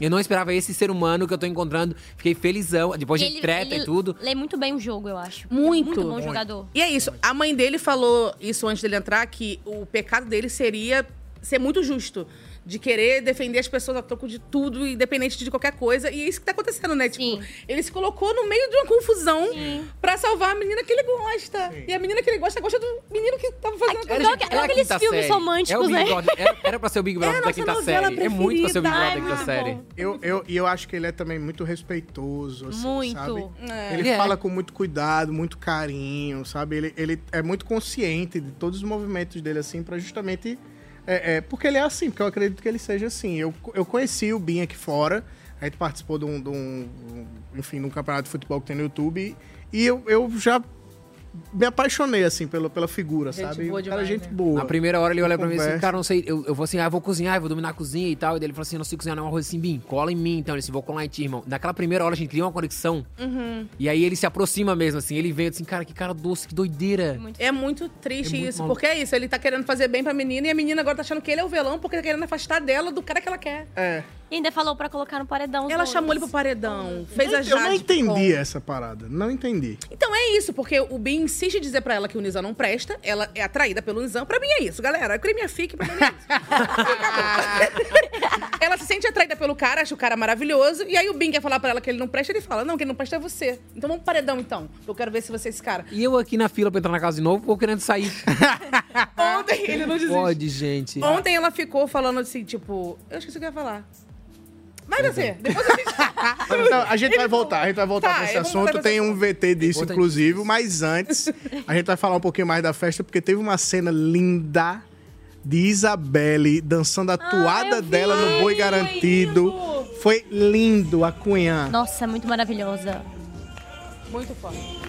Speaker 4: Eu não esperava esse ser humano que eu tô encontrando. Fiquei felizão. Depois a gente treta e é tudo.
Speaker 3: Lê muito bem o jogo, eu acho. é
Speaker 2: Muito.
Speaker 3: Muito bom jogador.
Speaker 2: E é isso. A mãe dele falou isso antes dele entrar, que o pecado dele seria ser muito justo. De querer defender as pessoas a troco de tudo, independente de qualquer coisa. E é isso que tá acontecendo, né? Tipo, ele se colocou no meio de uma confusão pra salvar a menina que ele gosta. E a menina que ele gosta gosta do menino que tava fazendo aquela
Speaker 4: Gente, é a quinta série. é o Big Brother. Era, era pra ser o Big Brother da quinta série. É muito pra ser o Big Brother da quinta série.
Speaker 1: Eu, eu, e eu acho que ele é também muito respeitoso, assim,
Speaker 3: Muito.
Speaker 1: sabe?
Speaker 3: É.
Speaker 1: Ele
Speaker 3: Ele é.
Speaker 1: fala com muito cuidado, muito carinho, sabe? Ele, ele é muito consciente de todos os movimentos dele, assim, pra justamente... É, é, porque ele é assim, porque eu acredito que ele seja assim. Eu, eu conheci o Bin aqui fora, a gente participou de um, de um- um- enfim, de um campeonato de futebol que tem no YouTube, e eu, eu já me apaixonei, assim, pela, pela figura,
Speaker 4: Gente
Speaker 1: sabe?
Speaker 4: boa
Speaker 1: O cara é
Speaker 4: demais,
Speaker 1: gente
Speaker 4: né?
Speaker 1: boa.
Speaker 4: Na primeira hora ele olha pra mim assim,
Speaker 1: Conversa.
Speaker 4: cara, não sei, eu, eu vou assim, ah, eu vou cozinhar, eu vou dominar a cozinha e tal. E daí ele fala assim, eu não sei cozinhar não, arroz assim, bim, cola em mim, então. Ele disse, vou colar em ti, irmão. Naquela primeira hora a gente cria uma conexão.
Speaker 2: Uhum.
Speaker 4: E aí ele se aproxima mesmo, assim, ele vem assim, cara, que cara doce, que doideira.
Speaker 2: É muito triste
Speaker 4: É muito
Speaker 2: isso,
Speaker 4: maluco.
Speaker 2: porque é isso, ele tá querendo fazer bem pra menina e a menina agora tá achando que ele é o velão porque tá querendo afastar dela do cara que ela quer.
Speaker 1: É.
Speaker 3: E ainda falou pra colocar no paredão. os
Speaker 2: Ela
Speaker 3: dois.
Speaker 2: chamou ele pro paredão, fez a
Speaker 1: Eu não
Speaker 2: Jade.
Speaker 1: entendi essa parada, não entendi.
Speaker 2: Então é isso, porque o Bin insiste em dizer pra ela que o Nizam não presta, ela é atraída pelo Nizam. Pra mim é isso, galera. Eu criei minha fique, pra mim é isso. Acabou. ela se sente atraída pelo cara, acha o cara maravilhoso, e aí o Bin quer falar pra ela que ele não presta, ele fala: Não, quem não presta é você. Então vamos pro paredão então. Eu quero ver se você é esse cara.
Speaker 4: E eu aqui na fila pra entrar na casa de novo, ou querendo sair.
Speaker 1: Ah,
Speaker 2: Ontem ele não desiste.
Speaker 4: Pode, gente.
Speaker 2: Ontem ela ficou falando assim, tipo, eu esqueci o que eu ia falar. Vai você,
Speaker 1: é.
Speaker 2: depois eu
Speaker 1: Então, a gente vai voltar, a gente vai voltar
Speaker 2: Ah. Tá,
Speaker 1: pra esse
Speaker 2: eu vou voltar
Speaker 1: assunto.
Speaker 2: pra
Speaker 1: Tem
Speaker 2: esse
Speaker 1: um VT disso,
Speaker 2: Volta aí.
Speaker 1: inclusive, mas antes a gente vai falar um pouquinho mais da festa, porque teve uma cena linda de Isabelle dançando
Speaker 2: Ah,
Speaker 1: a toada dela no Boi Garantido. Foi lindo a Cunhã.
Speaker 3: Nossa, muito maravilhosa.
Speaker 2: Muito forte.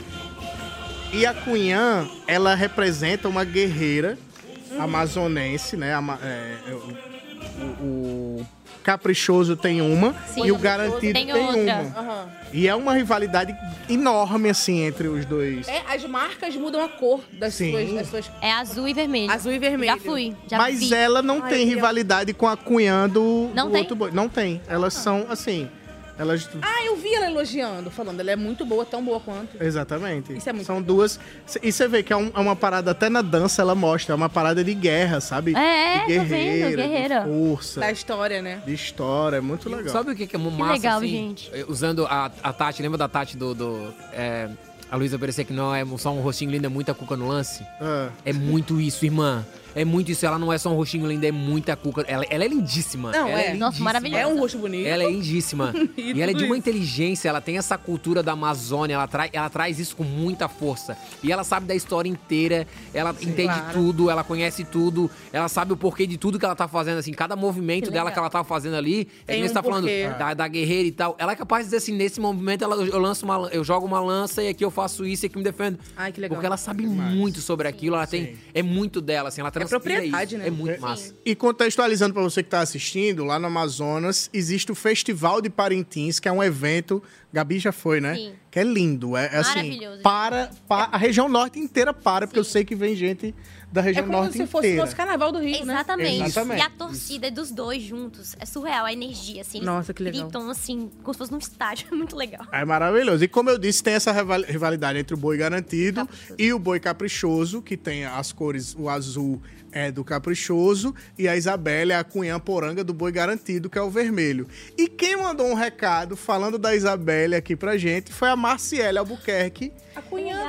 Speaker 1: E a Cunhã, ela representa uma guerreira amazonense, né? Ama- é, o, o- o Caprichoso tem uma e o Garantido tem, uma.
Speaker 2: Aham.
Speaker 1: E é uma rivalidade enorme, assim, entre os dois.
Speaker 2: É, as marcas mudam a cor das
Speaker 1: Sim.
Speaker 2: suas, das suas.
Speaker 3: É azul e vermelho.
Speaker 2: Azul e vermelho.
Speaker 3: Já fui, já
Speaker 1: Mas
Speaker 3: vi.
Speaker 1: ela não
Speaker 3: Ai,
Speaker 1: tem
Speaker 3: eu-
Speaker 1: rivalidade com a cunhã do,
Speaker 2: Não
Speaker 1: do
Speaker 2: tem?
Speaker 1: outro boi. Não tem. Elas são assim. Elas.
Speaker 2: Ah, eu vi ela elogiando, falando, ela é muito boa, tão boa quanto.
Speaker 1: Exatamente.
Speaker 2: Isso é muito
Speaker 1: São duas. E você vê que é, um- é uma parada, até na dança ela mostra, é uma parada de guerra, sabe?
Speaker 2: É,
Speaker 1: de
Speaker 2: tô vendo,
Speaker 1: de
Speaker 2: guerreira.
Speaker 1: força,
Speaker 2: Da história, né?
Speaker 1: de história. É muito legal.
Speaker 4: Sabe o que, que é massa,
Speaker 2: legal,
Speaker 4: assim?
Speaker 2: gente.
Speaker 4: Eh, Usando a, a Tati, lembra da Tati do... do, eh, a Luísa parecia que não é só um rostinho lindo, é muita cuca no lance? É muito isso, irmã. É muito isso. Ela não é só um rostinho lindo, é muita cuca. Ela, ela é lindíssima.
Speaker 2: Não,
Speaker 4: ela
Speaker 2: é. Nossa, maravilhosa. É um rosto bonito.
Speaker 4: Ela é lindíssima.
Speaker 2: E
Speaker 4: e ela é
Speaker 2: tudo
Speaker 4: de uma
Speaker 2: isso.
Speaker 4: inteligência, ela tem essa cultura da Amazônia, ela, trai- ela traz isso com muita força. E ela sabe da história inteira, ela entende
Speaker 2: Claro.
Speaker 4: tudo, ela conhece tudo, ela sabe o porquê de tudo que ela tá fazendo, assim. Cada movimento
Speaker 2: Que
Speaker 4: dela
Speaker 2: legal.
Speaker 4: que ela tá fazendo ali,
Speaker 2: Tem
Speaker 4: é que
Speaker 2: um
Speaker 4: você tá falando
Speaker 2: porquê.
Speaker 4: da, da guerreira e tal. Ela é capaz de dizer assim, nesse movimento ela- eu lanço uma, lan- eu jogo uma lança e aqui eu faço isso e aqui eu me defendo.
Speaker 2: Ai, que legal.
Speaker 4: Porque ela sabe muito sobre aquilo, ela tem. É muito dela, assim, ela transpira
Speaker 2: propriedade,
Speaker 4: isso.
Speaker 2: né?
Speaker 4: É muito massa.
Speaker 1: E contextualizando para você que está assistindo, lá no Amazonas existe o Festival de Parintins, que é um evento, Gabi já foi, né?
Speaker 6: Sim.
Speaker 1: Que é lindo, é, é assim,
Speaker 6: Maravilhoso.
Speaker 1: para, pa- a região norte inteira para, porque eu sei que vem gente da
Speaker 2: É
Speaker 1: região
Speaker 2: como
Speaker 1: norte
Speaker 2: se
Speaker 1: inteira.
Speaker 2: fosse o nosso carnaval do Rio,
Speaker 3: Exatamente.
Speaker 2: né?
Speaker 1: Exatamente.
Speaker 3: E a torcida dos dois juntos. É surreal a energia, assim. Eles
Speaker 1: Nossa, que legal.
Speaker 3: gritam, assim, como se fosse num estádio. É muito legal.
Speaker 1: É maravilhoso. E como eu disse, tem essa rival- rivalidade entre o boi garantido e o boi caprichoso, que tem as cores, o azul é do caprichoso, e a Isabelle é a cunhã poranga do boi garantido, que é o vermelho. E quem mandou um recado falando da Isabelle aqui pra gente foi a Marciele Albuquerque,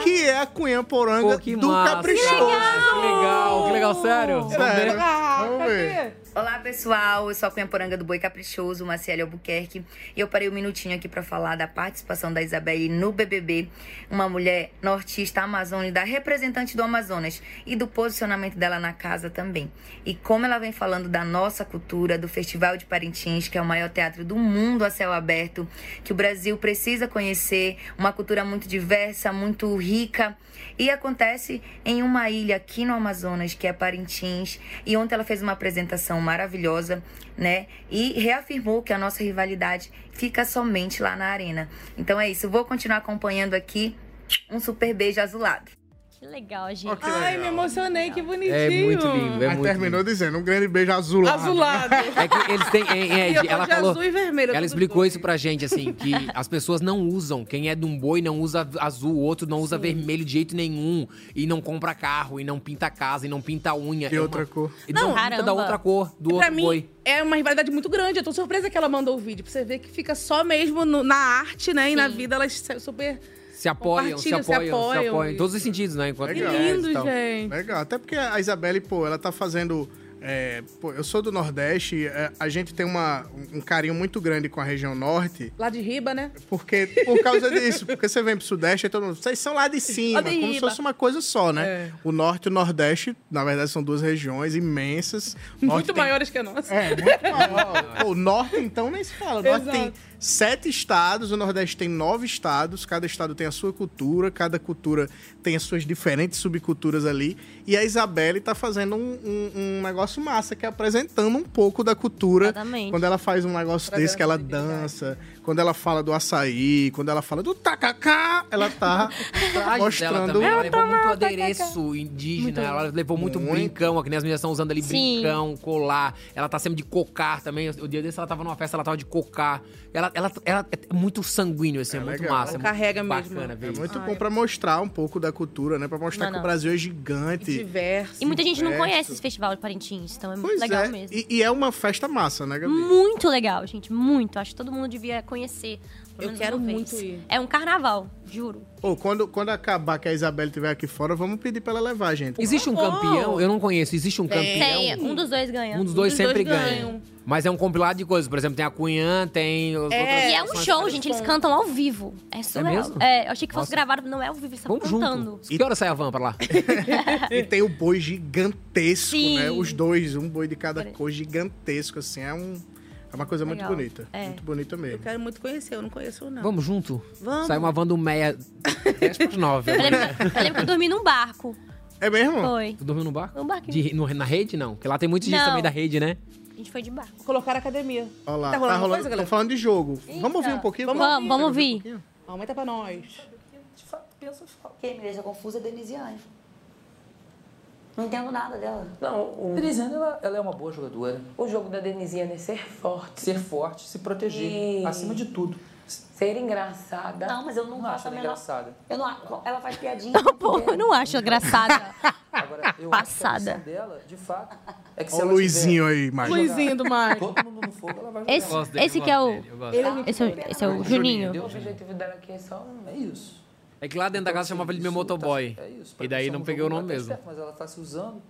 Speaker 1: que é a cunhã poranga do
Speaker 4: massa.
Speaker 1: caprichoso.
Speaker 4: Que legal, que legal, sério. Vamos
Speaker 14: Ah,
Speaker 1: Sério.
Speaker 4: ver. Ah,
Speaker 1: Vamos ver.
Speaker 14: Olá, pessoal. Eu sou a Cunha Poranga do Boi Caprichoso, Maciele Albuquerque. E eu parei um minutinho aqui para falar da participação da Isabelle no BBB, uma mulher nortista amazônica, representante do Amazonas, e do posicionamento dela na casa também. E como ela vem falando da nossa cultura, do Festival de Parintins, que é o maior teatro do mundo a céu aberto, que o Brasil precisa conhecer, uma cultura muito diversa, muito rica. E acontece em uma ilha aqui no Amazonas, que é Parintins. E ontem ela fez uma apresentação maravilhosa, né? E reafirmou que a nossa rivalidade fica somente lá na arena. Então é isso, vou continuar acompanhando aqui. Um super beijo azulado.
Speaker 3: Que legal, gente.
Speaker 2: Ai, me emocionei, que bonitinho.
Speaker 4: É muito lindo, é
Speaker 1: Aí
Speaker 4: muito
Speaker 1: terminou dizendo um grande beijo azulado.
Speaker 2: Azulado.
Speaker 4: É que eles têm. é, é,
Speaker 2: E eu tô
Speaker 4: ela
Speaker 2: de
Speaker 4: falou.
Speaker 2: azul e vermelho, eu
Speaker 4: ela
Speaker 2: tô
Speaker 4: explicou isso pra gente, assim, que as pessoas não usam. Quem é de um boi não usa azul, o outro não usa vermelho de jeito nenhum. E não compra carro, e não pinta casa, e não pinta unha.
Speaker 1: De
Speaker 4: É
Speaker 1: outra cor.
Speaker 4: E não,
Speaker 2: Não,
Speaker 4: pinta da outra cor, do
Speaker 2: pra
Speaker 4: outro
Speaker 2: mim,
Speaker 4: boi.
Speaker 2: é uma rivalidade muito grande. Eu tô surpresa que ela mandou o vídeo. Pra você ver que fica só mesmo no- na arte, né? E na vida elas se- super.
Speaker 4: Se apoiam, se
Speaker 2: compartilham, se
Speaker 4: apoiam, se apoiam.
Speaker 2: apoiam.
Speaker 4: Em todos os sentidos, né? Enquanto
Speaker 1: Legal. É, então,
Speaker 4: mulheres e
Speaker 2: lindo,
Speaker 4: tal.
Speaker 2: gente.
Speaker 1: Legal. Até porque a Isabelle, pô, ela tá fazendo. é, pô, eu sou do Nordeste, é, a gente tem uma, um carinho muito grande com a região norte.
Speaker 2: Lá de riba, né?
Speaker 1: Porque, por causa disso, porque você vem pro Sudeste, aí todo mundo. Vocês são lá de cima,
Speaker 2: Lá de É.
Speaker 1: como se
Speaker 2: riba.
Speaker 1: fosse uma coisa só, né? O Norte e o Nordeste, na verdade, são duas regiões imensas. O norte
Speaker 2: Muito
Speaker 1: tem-
Speaker 2: maiores que a nossa.
Speaker 1: É, muito maior. Pô, o Norte, então, nem se fala. O Norte tem sete estados, o Nordeste tem nove estados, cada estado tem a sua cultura, cada cultura tem as suas diferentes subculturas ali. E a Isabelle tá fazendo um, um- um negócio massa, que é apresentando um pouco da cultura.
Speaker 3: Exatamente.
Speaker 1: Quando ela faz um negócio desse, que ela dança, quando ela fala do açaí, quando ela fala do tacacá, ela tá
Speaker 4: Atrás dela
Speaker 1: mostrando...
Speaker 4: também, ela levou muito adereço indígena, ela levou muito, brincão, que nem as meninas estão tá usando ali
Speaker 3: Sim.
Speaker 4: brincão, colar. Ela tá sempre de cocar também. O dia desse ela tava numa festa, ela tava de cocar. Ela, ela, ela é muito sanguíneo, assim, é, muito
Speaker 1: legal.
Speaker 4: massa.
Speaker 1: Ela
Speaker 4: é muito
Speaker 1: carrega
Speaker 2: mesmo.
Speaker 4: bacana ver
Speaker 1: É
Speaker 4: isso.
Speaker 1: muito bom pra mostrar um pouco da cultura, né? Pra mostrar
Speaker 3: Não,
Speaker 1: que o
Speaker 3: não.
Speaker 1: Brasil é gigante.
Speaker 2: Diverso.
Speaker 3: E muita gente não
Speaker 1: Diverso.
Speaker 3: conhece esse festival de Parintins, então é
Speaker 1: Pois
Speaker 3: muito legal
Speaker 1: é.
Speaker 3: mesmo.
Speaker 1: E, e é uma festa massa, né, Gabi?
Speaker 3: Muito legal, gente, muito. Acho que todo mundo devia conhecer. pelo
Speaker 2: Eu
Speaker 3: menos
Speaker 2: quero
Speaker 3: uma
Speaker 2: muito
Speaker 3: vez.
Speaker 2: ir.
Speaker 3: É um carnaval, juro.
Speaker 1: Pô, quando, quando acabar que a Isabelle estiver aqui fora, vamos pedir pra ela levar, gente.
Speaker 4: Existe um campeão, eu não conheço, existe um campeão.
Speaker 3: Tem, um dos dois ganha.
Speaker 4: Um dos dois sempre ganha. Mas é um compilado de coisas. Por exemplo, tem a Cunhã, tem. os outras
Speaker 3: e é um
Speaker 4: versões.
Speaker 3: show, gente. Eles cantam ao vivo. É surreal.
Speaker 4: mesmo?
Speaker 3: É, eu achei que fosse
Speaker 4: Nossa.
Speaker 3: gravado, não é ao vivo, eles estão
Speaker 4: Vamos
Speaker 3: cantando.
Speaker 4: junto. Que hora sai a van pra lá?
Speaker 1: E tem o boi gigantesco,
Speaker 3: Sim.
Speaker 1: né? Os dois, um boi de cada cor gigantesco, assim. É, um, é uma coisa muito
Speaker 2: Legal.
Speaker 1: bonita.
Speaker 2: É.
Speaker 1: Muito bonita
Speaker 2: Eu
Speaker 1: mesmo.
Speaker 2: quero muito conhecer, eu não conheço, não.
Speaker 4: Vamos junto?
Speaker 2: Vamos.
Speaker 4: Sai uma van do Meia. 10 para 9.
Speaker 3: Eu lembro, eu lembro que eu dormi num barco.
Speaker 1: É mesmo?
Speaker 3: Foi.
Speaker 4: Tu dormiu no barco?
Speaker 3: Num barquinho.
Speaker 4: De- no- na rede, não? Porque lá tem muitos dias
Speaker 3: Não.
Speaker 4: também da rede, né?
Speaker 3: A gente foi de barco.
Speaker 2: Colocaram a academia.
Speaker 1: Olha lá,
Speaker 2: Tá
Speaker 1: tá
Speaker 2: rolando
Speaker 1: rolando.
Speaker 2: coisa, galera?
Speaker 1: Estão falando de jogo. Vamos ouvir um pouquinho?
Speaker 3: Tá. Vamos, vamos, ouvir.
Speaker 2: Aumenta pra nós.
Speaker 12: Quem me deixa confusa é a Denisiane. Não entendo nada dela.
Speaker 15: Não, o... Denisiane, ela, ela é uma boa jogadora.
Speaker 16: O jogo da Denisiane é ser forte.
Speaker 15: Ser forte, se proteger,
Speaker 16: E-
Speaker 15: acima de tudo.
Speaker 16: Ser engraçada.
Speaker 12: Não, mas eu não,
Speaker 15: acho
Speaker 12: acho a
Speaker 15: ela
Speaker 12: menor...
Speaker 15: engraçada.
Speaker 12: Eu não acho. Ela faz piadinha.
Speaker 3: Pô, eu não acho engraçada.
Speaker 15: Ah, Agora, eu acho que a
Speaker 3: Passada.
Speaker 15: missão dela, de fato, é que se
Speaker 1: Olha o
Speaker 15: ela
Speaker 1: Luizinho
Speaker 15: tiver-
Speaker 1: aí, mais.
Speaker 2: Luizinho do mar.
Speaker 15: Todo mundo no fogo, ela vai jogar.
Speaker 3: Esse, esse que é o. Esse, é o- esse é o Juninho.
Speaker 16: O objetivo dela aqui é só.
Speaker 15: É isso.
Speaker 4: É que lá dentro da casa chamava ele de meu motoboy. e daí não peguei o nome
Speaker 15: Tá
Speaker 4: mesmo.
Speaker 15: certo, mas ela está se usando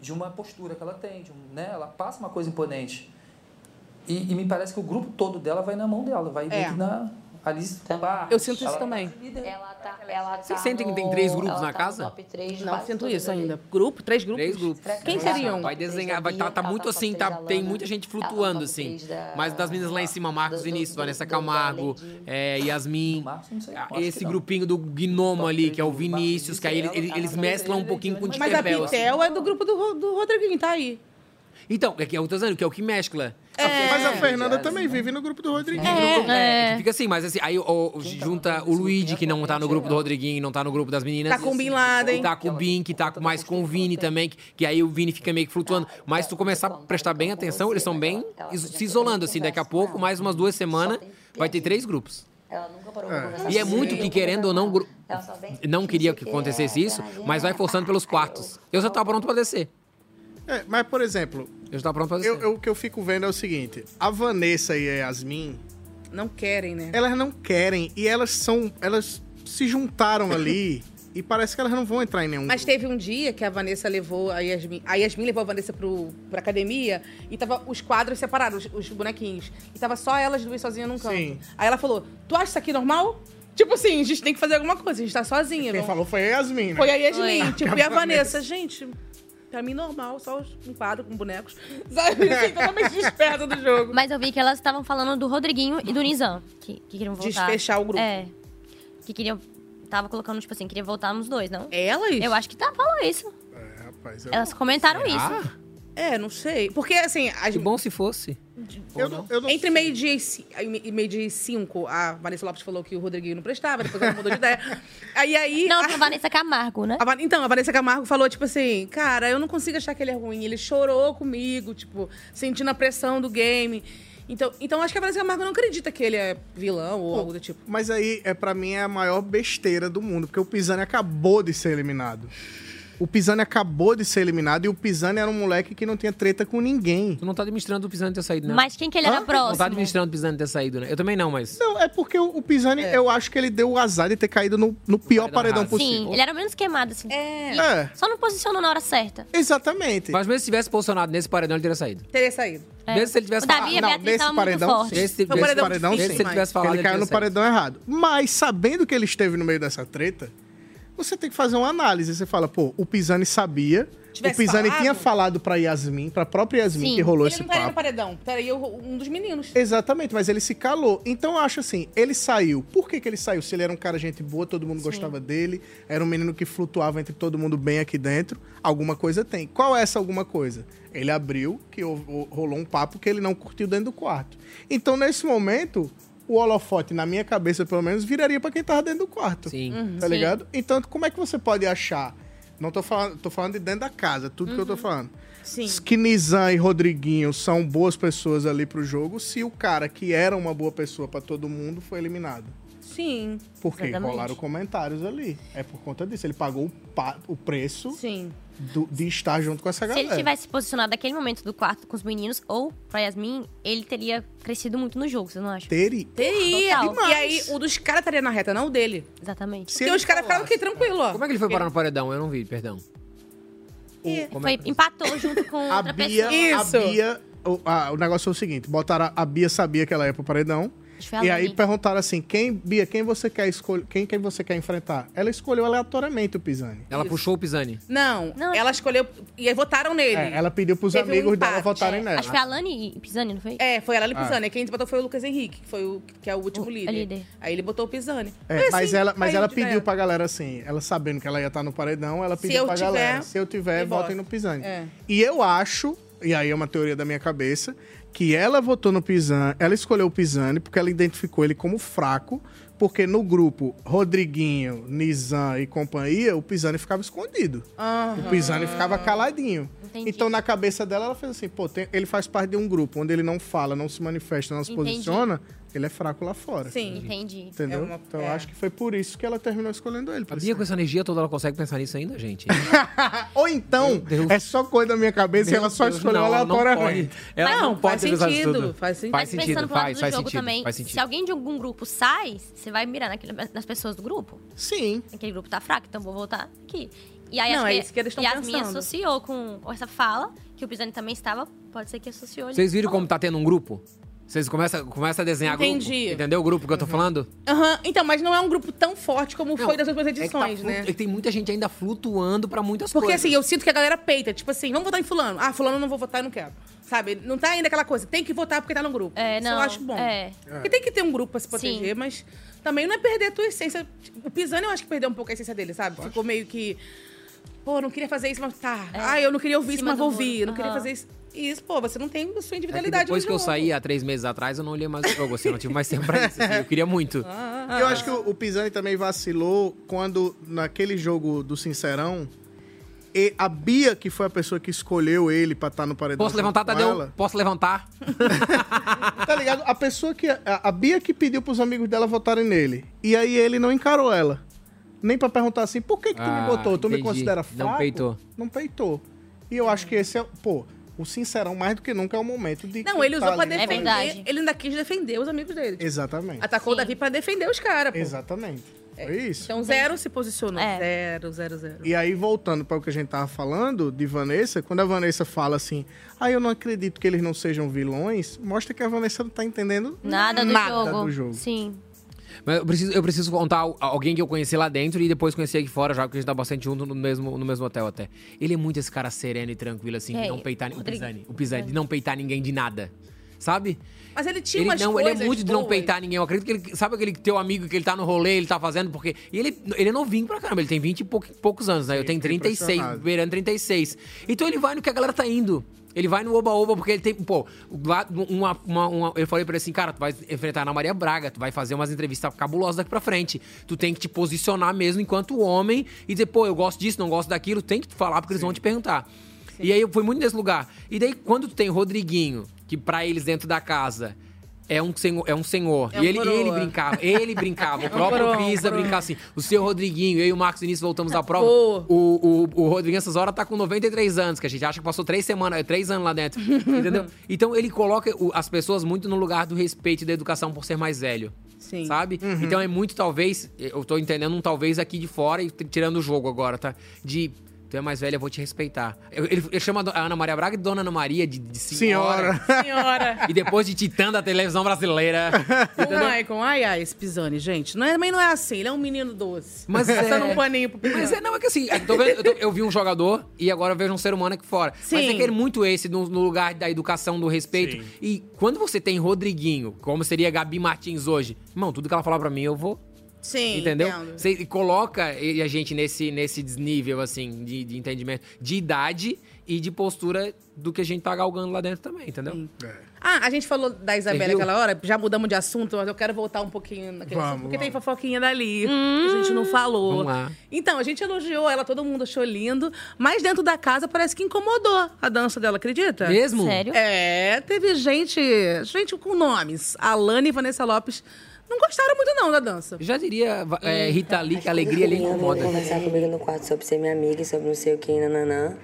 Speaker 15: de uma postura que ela tem, de um- né? Ela passa uma coisa imponente. E, e me parece que o grupo todo dela vai na mão dela,
Speaker 4: É.
Speaker 15: vai meio que
Speaker 4: tá?
Speaker 15: na ali. pá,
Speaker 2: Eu sinto isso
Speaker 15: ela-
Speaker 2: também.
Speaker 12: É.
Speaker 16: é
Speaker 12: Ela tá. Ela
Speaker 4: Vocês
Speaker 12: tá
Speaker 4: sentem que tem
Speaker 12: no-
Speaker 4: três grupos
Speaker 12: ela
Speaker 4: na
Speaker 12: tá
Speaker 4: casa?
Speaker 12: No top 3
Speaker 2: Não sinto isso ainda. Grupo? Três grupos?
Speaker 4: Três grupos.
Speaker 2: Quem um?
Speaker 4: Nossa,
Speaker 2: seriam?
Speaker 4: Vai desenhar, vai tá, tá muito assim, tá, tem muita gente flutuando, assim. Mas das meninas lá em cima, Marcos Vinícius, Vanessa Camargo, é, Yasmin, a- esse grupinho do gnomo ali, que é o Vinícius, que aí ele- ele- eles mesclam um pouquinho com o de
Speaker 2: Mas a
Speaker 4: Tebel, assim.
Speaker 2: Pitel é do grupo do, Ro- do Rodriguinho, tá aí.
Speaker 4: Então, é que é o que eu tô dizendo, que é o que mescla.
Speaker 1: Mas
Speaker 15: é.
Speaker 1: a Fernanda também vive no grupo do Rodriguinho.
Speaker 4: É, que Fica assim, mas assim, aí o- o- junta o Luigi, que não tá no grupo do Rodriguinho, não tá no grupo das meninas.
Speaker 2: Tá com o Bin Laden.
Speaker 4: E Tá com o Bin, que tá com- mais com o Vini também, que, que aí o Vini fica meio que flutuando. Mas se tu começar a prestar bem atenção, eles são bem is- se isolando, assim. Daqui a pouco, mais umas duas semanas, vai ter três grupos.
Speaker 12: Ela nunca parou
Speaker 4: É.
Speaker 12: pra conversar
Speaker 4: E é
Speaker 12: comigo.
Speaker 4: muito que, querendo ou não, gru-
Speaker 12: Ela só vem.
Speaker 4: não queria que acontecesse isso, mas vai forçando pelos quartos. Eu já tava tá pronto pra descer.
Speaker 1: É, mas, por exemplo,
Speaker 4: eu já tava pronto pra
Speaker 1: eu, eu- O que eu fico vendo é o seguinte: a Vanessa e a Yasmin,
Speaker 2: Não querem, né?
Speaker 1: elas não querem e elas são. Elas se juntaram ali E parece que elas não vão entrar em nenhum.
Speaker 2: Mas teve um dia que a Vanessa levou a Yasmin. A Yasmin levou a Vanessa pro, pra academia e tava os quadros separados, os, os bonequinhos. E tava só elas duas sozinhas num canto.
Speaker 1: Sim.
Speaker 2: Aí ela falou: Tu acha isso aqui normal? Tipo assim, a gente tem que fazer alguma coisa, a gente tá sozinha.
Speaker 1: Quem
Speaker 2: não-
Speaker 1: falou foi a Yasmin, né?
Speaker 2: Foi a Yasmin,
Speaker 1: Foi.
Speaker 2: tipo, e a Vanessa, gente. Pra mim, normal, só os- um quadro com bonecos. Sabe? Assim, totalmente desperta do jogo.
Speaker 3: Mas eu vi que elas estavam falando do Rodriguinho e do Nizam, que, que queriam voltar.
Speaker 2: Desfechar o grupo.
Speaker 3: É. Que queriam. Tava colocando, tipo assim, queria voltar nos dois, não?
Speaker 2: Elas?
Speaker 3: Eu acho que tá, falou isso.
Speaker 1: Rapaz, eu-
Speaker 3: Elas comentaram
Speaker 1: Será?
Speaker 3: isso.
Speaker 2: É, não sei. Porque, assim... As... Que
Speaker 4: bom se fosse.
Speaker 1: Eu não- eu não
Speaker 2: Entre meio-dia e, ci- e meio-dia e cinco, a Vanessa Lopes falou que o Rodriguinho não prestava, depois ela mudou de ideia. Aí, aí...
Speaker 3: Não, foi a Vanessa Camargo, né?
Speaker 2: A Va- Então, a Vanessa Camargo falou, tipo assim, cara, eu não consigo achar que ele é ruim. Ele chorou comigo, tipo, sentindo a pressão do game. Então, então acho que a Vanessa Camargo não acredita que ele é vilão ou algo do tipo.
Speaker 1: Mas aí, é para mim, é a maior besteira do mundo, porque o Pisani acabou de ser eliminado. O Pisani acabou de ser eliminado e o Pisani era um moleque que não tinha treta com ninguém.
Speaker 4: Tu não tá administrando o Pisani ter saído, né?
Speaker 3: Mas quem que ele era próximo?
Speaker 4: Não tá administrando o Pisani ter saído, né? Eu também não, mas.
Speaker 1: Não, é porque o o Pisani, eu acho que ele deu o azar de ter caído no, no pior paredão,
Speaker 4: raso.
Speaker 1: possível.
Speaker 3: Sim, ele era menos queimado, assim. É.
Speaker 1: É.
Speaker 3: Só não posicionou na hora certa.
Speaker 1: Exatamente.
Speaker 4: Mas mesmo se tivesse posicionado nesse paredão, ele teria saído.
Speaker 2: Teria saído.
Speaker 4: Mesmo se ele tivesse
Speaker 3: É. O Davi e a
Speaker 4: falado.
Speaker 3: Beatriz estavam muito fortes.
Speaker 4: Esse,
Speaker 1: Foi um paredão difícil,
Speaker 4: se ele
Speaker 1: mas-
Speaker 4: tivesse falado.
Speaker 1: Ele caiu no
Speaker 4: teria saído.
Speaker 1: paredão errado. Mas sabendo que ele esteve no meio dessa treta, você tem que fazer uma análise. Você fala, pô, o Pisani sabia.
Speaker 2: Tivesse
Speaker 1: o Pisani
Speaker 2: falado?
Speaker 1: tinha falado pra Yasmin, pra própria
Speaker 2: tipo.
Speaker 1: Yasmin, que rolou
Speaker 2: ele
Speaker 1: esse
Speaker 2: não estaria no
Speaker 1: papo.
Speaker 2: paredão. Estaria o- um dos meninos.
Speaker 1: Exatamente, mas ele se calou. Então eu acho assim, ele saiu. Por que, que ele saiu? Se ele era um cara gente boa, todo mundo gostava dele, era um menino que flutuava entre todo mundo bem aqui dentro, alguma coisa tem. Qual é essa alguma coisa? Ele abriu que houve- rolou um papo que ele não curtiu dentro do quarto. Então nesse momento, o holofote, na minha cabeça pelo menos, viraria pra quem tava dentro do quarto.
Speaker 4: Sim.
Speaker 1: Tá
Speaker 4: Sim.
Speaker 1: ligado? Então como é que você pode achar? Não tô falando, tô falando de dentro da casa, tudo que eu tô falando.
Speaker 2: Sim.
Speaker 1: Que Nizam e Rodriguinho são boas pessoas ali pro jogo, se o cara que era uma boa pessoa pra todo mundo foi eliminado.
Speaker 2: Sim.
Speaker 1: Porque
Speaker 2: Exatamente.
Speaker 1: rolaram comentários ali. É por conta disso. Ele pagou o, pa- o preço
Speaker 2: Sim.
Speaker 1: do- de estar junto com essa
Speaker 3: Se
Speaker 1: galera.
Speaker 3: ele tivesse se posicionado naquele momento do quarto com os meninos, ou pra Yasmin, ele teria crescido muito no jogo, você não acha?
Speaker 1: Teria.
Speaker 2: Teria.
Speaker 3: Total.
Speaker 2: E aí, o dos caras estaria na reta, não o dele.
Speaker 3: Exatamente.
Speaker 2: Porque os caras ficaram aqui tranquilo, ó.
Speaker 4: Como é que ele foi parar no paredão? Eu não vi, perdão. como
Speaker 1: é?
Speaker 3: Foi, empatou junto com
Speaker 1: A
Speaker 3: outra
Speaker 1: Bia,
Speaker 3: pessoa.
Speaker 1: a Bia o, a- o negócio foi o seguinte: botaram a, a Bia sabia que ela ia pro paredão.
Speaker 3: Acho que foi a
Speaker 1: E aí
Speaker 3: Lani.
Speaker 1: perguntaram assim: quem, Bia, quem você quer escolher? Quem, quem você quer enfrentar? Ela escolheu aleatoriamente o Pisani.
Speaker 4: Ela puxou o Pisani.
Speaker 2: Não, ela escolheu... E aí votaram nele.
Speaker 1: É, ela pediu pros
Speaker 2: Teve um
Speaker 1: amigos dela
Speaker 2: empate.
Speaker 1: votarem
Speaker 2: É,
Speaker 1: nela.
Speaker 3: Acho que foi a Lani e Pisani, não foi?
Speaker 2: É, foi ela e o
Speaker 1: Ah.
Speaker 2: Pisani. Aí Quem botou foi o Lucas Henrique, que, foi o, que é o último líder.
Speaker 3: líder.
Speaker 2: Aí ele botou o Pisani.
Speaker 1: É,
Speaker 2: Foi
Speaker 1: mas
Speaker 2: assim,
Speaker 1: ela, mas
Speaker 2: caiu
Speaker 1: ela
Speaker 2: de
Speaker 1: pediu
Speaker 2: galera.
Speaker 1: pra galera assim, ela sabendo que ela ia estar no paredão, ela
Speaker 2: Se
Speaker 1: pediu
Speaker 2: eu
Speaker 1: pra
Speaker 2: tiver,
Speaker 1: galera. Se eu tiver,
Speaker 2: me
Speaker 1: votem
Speaker 2: bota.
Speaker 1: no Pisani.
Speaker 2: É.
Speaker 1: E eu acho, e aí é uma teoria da minha cabeça, que ela votou no Pisani, ela escolheu o Pisani porque ela identificou ele como fraco, porque no grupo Rodriguinho, Nizam e companhia, o Pisani ficava escondido. O Pisani ficava caladinho.
Speaker 3: Entendi.
Speaker 1: Então, na cabeça dela, ela fez assim: pô, tem- ele faz parte de um grupo onde ele não fala, não se manifesta, não se
Speaker 3: Entendi.
Speaker 1: posiciona, ele é fraco lá fora.
Speaker 2: Sim.
Speaker 3: Entendi.
Speaker 2: É
Speaker 1: Entendeu? então
Speaker 3: é.
Speaker 1: eu acho que foi por isso que ela terminou escolhendo ele. por
Speaker 4: A
Speaker 1: isso.
Speaker 4: Bia com essa energia toda, ela consegue pensar nisso ainda, gente?
Speaker 1: Ou então, é só coisa da minha cabeça e
Speaker 4: Meu
Speaker 1: ela só
Speaker 4: Deus,
Speaker 1: escolheu
Speaker 4: não, ela não
Speaker 1: aleatoriamente.
Speaker 4: pode. Ela Mas- não pode
Speaker 2: Faz
Speaker 4: ter pensado
Speaker 2: sentido,
Speaker 4: tudo.
Speaker 2: faz sentido.
Speaker 4: Faz
Speaker 3: Mas
Speaker 4: sentido,
Speaker 3: pensando pro lado
Speaker 4: faz-
Speaker 3: do
Speaker 4: faz
Speaker 3: jogo
Speaker 4: sentido,
Speaker 3: também,
Speaker 4: faz sentido.
Speaker 3: se alguém de algum grupo sai, você vai mirar naquele- nas pessoas do grupo.
Speaker 1: Sim.
Speaker 3: Aquele grupo tá fraco, então vou voltar aqui. E aí
Speaker 2: Não,
Speaker 3: acho
Speaker 2: é isso que eles tão
Speaker 3: Yasmin
Speaker 2: pensando.
Speaker 3: associou com com essa fala, que o Pisani também estava, pode ser que associou. ele.
Speaker 4: Vocês viram como tá tendo um grupo? Vocês começam, começam a desenhar
Speaker 2: Entendi.
Speaker 4: grupo. Entendeu o grupo que eu tô falando?
Speaker 2: Aham, Então, mas não é um grupo tão forte como foi das outras
Speaker 4: É que tá
Speaker 2: edições,
Speaker 4: flutu-
Speaker 2: né?
Speaker 4: é que tem muita gente ainda flutuando pra muitas
Speaker 2: Porque
Speaker 4: coisas.
Speaker 2: assim, eu sinto que a galera peita. Tipo assim, vamos votar em fulano. Ah, fulano eu não vou votar, eu não quero. Sabe? Não tá ainda aquela coisa. Tem que votar porque tá no grupo.
Speaker 3: É,
Speaker 2: Isso
Speaker 3: não,
Speaker 2: eu acho bom.
Speaker 3: é.
Speaker 2: Porque tem que ter um grupo pra se proteger, mas também não é perder a tua essência. O Pisani eu acho que perdeu um pouco a essência dele, sabe? Ficou meio que... Pô, não queria fazer isso, mas tá. Ah, eu não queria ouvir
Speaker 4: É, Em
Speaker 2: isso,
Speaker 4: cima
Speaker 2: mas
Speaker 4: do
Speaker 2: vou ouvir.
Speaker 4: muro.
Speaker 2: Eu não queria
Speaker 4: Aham.
Speaker 2: fazer isso. E isso, pô, você não tem a sua
Speaker 4: É que
Speaker 2: individualidade
Speaker 4: depois
Speaker 2: no
Speaker 4: que eu
Speaker 2: jogo.
Speaker 4: saí há três meses atrás, eu não olhei mais o jogo, assim, eu não tive mais tempo pra isso. assim, eu queria muito.
Speaker 1: E eu acho que o o Pisani também vacilou quando, naquele jogo do Sincerão, e a Bia, que foi a pessoa que escolheu ele pra estar no paredão.
Speaker 4: Posso
Speaker 1: junto
Speaker 4: levantar,
Speaker 1: com
Speaker 4: Tadeu?
Speaker 1: ela,
Speaker 4: Posso levantar?
Speaker 1: Tá ligado? A pessoa que. A, a Bia que pediu pros amigos dela votarem nele. E aí ele não encarou ela. Nem pra perguntar assim, por que, que tu
Speaker 4: Ah,
Speaker 1: me botou? Tu me
Speaker 4: entendi.
Speaker 1: considera
Speaker 4: Não
Speaker 1: fraco?
Speaker 4: peitou.
Speaker 1: Não peitou. E eu acho que esse é. Pô, o sincerão mais do que nunca é o momento de.
Speaker 2: Não,
Speaker 1: quem
Speaker 2: ele usou
Speaker 1: tá
Speaker 2: pra
Speaker 4: É
Speaker 1: ali no
Speaker 2: defender.
Speaker 3: É
Speaker 1: paredão.
Speaker 2: Ele ainda quis defender os amigos dele. tipo,
Speaker 1: Exatamente.
Speaker 2: Atacou o Davi pra defender os caras, pô.
Speaker 1: Exatamente. Foi isso.
Speaker 2: Então, zero É. se posicionou. Zero, zero, zero.
Speaker 1: E aí, voltando para o que a gente tava falando de Vanessa, quando a Vanessa fala assim, ah, eu não acredito que eles não sejam vilões, mostra que a Vanessa não tá entendendo
Speaker 3: Nada do jogo.
Speaker 1: do jogo.
Speaker 3: Sim.
Speaker 4: Mas eu preciso, eu preciso contar al- alguém que eu conheci lá dentro e depois conheci aqui fora já, porque a gente tá bastante junto no mesmo, no mesmo hotel até. Ele é muito esse cara sereno e tranquilo, assim,
Speaker 2: É,
Speaker 4: de não peitar... O
Speaker 2: Rodrigo. É.
Speaker 4: Pisani. O Pisani, de não peitar ninguém de nada, sabe?
Speaker 2: Mas ele tinha
Speaker 4: ele,
Speaker 2: umas
Speaker 4: não,
Speaker 2: coisas
Speaker 4: ele é muito de não
Speaker 2: boas.
Speaker 4: peitar ninguém. Eu acredito que ele. Sabe aquele teu amigo que ele tá no rolê, ele tá fazendo, porque. E ele, ele é novinho pra caramba, ele tem 20 e pouqui- poucos anos, né? Eu tenho 36,
Speaker 1: impressionado.
Speaker 4: beirando 36. Então ele vai no que a galera tá indo. Ele vai no oba-oba, porque ele tem. Pô, lá, uma, uma, uma- eu falei pra ele assim, cara, tu vai enfrentar a Ana Maria Braga, tu vai fazer umas entrevistas cabulosas daqui pra frente. Tu tem que te posicionar mesmo enquanto homem e dizer, pô, eu gosto disso, não gosto daquilo, tem que falar, porque eles vão te perguntar. E aí eu fui muito nesse lugar. E daí, quando tu tem Rodriguinho, que pra eles dentro da casa é um senhor. É um senhor.
Speaker 2: É um
Speaker 4: e ele,
Speaker 2: coroa.
Speaker 4: ele brincava, ele brincava.
Speaker 2: É
Speaker 4: o
Speaker 2: um
Speaker 4: próprio
Speaker 2: coroa, um
Speaker 4: Crisa
Speaker 2: coroa.
Speaker 4: brincava assim. O seu Rodriguinho, eu e o Marcos Vinícius voltamos da prova.
Speaker 2: Pô.
Speaker 4: O, o, o Rodriguinho, essas horas, tá com 93 anos, que a gente acha que passou três semanas, é, três anos lá dentro. entendeu? Então ele coloca o- as pessoas muito no lugar do respeito e da educação por ser mais velho.
Speaker 2: Sim.
Speaker 4: Sabe? Então é muito, talvez, eu tô entendendo um talvez aqui de fora e t- tirando o jogo agora, tá? De. Tu é mais velha, eu vou te respeitar. Eu- Ele, ele chama a Ana Maria Braga de Dona Ana Maria, de, de senhora.
Speaker 2: Senhora.
Speaker 4: E depois de Titã da televisão brasileira.
Speaker 2: O Maicon, é ai, ai, esse Pisani, gente. Não é, também não é assim, ele é um menino doce.
Speaker 4: Mas
Speaker 2: Passando
Speaker 4: é-
Speaker 2: um paninho pro Pisani.
Speaker 4: Mas é, não, é que assim, eu, tô vendo- eu tô- eu vi um jogador e agora eu vejo um ser humano aqui fora. Mas
Speaker 2: Sim.
Speaker 4: é que ele é muito esse no, no lugar da educação, do respeito. E quando você tem Rodriguinho, como seria Gabi Martins hoje, irmão, tudo que ela falar pra mim, eu vou.
Speaker 2: Sim,
Speaker 4: Entendeu?
Speaker 2: entendo.
Speaker 4: Você coloca e- a gente nesse, nesse desnível, assim, de, de entendimento, de idade e de postura do que a gente tá galgando lá dentro também, entendeu?
Speaker 2: Ah, a gente falou da Isabela
Speaker 4: Você viu?
Speaker 2: aquela hora, já mudamos de assunto, mas eu quero voltar um pouquinho naquele
Speaker 4: Vamos,
Speaker 2: assunto, porque tem
Speaker 4: vamos.
Speaker 2: fofoquinha dali, que a gente não falou.
Speaker 4: Vamos lá.
Speaker 2: Então, a gente elogiou ela, todo mundo achou lindo, mas dentro da casa parece que incomodou a dança dela, acredita?
Speaker 4: Mesmo? Sério?
Speaker 2: É, teve gente, gente com nomes, Alane e Vanessa Lopes, não gostaram muito não da dança.
Speaker 4: Já diria é, Rita Lee, que a alegria ali incomoda.
Speaker 9: conversar comigo no quarto sobre ser minha amiga e sobre não sei o que, nananã.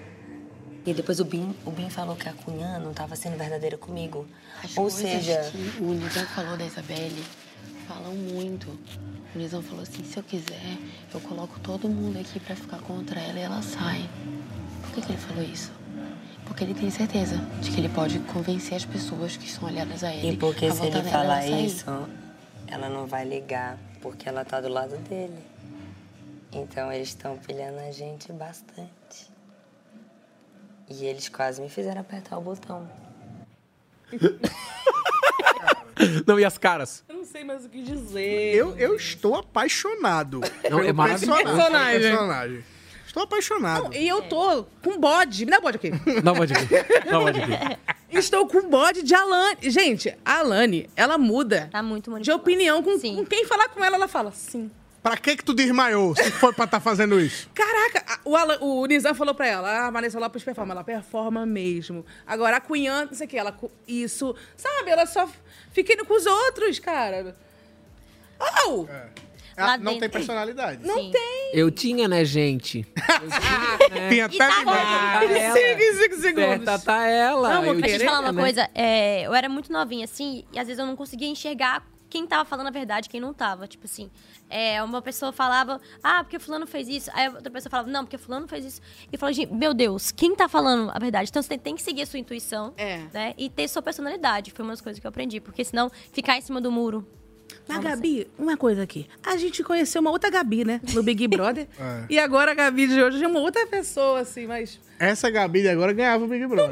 Speaker 9: E depois o Bim, o Bim falou que a Cunhã não tava sendo verdadeira comigo.
Speaker 17: As
Speaker 9: Ou
Speaker 17: coisas
Speaker 9: seja,
Speaker 17: que o Nizam falou da Isabelle falam muito. O Nizam falou assim: se eu quiser, eu coloco todo mundo aqui pra ficar contra ela e ela sai. Por que, que ele falou isso? Porque ele tem certeza de que ele pode convencer as pessoas que estão aliadas a ele.
Speaker 9: e porque
Speaker 17: a
Speaker 9: se ele
Speaker 17: votar nela e ela
Speaker 9: falar
Speaker 17: sair.
Speaker 9: isso, ela não vai ligar, porque ela tá do lado dele. Então eles estão pilhando a gente bastante. E eles quase me fizeram apertar o botão.
Speaker 4: Não, e as caras?
Speaker 2: Eu não sei mais o que dizer.
Speaker 1: Eu, eu estou apaixonado.
Speaker 4: Não, é
Speaker 1: pelo
Speaker 4: maravilhoso.
Speaker 1: personagem.
Speaker 4: Personagem.
Speaker 1: personagem. Estou apaixonado.
Speaker 2: E eu tô com bode, me dá bode aqui.
Speaker 4: Não pode vir. Não
Speaker 1: um
Speaker 4: pode vir.
Speaker 2: Estou com bode de Alane. Gente, a Alane, ela muda de opinião com, com quem falar com ela, ela fala sim.
Speaker 1: Pra que que tu desmaiou se foi pra estar fazendo isso?
Speaker 2: Caraca, a- o, Alan, o Nizam falou pra ela, ah, a Vanessa Lopes performa. Ela performa mesmo. Agora, a Cunhã, não sei o que, ela... cu- Isso, sabe? Ela só fica indo com os outros, cara. Oh!
Speaker 1: É. Ela Lá não dentro- tem personalidade.
Speaker 2: Não tem.
Speaker 4: Eu tinha, né, gente? né?
Speaker 1: Tinha
Speaker 3: tá
Speaker 1: até
Speaker 2: Cinco, cinco segundos.
Speaker 4: Tá Certa tá ela.
Speaker 3: Não, amor,
Speaker 4: eu
Speaker 3: deixa eu te
Speaker 4: tinha,
Speaker 3: falar uma
Speaker 4: né?
Speaker 3: coisa. é, eu era muito novinha, assim, e às vezes eu não conseguia enxergar quem tava falando a verdade, quem não tava. Tipo assim, é, uma pessoa falava, ah, porque fulano fez isso. Aí outra pessoa falava, não, porque fulano fez isso. E eu falava, gente, meu Deus, quem tá falando a verdade? Então você tem- tem que seguir a sua intuição,
Speaker 4: É.
Speaker 3: né? E ter sua personalidade. Foi uma das coisas que eu aprendi. Porque senão, ficar em cima do muro...
Speaker 2: Mas,
Speaker 3: não dá
Speaker 2: Gabi, uma coisa aqui. A gente conheceu uma outra Gabi, né? No Big Brother.
Speaker 1: É.
Speaker 2: E agora a Gabi de hoje é uma outra pessoa, assim, mas...
Speaker 1: Essa Gabi de agora ganhava o Big Brother.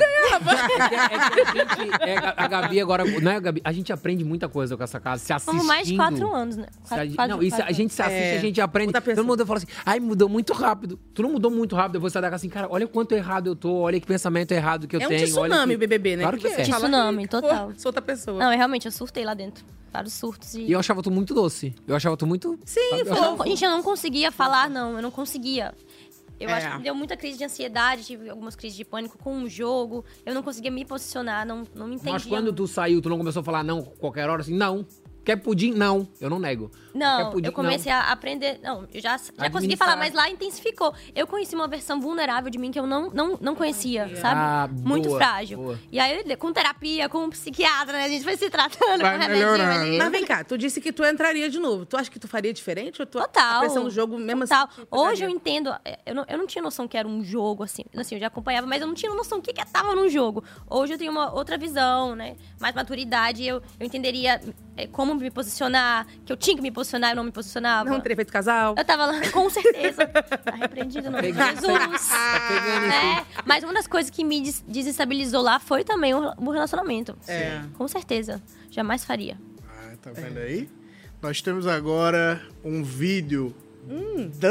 Speaker 4: É, a Gabi agora. Né, Gabi? A gente aprende muita coisa com essa casa. Se assistindo.
Speaker 3: Fomos mais de quatro anos, né?
Speaker 4: Se a
Speaker 3: Quatro-
Speaker 4: gente-
Speaker 3: quatro-
Speaker 4: não, isso, a
Speaker 3: quatro
Speaker 4: gente se
Speaker 3: anos. É.
Speaker 4: assiste, a gente aprende. Todo mundo fala assim, ai, mudou muito rápido. Tu não mudou muito rápido, eu vou sair da casa assim, cara, olha o quanto errado eu tô, olha que pensamento errado que eu
Speaker 2: é um
Speaker 4: tenho.
Speaker 2: tsunami
Speaker 4: olha
Speaker 2: o
Speaker 4: que...
Speaker 2: BBB, né?
Speaker 4: Claro que é.
Speaker 3: Tsunami, total.
Speaker 2: Sou outra pessoa.
Speaker 3: Não, é realmente, eu surtei lá dentro. Vários surtos e...
Speaker 4: E eu achava tu muito doce. Eu achava tu muito...
Speaker 3: Sim,
Speaker 4: eu
Speaker 3: eu
Speaker 4: achava-
Speaker 3: não- gente, eu não conseguia falar, não. Eu não conseguia. Eu
Speaker 4: É.
Speaker 3: acho que me deu muita crise de ansiedade, tive algumas crises de pânico com o jogo. Eu não conseguia me posicionar, não, não me entendia.
Speaker 4: Mas quando tu saiu, tu não começou a falar não qualquer hora assim? Não. Quer pudim? Não, eu não nego. Quer
Speaker 3: Não,
Speaker 4: pudim?
Speaker 3: eu comecei
Speaker 4: Não.
Speaker 3: a aprender. Não, eu já, já consegui
Speaker 4: Administrar.
Speaker 3: falar, mas lá intensificou. Eu conheci uma versão vulnerável de mim que eu não, não, não conhecia, sabe?
Speaker 4: Ah,
Speaker 3: Muito
Speaker 4: boa,
Speaker 3: frágil.
Speaker 4: boa.
Speaker 3: E aí, com terapia, com um psiquiatra, né? A gente foi se tratando com remedinho. ali.
Speaker 2: Mas vem cá, tu disse que tu entraria de novo. Tu acha que tu faria diferente? Ou tu, A pressão do jogo mesmo
Speaker 3: total.
Speaker 2: assim? te
Speaker 3: Hoje
Speaker 2: pegaria?
Speaker 3: eu entendo. é, Eu não, eu não tinha noção que era um jogo, assim. Assim, eu já acompanhava, mas eu não tinha noção do que, que tava num jogo. Hoje eu tenho uma outra visão, né? Mais maturidade, eu, eu entenderia é, como me posicionar, que eu tinha que me posicionar, eu não me posicionava.
Speaker 2: Não teria feito casal?
Speaker 3: Eu tava lá, com certeza. Arrependido, não. Jesus!
Speaker 9: Tá
Speaker 3: É, mas uma das coisas que me des- desestabilizou lá foi também o o relacionamento.
Speaker 1: É.
Speaker 3: Com certeza. Jamais faria.
Speaker 1: Ah, tá vendo aí? Nós temos agora um vídeo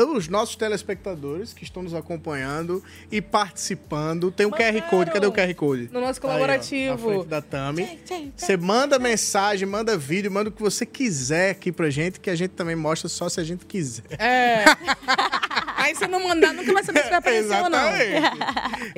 Speaker 1: dos nossos telespectadores que estão nos acompanhando e participando. Tem um QR Code. Cadê o QR Code?
Speaker 2: No nosso
Speaker 1: Tá aí, ó, na
Speaker 2: colaborativo.
Speaker 1: frente da Tami. Você manda mensagem, manda vídeo, manda o que você quiser aqui pra gente, que a gente também mostra só se a gente quiser.
Speaker 2: É. Aí você não mandar, nunca vai saber se vai aparecer ou não.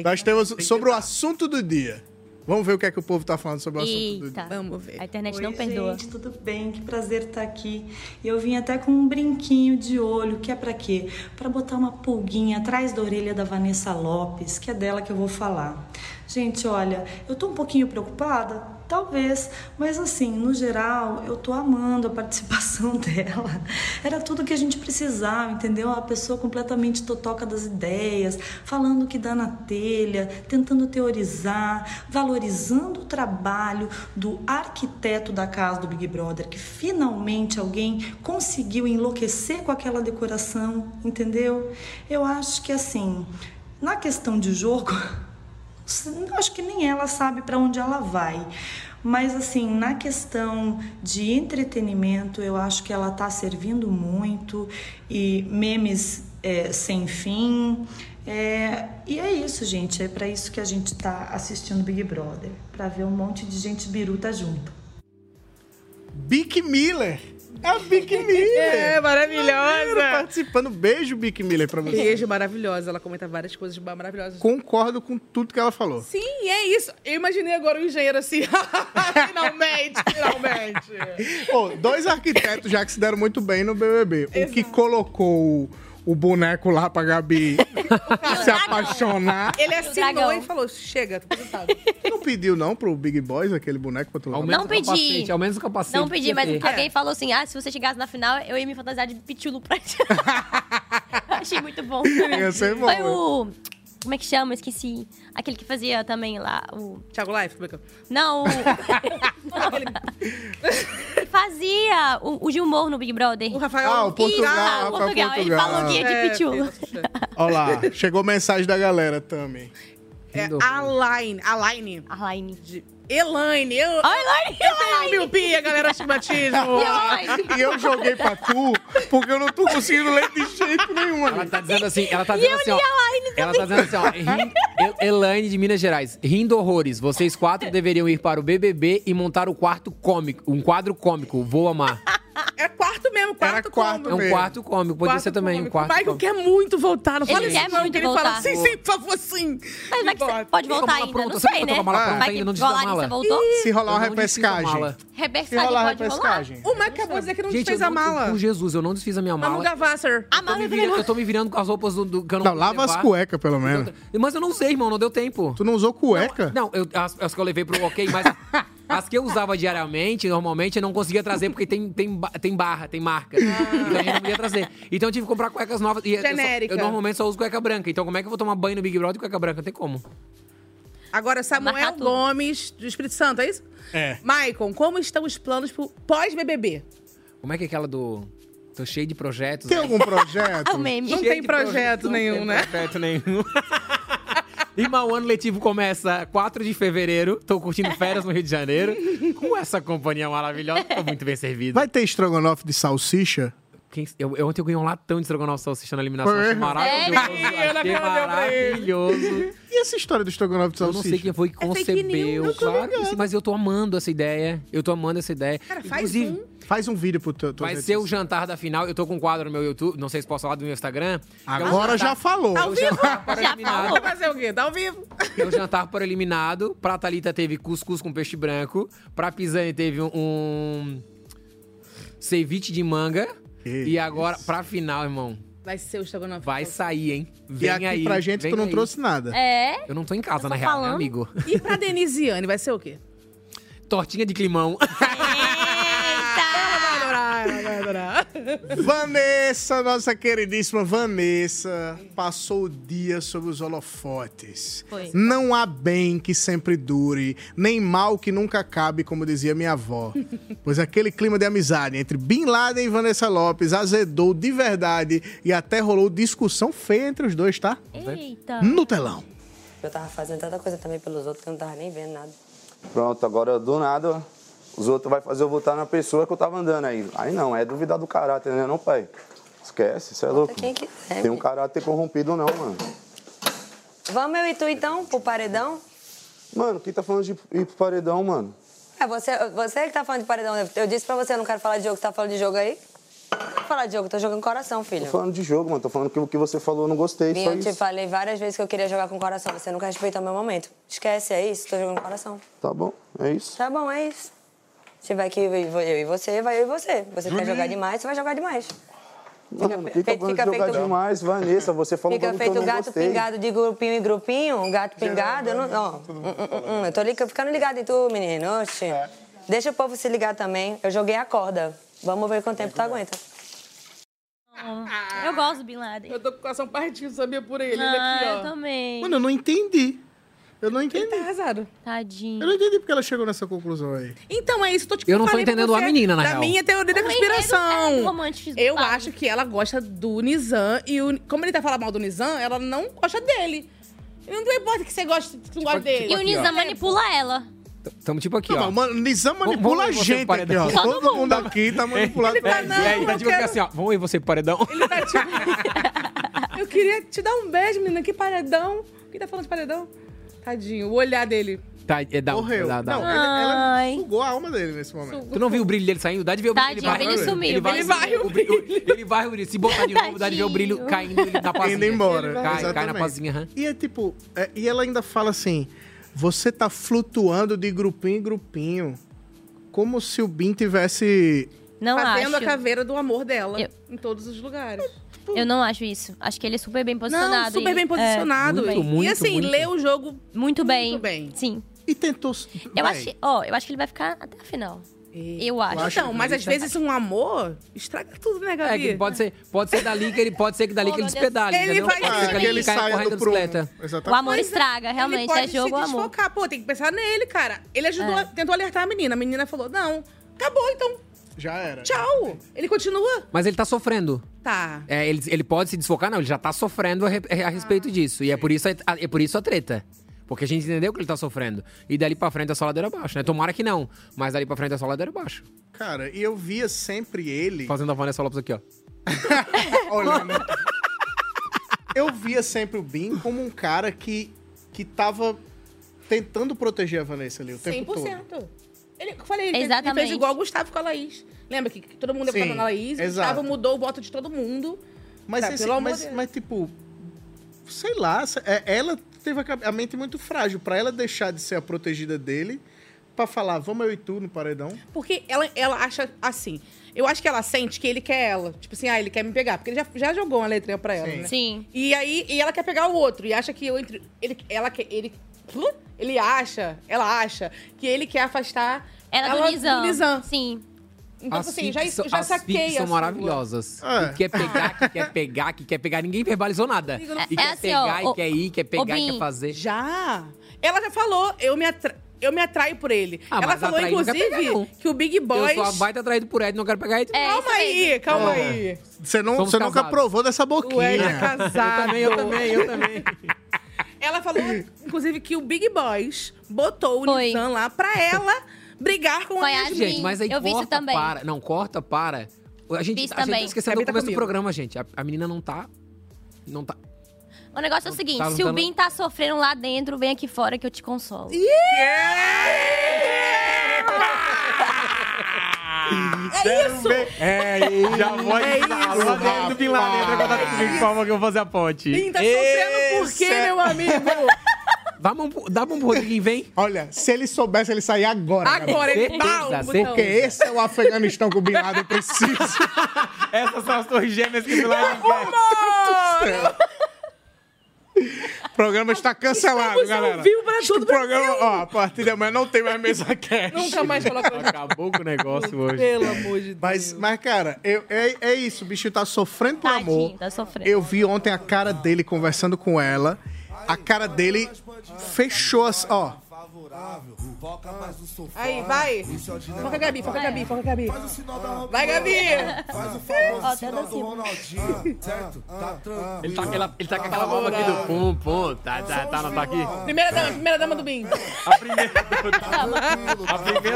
Speaker 1: Nós temos sobre o assunto do dia. Vamos ver o que é que o povo tá falando sobre o assunto do dia.
Speaker 2: Vamos ver.
Speaker 3: A internet
Speaker 18: Oi,
Speaker 3: não perdoa.
Speaker 18: Gente, tudo bem? Que prazer estar aqui. E eu vim até com um brinquinho de olho, que é pra quê? Pra botar uma pulguinha atrás da orelha da Vanessa Lopes, que é dela que eu vou falar. Gente, olha, eu tô um pouquinho preocupada, talvez, mas assim, no geral, eu tô amando a participação dela. Era tudo que a gente precisava, entendeu? A pessoa completamente totoca das ideias, falando o que dá na telha, tentando teorizar, valorizando o trabalho do arquiteto da casa do Big Brother, que finalmente alguém conseguiu enlouquecer com aquela decoração, entendeu? Eu acho que assim, na questão de jogo, eu acho que nem ela sabe para onde ela vai. Mas assim, na questão de entretenimento, eu acho que ela tá servindo muito e memes é, sem fim. É, e é isso, gente. É para isso que a gente tá assistindo Big Brother, para ver um monte de gente biruta junto.
Speaker 1: Bic Miller. É a Bic Miller.
Speaker 2: É,
Speaker 1: Maneiro,
Speaker 2: maravilhosa.
Speaker 1: Participando. Beijo, Bic Miller, pra você.
Speaker 2: Beijo, maravilhosa. Ela comenta várias coisas maravilhosas.
Speaker 1: Concordo com tudo que ela falou.
Speaker 2: Sim, é isso. Eu imaginei agora o engenheiro assim. finalmente, finalmente.
Speaker 1: Pô, dois arquitetos já que se deram muito bem no BBB. O que colocou o- o boneco lá pra Gabi se apaixonar.
Speaker 2: Ele assinou
Speaker 3: dragão.
Speaker 2: e falou: chega, tô cansado.
Speaker 1: Não pediu, não, pro Big Boys aquele boneco pra tu lá.
Speaker 3: Não pedi. Não pedi, mas
Speaker 2: É.
Speaker 3: alguém falou assim: ah, se você chegasse na final, eu ia me fantasiar de pitulo pra ti. Achei muito bom.
Speaker 1: Ia ser bom,
Speaker 3: Foi
Speaker 1: né?
Speaker 3: o. Como é que chama? Esqueci. Aquele que fazia também lá. O...
Speaker 2: Thiago Life, como é que
Speaker 3: Não, o. Que fazia o, o Gilmore no Big Brother. O
Speaker 2: Rafael.
Speaker 1: Ah, o Portugal,
Speaker 3: Isso,
Speaker 1: Rafael
Speaker 3: o Portugal. Ele
Speaker 1: Portugal.
Speaker 3: falou que ia de
Speaker 1: É,
Speaker 3: pitulo.
Speaker 1: Ó lá, chegou mensagem da galera também.
Speaker 2: É Aline. Aline.
Speaker 3: Aline. Oh,
Speaker 2: Elaine. Eu,
Speaker 3: Elaine.
Speaker 2: Eu tenho miopia, galera, astigmatismo.
Speaker 1: e eu joguei pra tu porque eu não tô conseguindo ler de jeito nenhum.
Speaker 4: Ela tá dizendo assim, ela tá dizendo assim, ó. Ela tá dizendo assim, ó. "Ri- El- Elaine de Minas Gerais, rindo horrores. Vocês quatro deveriam ir para o BBB e montar o quarto cômico, um quadro cômico. Vou amar.
Speaker 2: É quarto mesmo, quarto Era quarto
Speaker 4: É um quarto cômico, podia ser também um quarto.
Speaker 2: O Michael quer muito voltar, não
Speaker 4: Ele
Speaker 2: fala
Speaker 4: quer
Speaker 2: isso não,
Speaker 4: muito
Speaker 2: que ele fala
Speaker 4: voltar.
Speaker 2: sim, sim, assim. por favor, sim.
Speaker 3: Mas vai que você pode
Speaker 2: Tô com a
Speaker 3: voltar
Speaker 2: mala
Speaker 3: ainda.
Speaker 2: pronta,
Speaker 3: Não
Speaker 2: sabe que é
Speaker 3: sei, né?
Speaker 2: eu tô com a mala pronta
Speaker 3: Vai
Speaker 4: ainda,
Speaker 3: que
Speaker 4: não desfiz a
Speaker 3: rolar,
Speaker 4: mala.
Speaker 3: você voltou?
Speaker 1: Se rolar uma
Speaker 4: Eu não desfiz a mala.
Speaker 1: repescagem.
Speaker 3: Repescagem
Speaker 4: rolar
Speaker 3: pode rolar.
Speaker 4: repescagem.
Speaker 2: O Mike acabou de dizer que não
Speaker 4: Gente,
Speaker 2: desfez
Speaker 4: eu
Speaker 2: a mala.
Speaker 4: Por Jesus, eu não desfiz a minha mala.
Speaker 2: Mamu Gavasser.
Speaker 3: A é
Speaker 4: Eu tô me virando- eu tô me virando com as roupas do, do que eu não
Speaker 1: Não,
Speaker 4: vou
Speaker 1: lava as
Speaker 4: levar.
Speaker 1: cuecas, pelo menos.
Speaker 4: Mas eu não usei, irmão, não deu tempo.
Speaker 1: Tu não usou cueca?
Speaker 4: Não, eu- as, as que eu levei pro ok, mas as que eu usava diariamente, normalmente, eu não conseguia trazer porque tem, tem, ba- tem barra, tem
Speaker 2: Ah.
Speaker 4: marca. Então a gente não podia trazer. Então eu tive que comprar cuecas novas. E eu só-
Speaker 2: Genérica.
Speaker 4: Eu, normalmente só uso cueca branca. Então como é que eu vou tomar banho no Big Brother com cueca branca? Não tem como.
Speaker 2: Agora, Samuel Gomes, do Espírito Santo, é isso?
Speaker 4: É.
Speaker 2: Maicon, como estão os planos pro pós-BBB?
Speaker 4: Como é que é aquela do. Tô cheio de projetos.
Speaker 2: Tem
Speaker 4: né?
Speaker 2: algum projeto? É o meme. Não tem
Speaker 4: de
Speaker 2: projeto nenhum,
Speaker 4: tem
Speaker 2: né?
Speaker 4: projeto nenhum. Irmão, o ano letivo começa 4 de fevereiro. Tô curtindo férias no Rio de Janeiro. Com essa companhia maravilhosa, tô muito bem servido.
Speaker 1: Vai ter estrogonofe de salsicha?
Speaker 4: Quem- eu, eu ontem eu ganhei um latão de estrogonofe salsicha na eliminação.
Speaker 1: Foi
Speaker 4: Achei
Speaker 1: mesmo?
Speaker 4: maravilhoso.
Speaker 2: É,
Speaker 1: Sério? Ela
Speaker 4: Achei
Speaker 1: deu- deu pra ele.
Speaker 4: maravilhoso.
Speaker 1: E essa história do estrogonofe de
Speaker 4: Eu não
Speaker 1: salsicha?
Speaker 4: sei quem foi que
Speaker 2: É
Speaker 4: concebeu.
Speaker 1: É Eu tô
Speaker 4: claro que sim, mas eu tô amando essa ideia. Eu tô amando essa ideia. Inclusive,
Speaker 1: Faz um vídeo pro teu... teu
Speaker 4: vai
Speaker 1: jeito.
Speaker 4: ser o jantar da final. Eu tô com um quadro no meu YouTube. Não sei se posso falar do meu Instagram. um
Speaker 1: Agora já falou.
Speaker 4: Ao vivo?
Speaker 2: Já falou. fazer o quê? Tá ao vivo.
Speaker 4: Meu jantar por eliminado. Pra Thalita teve cuscuz com peixe branco. Pra Pisani teve um. um- ceviche de manga. e agora, pra final, irmão.
Speaker 2: Vai ser o estrogonofe.
Speaker 4: Vai sair, hein?
Speaker 1: E
Speaker 4: Vem
Speaker 1: aqui
Speaker 4: aí.
Speaker 1: pra gente,
Speaker 4: vem
Speaker 1: tu não
Speaker 4: aí.
Speaker 1: trouxe nada.
Speaker 2: É.
Speaker 4: Eu não tô em casa,
Speaker 2: Eu tô
Speaker 4: na real, né,
Speaker 2: falando.
Speaker 4: amigo?
Speaker 2: E pra Denisiane, vai ser o quê?
Speaker 4: Tortinha de climão.
Speaker 2: Ela vai adorar, ela vai adorar.
Speaker 1: Vanessa, nossa queridíssima Vanessa, passou o dia sob os holofotes.
Speaker 6: Foi.
Speaker 1: Não há bem que sempre dure, nem mal que nunca acabe, como dizia minha avó. pois aquele clima de amizade entre Bin Laden e Vanessa Lopes azedou de verdade e até rolou discussão feia entre os dois, tá?
Speaker 9: Eita.
Speaker 1: No telão.
Speaker 9: Eu tava fazendo tanta coisa também pelos outros que eu não tava nem vendo nada.
Speaker 19: Pronto, agora do nada os outros vão fazer eu votar na pessoa que eu tava andando aí. Aí não, é duvidar do caráter, né, não, pai? Esquece, isso é louco.
Speaker 9: quem quiser,
Speaker 19: Tem um caráter corrompido, não, mano.
Speaker 9: Vamos eu e tu então, pro paredão?
Speaker 19: Mano, quem tá falando de ir pro paredão, mano?
Speaker 9: É você, você que tá falando de paredão. Eu disse pra você, eu não quero falar de jogo. Você tá falando de jogo aí? Não falar de jogo, tô jogando coração,
Speaker 19: Tô
Speaker 9: filho.
Speaker 19: falando de jogo, mano. Tô falando que o que você falou eu não gostei,
Speaker 9: Minha,
Speaker 19: só
Speaker 9: eu te
Speaker 19: isso.
Speaker 9: falei várias vezes que eu queria jogar com coração. Você nunca respeitou meu momento. Esquece, é isso? Tô jogando com coração.
Speaker 19: Tá bom, é isso.
Speaker 9: Tá bom, é isso. Se vai que eu e vo- eu e você, vai eu e você. Você quer jogar demais, você vai jogar demais.
Speaker 19: Mano, quem tá falando
Speaker 9: feito-
Speaker 19: de
Speaker 9: fica
Speaker 19: jogar
Speaker 9: feito-
Speaker 19: demais, Vanessa? Você falou
Speaker 9: Fica
Speaker 19: um bagulho que
Speaker 9: feito
Speaker 19: eu não
Speaker 9: gato
Speaker 19: gostei.
Speaker 9: pingado de grupinho em grupinho, um gato pingado. eu não, ó, hum, hum, hum, eu tô li- ficando ligado em tu, menino. Oxi. Deixa o povo se ligar também. Eu joguei a corda. Vamos ver quanto tempo tu aguenta.
Speaker 3: Eu gosto do Bin Laden.
Speaker 2: Eu tô com o coração partido, sabia, por ele. ele
Speaker 3: Ah,
Speaker 2: aqui, ó.
Speaker 3: eu também.
Speaker 1: Mano, eu não entendi. Eu não entendi. Ele tá
Speaker 2: arrasado.
Speaker 3: Tadinho.
Speaker 1: Eu não entendi porque ela chegou nessa conclusão aí.
Speaker 2: Então é isso, tô te
Speaker 1: Eu não tô
Speaker 2: falei pra
Speaker 1: entendendo
Speaker 2: você
Speaker 1: a menina, na
Speaker 2: da
Speaker 1: real.
Speaker 2: minha teoria da
Speaker 3: O
Speaker 2: conspiração.
Speaker 3: enredo é do romantismo,
Speaker 2: eu
Speaker 3: papo.
Speaker 2: acho que ela gosta do Nizam e o- como ele tá falando mal do Nizam, ela não gosta dele. E Não importa que você goste, que você não gosta
Speaker 4: Tipo, tipo
Speaker 2: dele.
Speaker 4: E o aqui, ó. Nizam
Speaker 3: manipula ela.
Speaker 4: Tamo tipo aqui, ó.
Speaker 1: Não, Tá mano, Nizam
Speaker 4: Vamos-
Speaker 1: manipula
Speaker 4: vamos
Speaker 1: a
Speaker 4: ver você
Speaker 1: gente
Speaker 4: pro
Speaker 1: aqui, ó.
Speaker 4: paredão.
Speaker 1: Todo mundo aqui tá manipulado.
Speaker 4: Ele tá,
Speaker 1: É,
Speaker 4: não, e aí,
Speaker 1: eu
Speaker 4: tá tipo
Speaker 1: quero-
Speaker 4: assim, ó. Vamos aí, você pro paredão.
Speaker 2: Eu queria te dar um beijo, menina. Que paredão. Quem tá falando de paredão? Tadinho, o olhar dele.
Speaker 4: Tá, é, dá, um-
Speaker 1: Morreu.
Speaker 4: dá- dá um.
Speaker 1: Não, ele- ela sugou a alma dele nesse momento.
Speaker 4: Tu não viu o brilho dele saindo? Dá de ver o brilho.
Speaker 1: Tadinho, o brilho sumiu,
Speaker 4: Ele vai,
Speaker 1: ele vai,
Speaker 4: o brilho. Ele vai o brilho. Se botar de novo, dá de ver o brilho caindo ele tá na pazinha.
Speaker 1: Indo embora.
Speaker 4: Cai, cai na
Speaker 1: exatamente.
Speaker 4: pazinha. aham.
Speaker 1: E é tipo, é, e ela ainda fala assim: você tá flutuando de grupinho em grupinho. Como se o Bin tivesse.
Speaker 3: Não
Speaker 2: Fazendo
Speaker 3: acho.
Speaker 2: a caveira do amor dela em todos os lugares.
Speaker 3: Eu não acho isso. Acho que ele é super bem posicionado.
Speaker 2: Não, super
Speaker 3: e-
Speaker 2: bem posicionado.
Speaker 3: É,
Speaker 2: e assim, lê o jogo
Speaker 3: muito bem.
Speaker 2: Muito bem.
Speaker 3: Sim.
Speaker 1: E tentou.
Speaker 3: Eu
Speaker 2: Vai.
Speaker 3: acho, que- ó, eu acho que ele vai ficar até a final. Eu acho.
Speaker 2: Então, mas às vezes um amor estraga tudo, né,
Speaker 4: É,
Speaker 2: Gabi?
Speaker 4: que pode ser, pode ser dali que ele pode ser que dali
Speaker 2: Oh,
Speaker 4: que ele
Speaker 2: meu Deus.
Speaker 4: despedale,
Speaker 2: Ele
Speaker 4: entendeu?
Speaker 2: vai-
Speaker 4: Pode
Speaker 1: Ah,
Speaker 4: ser
Speaker 2: É,
Speaker 4: que
Speaker 2: que
Speaker 4: ele
Speaker 2: ele
Speaker 4: cai
Speaker 2: saia do
Speaker 4: correndo da
Speaker 2: prumo.
Speaker 4: bicicleta.
Speaker 3: O amor
Speaker 2: Pois é.
Speaker 3: estraga,
Speaker 2: ele
Speaker 3: realmente.
Speaker 2: pode
Speaker 3: É jogo
Speaker 2: se
Speaker 3: ou amor.
Speaker 2: desfocar. Pô, tem que pensar nele, cara. Ele ajudou,
Speaker 3: É.
Speaker 2: a- tentou alertar a menina. A menina falou, não, acabou então.
Speaker 1: Já era.
Speaker 2: Tchau. Ele continua.
Speaker 4: Mas ele tá sofrendo.
Speaker 2: Tá.
Speaker 4: É, ele, ele pode se desfocar, não, ele já tá sofrendo a, re- a
Speaker 2: Ah,
Speaker 4: respeito disso. E é por, isso a, a- é por isso a treta. Porque a gente entendeu que ele tá sofrendo. E dali pra frente é só ladeira abaixo, né? Tomara que não, mas dali pra frente é só ladeira abaixo.
Speaker 1: Cara, e eu via sempre ele.
Speaker 4: Fazendo a Vanessa Lopes aqui, ó.
Speaker 1: olhando. Eu via sempre o Bin como um cara que, que tava tentando proteger a Vanessa ali o tempo todo.
Speaker 2: 100%. Ele, eu falei, ele, fez- ele
Speaker 3: Exatamente.
Speaker 2: fez igual o Gustavo com a Laís. Lembra que que todo mundo ia
Speaker 1: Sim,
Speaker 2: votando na Laís? O
Speaker 1: exato.
Speaker 2: Gustavo mudou o voto de todo mundo.
Speaker 1: Mas,
Speaker 2: Tá,
Speaker 1: esse-
Speaker 2: pelo amor
Speaker 1: mas,
Speaker 2: de Deus.
Speaker 1: mas, tipo, sei lá, se- é- ela teve a, cabe- a mente muito frágil pra ela deixar de ser a protegida dele pra falar, vamos eu e tu no paredão.
Speaker 2: Porque ela, ela acha assim. Eu acho que ela sente que ele quer ela. Tipo assim, ah, ele quer me pegar. Porque ele já, já jogou uma letrinha pra ela,
Speaker 3: Sim.
Speaker 2: né?
Speaker 3: Sim.
Speaker 2: E aí e ela quer pegar o outro. E acha que eu entre. Ele, ela quer. Ele, Hã? ele acha, ela acha que ele quer afastar
Speaker 3: Ela do Nizam. Sim.
Speaker 2: Então, tipo assim, já,
Speaker 4: fics são-
Speaker 2: já
Speaker 4: as
Speaker 2: saquei.
Speaker 4: fics são
Speaker 2: a sua.
Speaker 4: maravilhosas. Que quer pegar, que quer pegar, que quer pegar. Ninguém verbalizou nada.
Speaker 2: Amigo, não-
Speaker 4: E
Speaker 2: É
Speaker 4: quer
Speaker 2: assim,
Speaker 4: pegar,
Speaker 2: ó,
Speaker 4: e quer ir, quer pegar, e
Speaker 2: Bim,
Speaker 4: quer fazer.
Speaker 2: Já! Ela já falou, eu me, atra... eu me atraio por ele.
Speaker 4: Ah,
Speaker 2: ela
Speaker 4: mas
Speaker 2: falou,
Speaker 4: atrair não quer
Speaker 2: inclusive,
Speaker 4: pegar, não.
Speaker 2: que o Big Boy.
Speaker 4: Eu sou a baita atraído por Ed, não quero pegar Ed.
Speaker 3: É,
Speaker 4: É.
Speaker 2: calma aí, calma aí.
Speaker 1: Você, não,
Speaker 4: Somos
Speaker 1: você nunca
Speaker 4: casados.
Speaker 1: provou dessa
Speaker 2: O Ed é
Speaker 1: boquinha.
Speaker 2: casado.
Speaker 4: Eu também, eu também, eu também.
Speaker 2: Ela falou, inclusive, que o Big Boys botou o Nissan lá pra ela brigar com a Yasmin.
Speaker 4: Gente, mas aí corta, para. Não, corta, para. A gente,
Speaker 3: Fiz
Speaker 4: a gente tá
Speaker 3: também.
Speaker 4: esquecendo
Speaker 3: Gabi
Speaker 4: do
Speaker 3: tá
Speaker 4: começo do
Speaker 3: comigo.
Speaker 4: programa, gente. A, a menina não tá... Não tá...
Speaker 3: O negócio é o seguinte:
Speaker 4: Tá
Speaker 3: se o
Speaker 4: lutando-
Speaker 3: Bin tá sofrendo lá dentro, vem aqui fora que eu te consolo.
Speaker 2: É isso!
Speaker 4: É, já vou
Speaker 2: É avisar. isso, Lá dentro do Bin
Speaker 4: né?
Speaker 2: Laden, rapaz. entra em contato
Speaker 4: tá comigo, calma que eu vou fazer a ponte.
Speaker 1: é-
Speaker 2: Ih, tá sofrendo por quê, meu amigo?
Speaker 4: Dá a mão, pro- dá a mão pro Rodriguinho, vem.
Speaker 1: Olha, se ele soubesse, ele saía agora.
Speaker 4: Agora,
Speaker 1: né?
Speaker 4: ele dá um Certeza, botão.
Speaker 1: Porque esse é o Afeganistão que o Bin Laden precisa.
Speaker 4: Essas são as torres gêmeas que o Bin Laden
Speaker 1: O programa está cancelado,
Speaker 6: Estamos ao
Speaker 1: galera.
Speaker 6: vivo para
Speaker 1: Acho que
Speaker 6: todo o
Speaker 1: o programa,
Speaker 6: Brasil.
Speaker 1: ó, a partir de amanhã não tem mais mesa cash.
Speaker 2: Nunca mais coloca-
Speaker 4: Acabou com o negócio hoje.
Speaker 2: Pelo amor de Deus.
Speaker 1: Mas, mas cara, eu- é, é isso. O bicho tá sofrendo por amor.
Speaker 3: tá sofrendo.
Speaker 1: Eu vi ontem a cara dele conversando com ela. A cara dele fechou as. Ó.
Speaker 2: Aí, vai. Foca a Gabi, foca a Gabi, foca a Gabi. Vai, Gabi.
Speaker 20: Faz o
Speaker 2: Ó,
Speaker 1: tá
Speaker 20: famoso
Speaker 2: até
Speaker 20: sinal do
Speaker 2: dancinha.
Speaker 20: Ronaldinho, certo? Tá tranquilo.
Speaker 4: Ele tá, ele, ele tá com aquela bomba aqui do pum, pum. Tá, tá, tá, não tá aqui?
Speaker 2: Primeira dama, primeira dama do
Speaker 20: Tá
Speaker 2: Bim.
Speaker 4: A primeira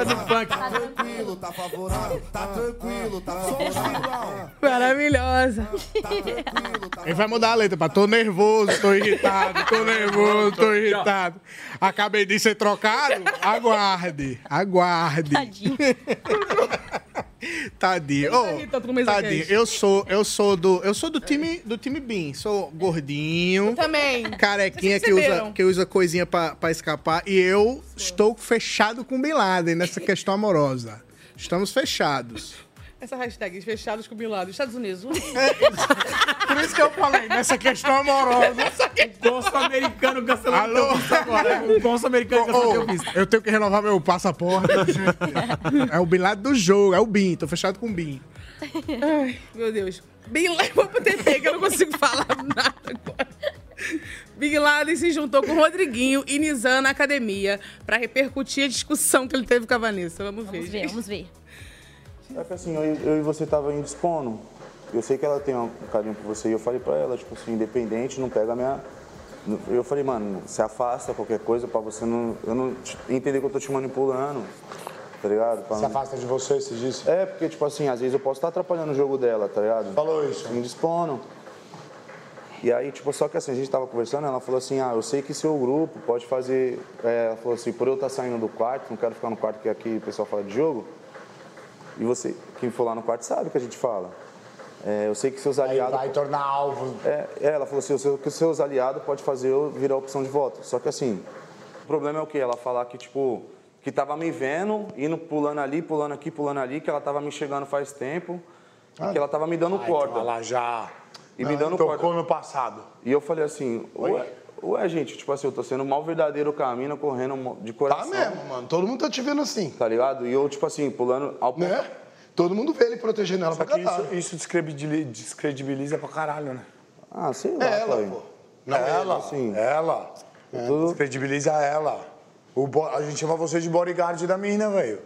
Speaker 4: do funk.
Speaker 20: Tá tranquilo, tá favorável. Tá tranquilo, tá
Speaker 2: um
Speaker 20: favorável.
Speaker 2: Maravilhosa.
Speaker 1: Ele vai mudar a letra pra tô nervoso, tô irritado, tô nervoso, tô irritado. Acabei de ser trocado? Aguarde, aguarde. Tadinho. Tadinho.
Speaker 2: Ele tá rindo tanto no
Speaker 1: Ô,
Speaker 2: Mesa
Speaker 1: tadinho.
Speaker 2: Cast.
Speaker 1: Eu sou, eu sou do, eu sou do time, do time BIM. Sou gordinho.
Speaker 2: também.
Speaker 1: Carequinha
Speaker 2: Vocês
Speaker 1: que usa,
Speaker 2: perceberam?
Speaker 1: que usa coisinha pra, pra escapar. E eu estou fechado com Bin Laden nessa questão amorosa. Estamos fechados.
Speaker 2: Essa hashtag, fechados com o Bin Laden. Estados Unidos. um.
Speaker 1: Por isso que eu falei, nessa questão amorosa.
Speaker 4: O consul americano cancelou
Speaker 1: Alô?
Speaker 4: teu visto agora. O consul americano cancelou teu visto.
Speaker 1: Eu tenho que renovar meu passaporte. é o Bin Laden do jogo, é o Bin. Tô fechado com o Bin.
Speaker 2: Ai, meu Deus. Bin Laden, vou pro TT, que eu não consigo falar nada agora. Bin Laden se juntou com Rodriguinho e Nizam na academia pra repercutir a discussão que ele teve com a Vanessa. Vamos ver,
Speaker 3: Vamos ver,
Speaker 2: gente.
Speaker 3: vamos ver.
Speaker 19: É que assim, eu, eu e você tava indispondo. Eu sei que ela tem um carinho por você. E eu falei pra ela, tipo assim, independente, não pega a minha. Eu falei, mano, se afasta qualquer coisa pra você não. Eu não te- entender que eu tô te manipulando. Tá ligado? Pra
Speaker 21: Se
Speaker 19: não-
Speaker 21: afasta de você, se diz.
Speaker 19: É, porque, tipo assim, às vezes eu posso estar atrapalhando o jogo dela, tá ligado? Falou isso. Me dispono. E aí, tipo, só que assim, a gente tava conversando, ela falou assim, ah, eu sei que seu grupo pode fazer... é, ela falou assim, por eu estar saindo do quarto, não quero ficar no quarto, que aqui o pessoal fala de jogo. E você, quem for lá no quarto sabe o que a gente fala. É, eu sei que seus aliados... vai tornar alvo. É, é, ela falou assim, eu sei que seus aliados pode fazer eu virar opção de voto. Só que assim, o problema é o quê? Ela falar que, tipo, que tava me vendo, indo pulando ali, pulando aqui, pulando ali, que ela tava me chegando faz tempo, e que ela tava me dando corda.
Speaker 21: então
Speaker 19: ela já. E me dando Ah. tocou no passado. E eu falei assim, ué, ué, gente, tipo assim, eu tô sendo mal verdadeiro caminho, correndo mo- de coração. Tá mesmo, mano. Todo mundo tá te vendo assim. Tá ligado? E eu, tipo assim, pulando ao Né? Todo mundo vê ele protegendo ela
Speaker 21: Só que isso, isso descredibili- descredibiliza pra caralho, né?
Speaker 19: Ah, sei lá.
Speaker 21: Ela,
Speaker 19: pai.
Speaker 21: pô. Não, ela.
Speaker 19: assim.
Speaker 21: Ela. Descredibiliza ela. O bo- A gente chama você de bodyguard da mina, velho.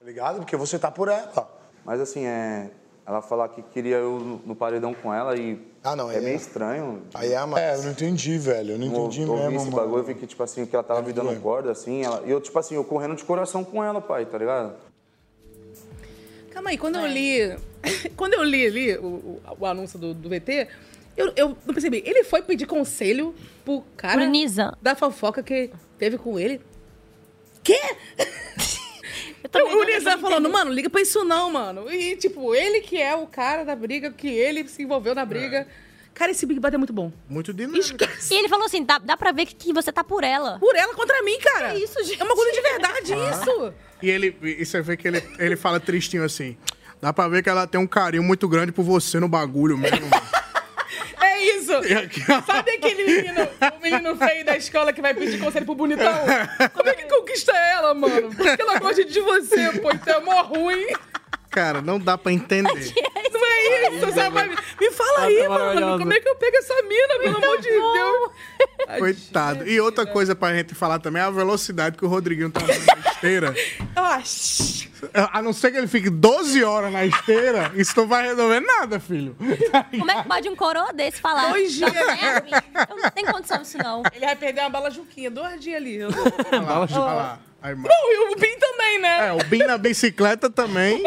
Speaker 21: Tá ligado? Porque você tá por ela.
Speaker 19: Mas assim, é. Ela falar que queria eu no- no paredão com ela e. Ah, não, é. meio estranho. Aí é
Speaker 21: É, eu não entendi, velho. Eu não entendi
Speaker 19: eu,
Speaker 21: mesmo,
Speaker 19: vi esse
Speaker 21: mano. É
Speaker 19: bagulho, eu vi que, tipo assim, que ela tava me dando corda, assim, ela- e eu, tipo assim, eu correndo de coração com ela, pai, tá ligado?
Speaker 2: Calma aí,
Speaker 3: É.
Speaker 2: quando eu li. Quando eu li ali o, o- o anúncio do, do VT, eu, eu não percebi. Ele foi pedir conselho pro cara
Speaker 3: Pro Nizam.
Speaker 2: da fofoca que teve com ele. Quê? o Nizam falando, mano, liga pra isso não, mano. E, tipo, ele que é o cara da briga, que ele se envolveu na briga. Cara, esse Big Brother é muito bom.
Speaker 1: Muito
Speaker 2: dinâmico.
Speaker 3: E ele falou assim: dá, dá pra ver que, que você tá por ela.
Speaker 2: Por ela contra mim, cara.
Speaker 3: É isso, gente.
Speaker 2: É uma coisa de verdade isso.
Speaker 1: Ah. E ele, e você vê que ele, ele fala tristinho assim. Dá pra ver que ela tem um carinho muito grande por você no bagulho mesmo.
Speaker 2: É isso. Sabe aquele menino, o menino feio da escola que vai pedir conselho pro bonitão? Como é que conquista ela, mano? Porque ela gosta de você, pô. Então é mó ruim.
Speaker 1: Cara, não dá pra entender.
Speaker 2: Não é isso, sabe? Me fala aí, mano. Como é que eu pego essa mina, pelo amor de Deus?
Speaker 1: Coitado. E outra coisa pra gente falar também é a velocidade que o Rodriguinho tá andando na esteira.
Speaker 2: Ah,
Speaker 1: A não ser que ele fique 12 horas na esteira, isso não vai resolver nada, filho.
Speaker 3: Como é que pode um coroa desse falar?
Speaker 2: Dois
Speaker 3: "Tá
Speaker 2: dias.
Speaker 3: vendo? Eu não tenho condição disso, não.
Speaker 2: Ele vai perder uma bala juquinha, dois dias ali.
Speaker 1: Bala Juquinha. Olha lá. Aí, mano.
Speaker 2: Não, e o Bim também, né?
Speaker 1: É, o Bin na bicicleta também.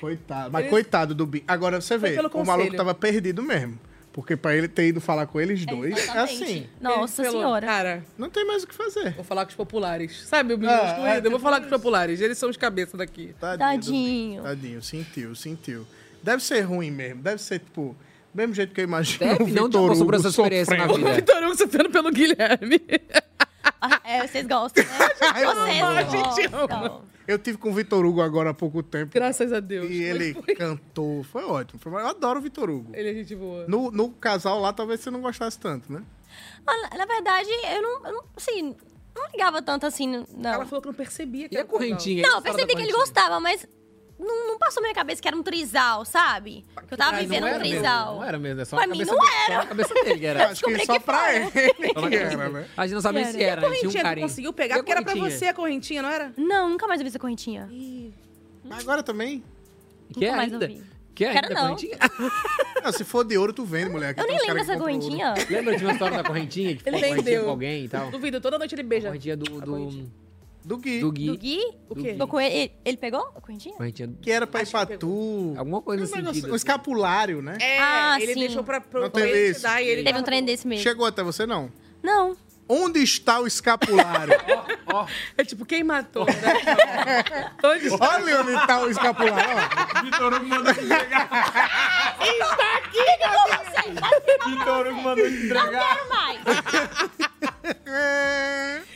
Speaker 1: Coitado. Mas
Speaker 2: Ele-
Speaker 1: coitado do Bin. Agora você
Speaker 2: Foi
Speaker 1: vê,
Speaker 2: pelo
Speaker 1: o
Speaker 2: conselho.
Speaker 1: maluco tava perdido mesmo. Porque pra ele ter ido falar com eles dois, é assim.
Speaker 3: Nossa
Speaker 2: Ele falou,
Speaker 3: senhora.
Speaker 2: Cara,
Speaker 1: não tem mais o que fazer.
Speaker 2: Vou falar com os populares. Sabe, o menino
Speaker 1: É,
Speaker 2: excluído?
Speaker 1: é,
Speaker 2: eu vou falar com os populares. Eles são os cabeças daqui.
Speaker 1: Tadinho. Tadinho, sentiu, sentiu. Deve ser ruim mesmo. Deve ser, tipo, mesmo jeito que eu imagino.
Speaker 4: Deve, não
Speaker 1: Vitor
Speaker 4: passou por
Speaker 1: Hugo
Speaker 4: essa experiência na
Speaker 1: sofrendo.
Speaker 4: vida.
Speaker 2: Vitor Hugo sofrendo pelo Guilherme.
Speaker 3: É, vocês gostam, né?
Speaker 1: Eu
Speaker 3: Vocês
Speaker 1: amo, a gente
Speaker 3: gostam.
Speaker 1: Eu tive com o Vitor Hugo agora há pouco tempo.
Speaker 2: Graças a Deus.
Speaker 1: E ele cantou. Foi ótimo. Foi... Eu adoro o Vitor Hugo.
Speaker 2: Ele é gente boa.
Speaker 1: No, no casal lá, talvez você não gostasse tanto, né?
Speaker 3: Ah, Na verdade, eu não, eu não, assim, não ligava tanto assim, não. Ela
Speaker 2: falou que não percebia
Speaker 3: que E a
Speaker 4: correntinha?
Speaker 3: Não,
Speaker 4: E a
Speaker 3: eu
Speaker 4: história
Speaker 3: percebi
Speaker 4: da
Speaker 3: que ele
Speaker 4: correntinha?
Speaker 3: gostava, mas não, não passou na minha cabeça que era um trisal, sabe? Que eu tava
Speaker 4: Mas
Speaker 3: vivendo
Speaker 4: Ah, não
Speaker 3: um
Speaker 4: era mesmo,
Speaker 3: trisal.
Speaker 4: Não era mesmo, é só
Speaker 3: Pra
Speaker 4: a
Speaker 3: mim,
Speaker 4: cabeça
Speaker 3: não
Speaker 4: dele,
Speaker 3: era.
Speaker 4: Só a cabeça dele que era.
Speaker 3: Eu Acho que descobri só que pra foi.
Speaker 1: ele
Speaker 4: que era, né? A gente não sabia se era,
Speaker 2: E
Speaker 4: a
Speaker 2: a correntinha,
Speaker 4: gente tinha um
Speaker 2: tu
Speaker 4: carinho.
Speaker 2: conseguiu pegar?
Speaker 4: E a
Speaker 2: Porque era pra
Speaker 4: correntinha?
Speaker 2: você a correntinha, não era?
Speaker 3: Não, nunca mais ouvi essa correntinha.
Speaker 1: Mas agora também?
Speaker 3: Nunca
Speaker 4: é
Speaker 1: Quer
Speaker 3: mais
Speaker 1: ainda?
Speaker 3: ouvi.
Speaker 1: Quer
Speaker 3: Quero
Speaker 1: ainda
Speaker 3: não.
Speaker 1: correntinha? Não, se for de ouro, tu vende, Então mulher.
Speaker 3: Eu nem lembro dessa correntinha.
Speaker 4: Lembra de uma história da correntinha? Que
Speaker 2: Ele
Speaker 4: ficou correntinha
Speaker 2: vendeu.
Speaker 4: com alguém e tal?
Speaker 2: Duvido, toda noite ele beija.
Speaker 4: Correntinha do... Do,
Speaker 1: do Gui.
Speaker 4: Do Gui.
Speaker 3: Do Gui?
Speaker 4: O quê?
Speaker 3: Tô com ele, ele- ele pegou a correntinha?
Speaker 4: Correntinha do...
Speaker 1: Que era pra Ipatu.
Speaker 4: Alguma coisa
Speaker 1: assim.
Speaker 4: sentido,
Speaker 1: Um escapulário, né?
Speaker 2: É,
Speaker 3: Ah,
Speaker 2: ele
Speaker 3: sim.
Speaker 2: deixou pra, pra,
Speaker 1: Não
Speaker 2: pra
Speaker 1: teve
Speaker 2: ele
Speaker 1: isso?
Speaker 2: te dar e ele...
Speaker 3: Teve um trem desse mesmo.
Speaker 1: Chegou até você, não?
Speaker 3: Não.
Speaker 1: Onde está o escapulário?
Speaker 2: É tipo, quem matou, né?
Speaker 1: Olha onde está o escapulário.
Speaker 7: Vitor Hugo mandou te entregar.
Speaker 3: Está aqui,
Speaker 7: Vitor Hugo mandou te entregar.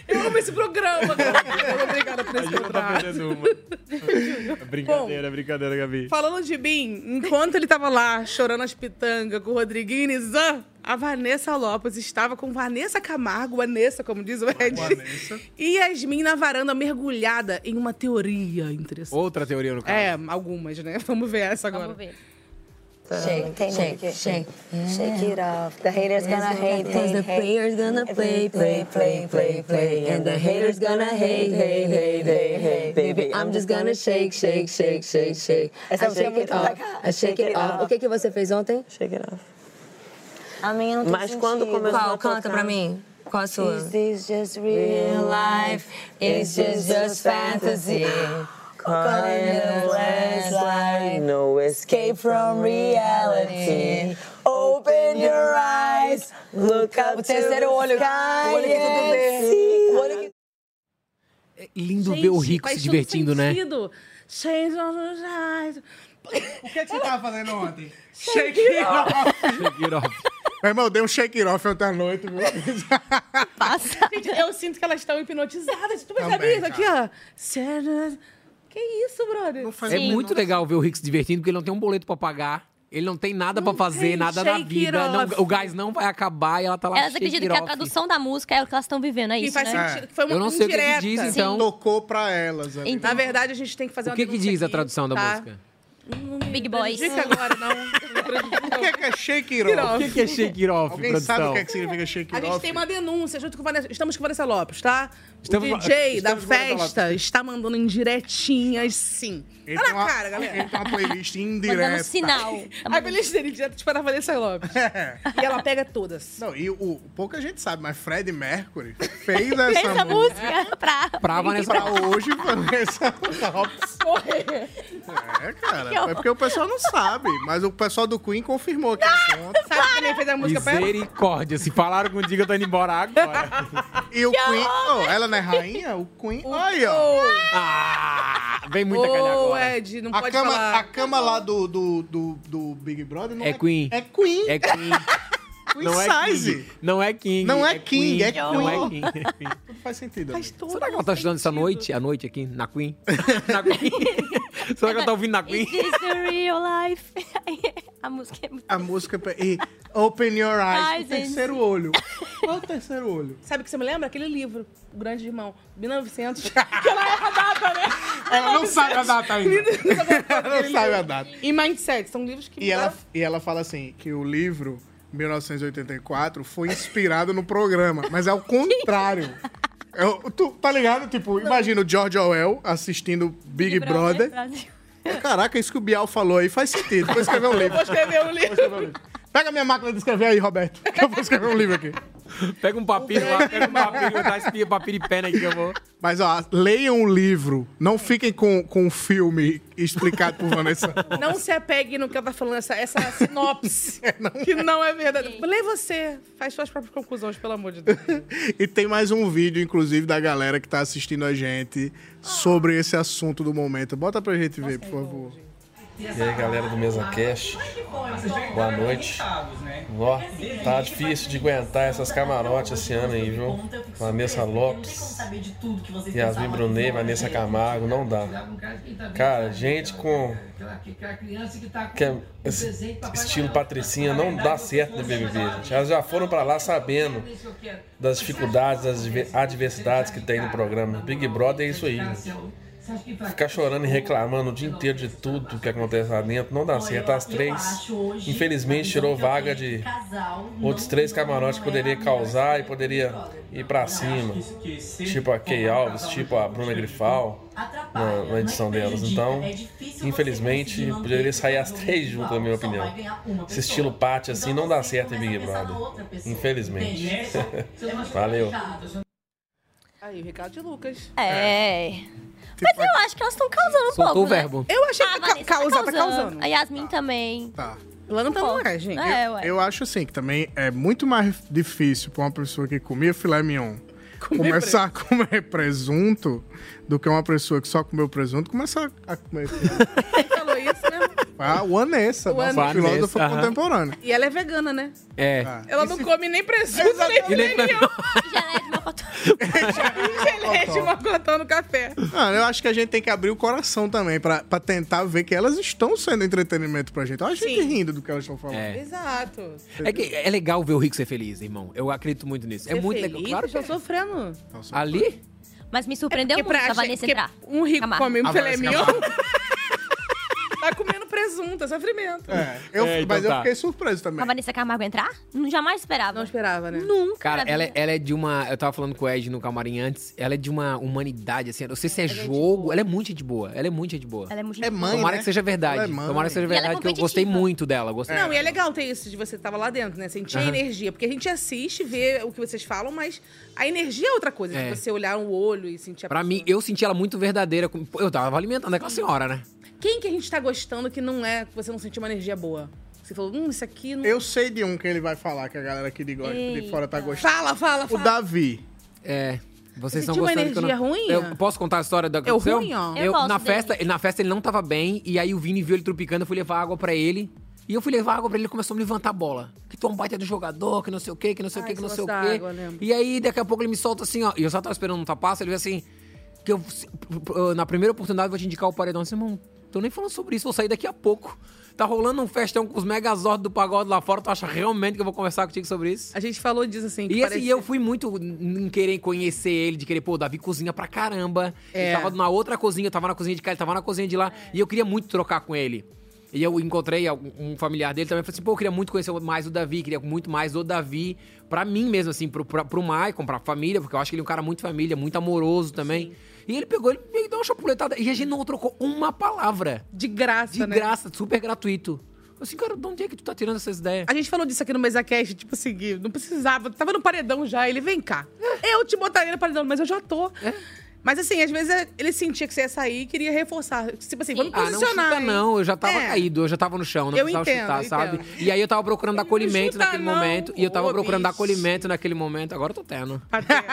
Speaker 2: Eu amo esse programa. cara. Obrigada por
Speaker 7: A
Speaker 2: esse
Speaker 7: gente não tá
Speaker 2: contrato.
Speaker 7: perdendo uma. É Brincadeira, é brincadeira, Gabi.
Speaker 2: Falando de Bim, enquanto ele tava lá chorando as pitangas com o Rodriguinho e Nizam, a Vanessa Lopes estava com Vanessa Camargo, Vanessa, como diz o Ed, e Yasmin na varanda mergulhada em uma teoria interessante.
Speaker 4: Outra teoria no caso.
Speaker 2: É, algumas, né? Vamos ver essa agora. Vamos
Speaker 3: ver.
Speaker 9: Shake, shake, shake, shake it off.
Speaker 12: The haters
Speaker 9: gonna hate, hate,
Speaker 12: the
Speaker 9: hate.
Speaker 12: players gonna play, play, play, play, play. And the haters gonna hate, hate, hate, hate, hate. Baby, I'm just gonna shake, shake, shake, shake, shake. I
Speaker 9: Essa música
Speaker 12: shake
Speaker 9: é
Speaker 12: it
Speaker 9: muito
Speaker 12: off,
Speaker 9: bacana.
Speaker 12: I shake it off. O que que você fez ontem? Shake it off. A minha não tem
Speaker 9: Mas quando começou
Speaker 12: Qual?
Speaker 9: a
Speaker 12: Canta
Speaker 9: tocar-
Speaker 12: pra mim. Qual a sua?
Speaker 9: Is
Speaker 12: this just real life? Is this just fantasy? Caught in a landslide, no escape from reality. Open your eyes, look up
Speaker 9: O
Speaker 12: to the
Speaker 9: terceiro olho.
Speaker 12: sky
Speaker 9: O olho que tudo
Speaker 12: and
Speaker 9: vê.
Speaker 12: see.
Speaker 4: Lindo ver o rico se divertindo, né?
Speaker 2: Change on the
Speaker 1: O que, você tava fazendo ontem?
Speaker 2: Shake
Speaker 1: it off.
Speaker 4: Shake it off.
Speaker 1: Meu irmão, eu dei um shake it off ontem à noite, viu?
Speaker 3: Passa.
Speaker 2: Gente, eu sinto que elas estão hipnotizadas. Tu percebe
Speaker 1: Também,
Speaker 2: isso aqui, ó? Sério? Que isso, brother? Não
Speaker 4: É muito legal ver o Rick se divertindo, porque ele não tem um boleto pra pagar. Ele não tem nada pra fazer,
Speaker 2: tem,
Speaker 4: nada na
Speaker 2: Hum, shake it
Speaker 4: vida. não-
Speaker 2: off.
Speaker 4: o gás não vai acabar e ela tá lá
Speaker 3: Elas
Speaker 4: shake
Speaker 3: acreditam que
Speaker 4: it
Speaker 3: a
Speaker 4: off.
Speaker 3: tradução da música é o que elas estão vivendo, é isso,
Speaker 2: faz
Speaker 3: né?
Speaker 2: sentido. Foi uma
Speaker 4: Eu não sei o que que
Speaker 2: indireta. Então,
Speaker 4: diz, então.
Speaker 1: Tocou pra elas. ali.
Speaker 2: Na verdade, a gente tem que fazer
Speaker 4: O
Speaker 2: uma
Speaker 4: que, que
Speaker 2: denúncia
Speaker 4: diz a
Speaker 2: aqui,
Speaker 4: tradução da
Speaker 2: tá?
Speaker 4: música?
Speaker 3: Big Boys.
Speaker 2: Dica agora, não.
Speaker 1: O que é, que é shake it
Speaker 4: Shake
Speaker 1: off?
Speaker 4: it off. O que é que é shake it off,
Speaker 1: Alguém
Speaker 4: produção?
Speaker 1: sabe o que, é que significa shake
Speaker 2: A
Speaker 1: it
Speaker 2: gente
Speaker 1: off?
Speaker 2: tem uma denúncia junto com Vanessa. Estamos com Vanessa Lopes, tá?
Speaker 1: Estamos-
Speaker 2: o DJ da
Speaker 1: estamos com Vanessa
Speaker 2: festa
Speaker 1: Lopes.
Speaker 2: está mandando indiretinhas, sim.
Speaker 1: Ele
Speaker 2: Tá
Speaker 1: tem
Speaker 2: na
Speaker 1: uma-
Speaker 2: cara, galera.
Speaker 1: ele tem uma playlist indireta.
Speaker 2: Mandando A playlist dele direto para Vanessa Lopes. E ela pega todas.
Speaker 1: É. Não, e o, pouca gente sabe, mas Fred Mercury fez essa
Speaker 2: Fez a
Speaker 4: Tá
Speaker 1: música.
Speaker 3: pra...
Speaker 1: Pra hoje, Vanessa Lopes. É, cara. É porque o pessoal não sabe, mas o pessoal do Queen confirmou que é conta.
Speaker 2: Sabe quem fez a música pra ela?
Speaker 4: Misericórdia, se falaram contigo, eu tô indo embora agora.
Speaker 1: E o Queen... Oh, ela não é rainha? O Queen... Olha!
Speaker 4: Ah, vem muita
Speaker 1: Ô,
Speaker 4: calha agora.
Speaker 2: Ed, não
Speaker 1: a
Speaker 2: pode
Speaker 1: cama,
Speaker 2: falar.
Speaker 1: A cama lá do, do, do, do Big Brother não é...
Speaker 4: É Queen.
Speaker 1: É Queen.
Speaker 4: É Queen.
Speaker 1: Queen size.
Speaker 4: King. Não é King.
Speaker 1: Não é King, é
Speaker 4: Não é
Speaker 1: Queen.
Speaker 4: King. é Queen.
Speaker 1: Tudo faz sentido. né? amigo.
Speaker 4: Será que ela tá estudando essa noite? À noite aqui, na Queen? Na Queen. Será que ela tá ouvindo na Queen?
Speaker 3: Is this the real life? a música é muito...
Speaker 1: A música... pe- E open your eyes.
Speaker 3: Ai,
Speaker 1: o
Speaker 3: gente.
Speaker 1: terceiro olho. Qual é o terceiro olho?
Speaker 2: Sabe o que você me lembra? Aquele livro, O Grande Irmão, 1900. que ela erra a data, né?
Speaker 1: Ela não sabe a data ainda. ela não sabe a data.
Speaker 2: E Mindset, são livros que
Speaker 1: E ela, e ela fala assim, que o livro 1984 foi inspirado no programa, mas é o contrário. É o- tu, tá ligado? Tipo, imagina o George Orwell assistindo Big, Brother. Caraca, isso que o Bial falou aí faz sentido. Vou escrever um livro.
Speaker 2: Vou escrever um livro.
Speaker 1: Vou escrever um livro. Pega minha máquina de escrever aí, Roberto, que eu vou escrever um livro aqui.
Speaker 4: Pega um papiro lá, pega um papiro, dá espia, papiripena aí que eu vou.
Speaker 1: Mas, ó, leiam o livro. Não fiquem com, com o filme explicado por Vanessa.
Speaker 2: Não se apegue no que ela tá falando, essa, essa sinopse. que não é verdade. Lê você, faz suas próprias conclusões, pelo amor de Deus.
Speaker 1: E tem mais um vídeo, inclusive, da galera que tá assistindo a gente sobre esse assunto do momento. Bota pra gente ver, por favor.
Speaker 8: E aí, galera do Mesa Cash, boa noite. Ó, tá difícil de aguentar essas camarotes esse ano aí, viu? Vanessa Lopes, Yasmin Brunet, Vanessa Camargo, não dá. Cara, gente com que é esse estilo patricinha não dá certo no BBB, gente. Elas já foram pra lá sabendo das dificuldades, das adver- adversidades que tem no programa. Big Brother é isso aí, gente. Ficar chorando e reclamando o dia inteiro de tudo que acontece lá dentro não dá certo. As três, infelizmente, tirou vaga de outros três camarotes que poderia causar e poderia ir pra cima. Tipo a Kay Alves, tipo a Bruna Grifal na, na edição delas. Então, infelizmente, poderia sair as três juntas, na minha opinião. Esse estilo Pat assim não dá certo em Big Brother. Infelizmente. Valeu.
Speaker 2: Aí, o recado de Lucas.
Speaker 3: É. Mas eu acho que elas estão causando um
Speaker 2: Soltou
Speaker 3: pouco.
Speaker 2: o verbo. Eu achei que
Speaker 3: a
Speaker 2: ca-
Speaker 3: Vanessa
Speaker 2: causa, tá causando.
Speaker 3: A Yasmin também.
Speaker 1: Tá.
Speaker 2: Lá não tá
Speaker 3: pouco.
Speaker 2: não é, gente.
Speaker 3: É,
Speaker 1: eu,
Speaker 3: ué.
Speaker 1: eu acho assim que também é muito mais difícil pra uma pessoa que comia filé mignon começar a comer presunto do que uma pessoa que só comeu presunto começar a comer filé.
Speaker 2: Falou isso, né?
Speaker 1: Ah, o Anessa,
Speaker 2: O
Speaker 1: nossa
Speaker 2: Anessa.
Speaker 1: filósofa
Speaker 2: Aham.
Speaker 1: contemporânea. Ah.
Speaker 2: E ela é vegana, né?
Speaker 4: É.
Speaker 2: Ela não come nem presunto, nem filé mignon. Gelé de mocotó no café.
Speaker 1: Mano, eu acho que a gente tem que abrir o coração também pra, pra tentar ver que elas estão sendo entretenimento pra gente. Olha a gente rindo do que elas estão falando.
Speaker 4: É.
Speaker 2: Exato.
Speaker 4: É, que é legal ver o Rico ser feliz, irmão. Eu acredito muito nisso. É
Speaker 2: Ser
Speaker 4: muito
Speaker 2: feliz,
Speaker 4: legal. Claro que
Speaker 2: eu tô sofrendo.
Speaker 4: Ali?
Speaker 3: Mas me surpreendeu
Speaker 2: É porque
Speaker 3: muito
Speaker 2: pra
Speaker 3: a Vanessa
Speaker 2: gente- porque
Speaker 3: entrar.
Speaker 2: Um rico
Speaker 3: Camargo.
Speaker 2: come um
Speaker 3: A
Speaker 2: filé
Speaker 3: Vanessa
Speaker 2: mignon. tá comendo presunto, é sofrimento.
Speaker 1: É, eu- É, então mas eu tá. fiquei surpreso também.
Speaker 3: A Vanessa Camargo entrar? Não, Jamais esperava. Não
Speaker 2: esperava, né?
Speaker 3: Nunca.
Speaker 4: Cara,
Speaker 3: na
Speaker 4: ela,
Speaker 3: vida.
Speaker 4: ela é de uma. Eu tava falando com o Ed no camarim antes. Ela é de uma humanidade, assim. Eu não sei se é jogo. Ela é muito gente boa. Ela é muito gente boa.
Speaker 3: Ela é muito
Speaker 2: É gente boa. mãe,
Speaker 4: Tomara
Speaker 2: né?
Speaker 4: que seja verdade.
Speaker 2: Ela é mãe.
Speaker 4: Tomara que seja
Speaker 2: E ela é
Speaker 4: verdade, que eu gostei
Speaker 2: competitiva.
Speaker 4: muito dela. eu Gostei.
Speaker 2: Não, e é legal ter isso de você que tava lá dentro, né? Sentir a
Speaker 4: Aham.
Speaker 2: energia. Porque a gente assiste, vê o que vocês falam, mas a energia é outra coisa. de
Speaker 4: É.
Speaker 2: Você olhar o olho e sentir a
Speaker 4: Pra mim, eu senti ela muito verdadeira. com- Eu tava alimentando aquela senhora, né?
Speaker 2: Quem que a gente tá gostando que não é, que você não sentiu uma energia boa? Você falou, hum, isso aqui não.
Speaker 1: Eu sei de um que ele vai falar, que a galera aqui de, go- de fora tá gostando.
Speaker 2: Fala, fala,
Speaker 1: O
Speaker 2: fala.
Speaker 1: Davi.
Speaker 4: É. Vocês
Speaker 1: Eu
Speaker 4: estão
Speaker 1: senti uma
Speaker 4: gostando que eu
Speaker 1: energia
Speaker 4: não...
Speaker 1: ruim?
Speaker 4: Eu posso contar a história da que
Speaker 1: Eu
Speaker 4: aconteceu?
Speaker 1: ruim, ó. Eu
Speaker 4: Eu,
Speaker 1: gosto
Speaker 4: na
Speaker 1: dele.
Speaker 4: festa, na festa ele não tava bem e aí o Vini viu ele trupicando, eu fui levar água pra ele. E eu fui levar água pra ele, ele começou a me levantar a bola. Que tu é um baita do jogador, que não sei o quê, que não sei o
Speaker 2: Ai,
Speaker 4: quê, que não
Speaker 2: esse
Speaker 4: sei o quê.
Speaker 2: negócio da água, eu lembro.
Speaker 4: e aí daqui a pouco ele me solta assim, ó, e eu só tava esperando um tapaço, ele veio assim, que eu se- p- p- na primeira oportunidade eu vou te indicar o paredão, Eu disse, irmão, tô nem falando sobre isso, vou sair daqui a pouco. Tá rolando um festão com os megazords do pagode lá fora, tu acha realmente que eu vou conversar contigo sobre isso?
Speaker 2: A gente falou disso assim. que
Speaker 4: E assim,
Speaker 2: parecia-
Speaker 4: eu fui muito em querer conhecer ele, de querer, pô, o Davi cozinha pra caramba.
Speaker 2: É.
Speaker 4: Ele tava na outra cozinha, eu tava na cozinha de cá, ele tava na cozinha de lá. E eu queria muito trocar com ele. E eu encontrei algum- um familiar dele também, falei assim, pô, eu queria muito conhecer mais o Davi, queria muito mais o Davi. Pra mim mesmo, assim, pro, pra, pro Maicon, pra família, porque eu acho que ele é um cara muito família, muito amoroso também. E ele pegou, ele me deu uma chapuletada. E a gente não trocou uma palavra.
Speaker 2: De graça, né?
Speaker 4: De graça, super gratuito. Eu assim, cara, de onde é que tu tá tirando essas ideias?
Speaker 2: A gente falou disso aqui no MesaCast, tipo assim, Gui, não precisava, tava no paredão já, ele, vem cá.
Speaker 4: É.
Speaker 2: Eu te botaria no paredão, mas eu já tô. Mas assim, às vezes é, ele sentia que você ia sair e queria reforçar. Tipo assim, vamos
Speaker 4: Ah, não
Speaker 2: posicionar.
Speaker 4: chuta
Speaker 2: hein?
Speaker 4: não, eu já tava
Speaker 2: É.
Speaker 4: caído, eu já tava no chão, não
Speaker 2: Eu
Speaker 4: precisava
Speaker 2: entendo,
Speaker 4: chutar,
Speaker 2: eu
Speaker 4: sabe?
Speaker 2: entendo.
Speaker 4: E aí eu tava procurando dar acolhimento
Speaker 2: chuta
Speaker 4: naquele
Speaker 2: não,
Speaker 4: momento, e eu tava
Speaker 2: ô,
Speaker 4: procurando dar
Speaker 2: bicho. Tá
Speaker 4: acolhimento naquele momento, agora eu tô tendo.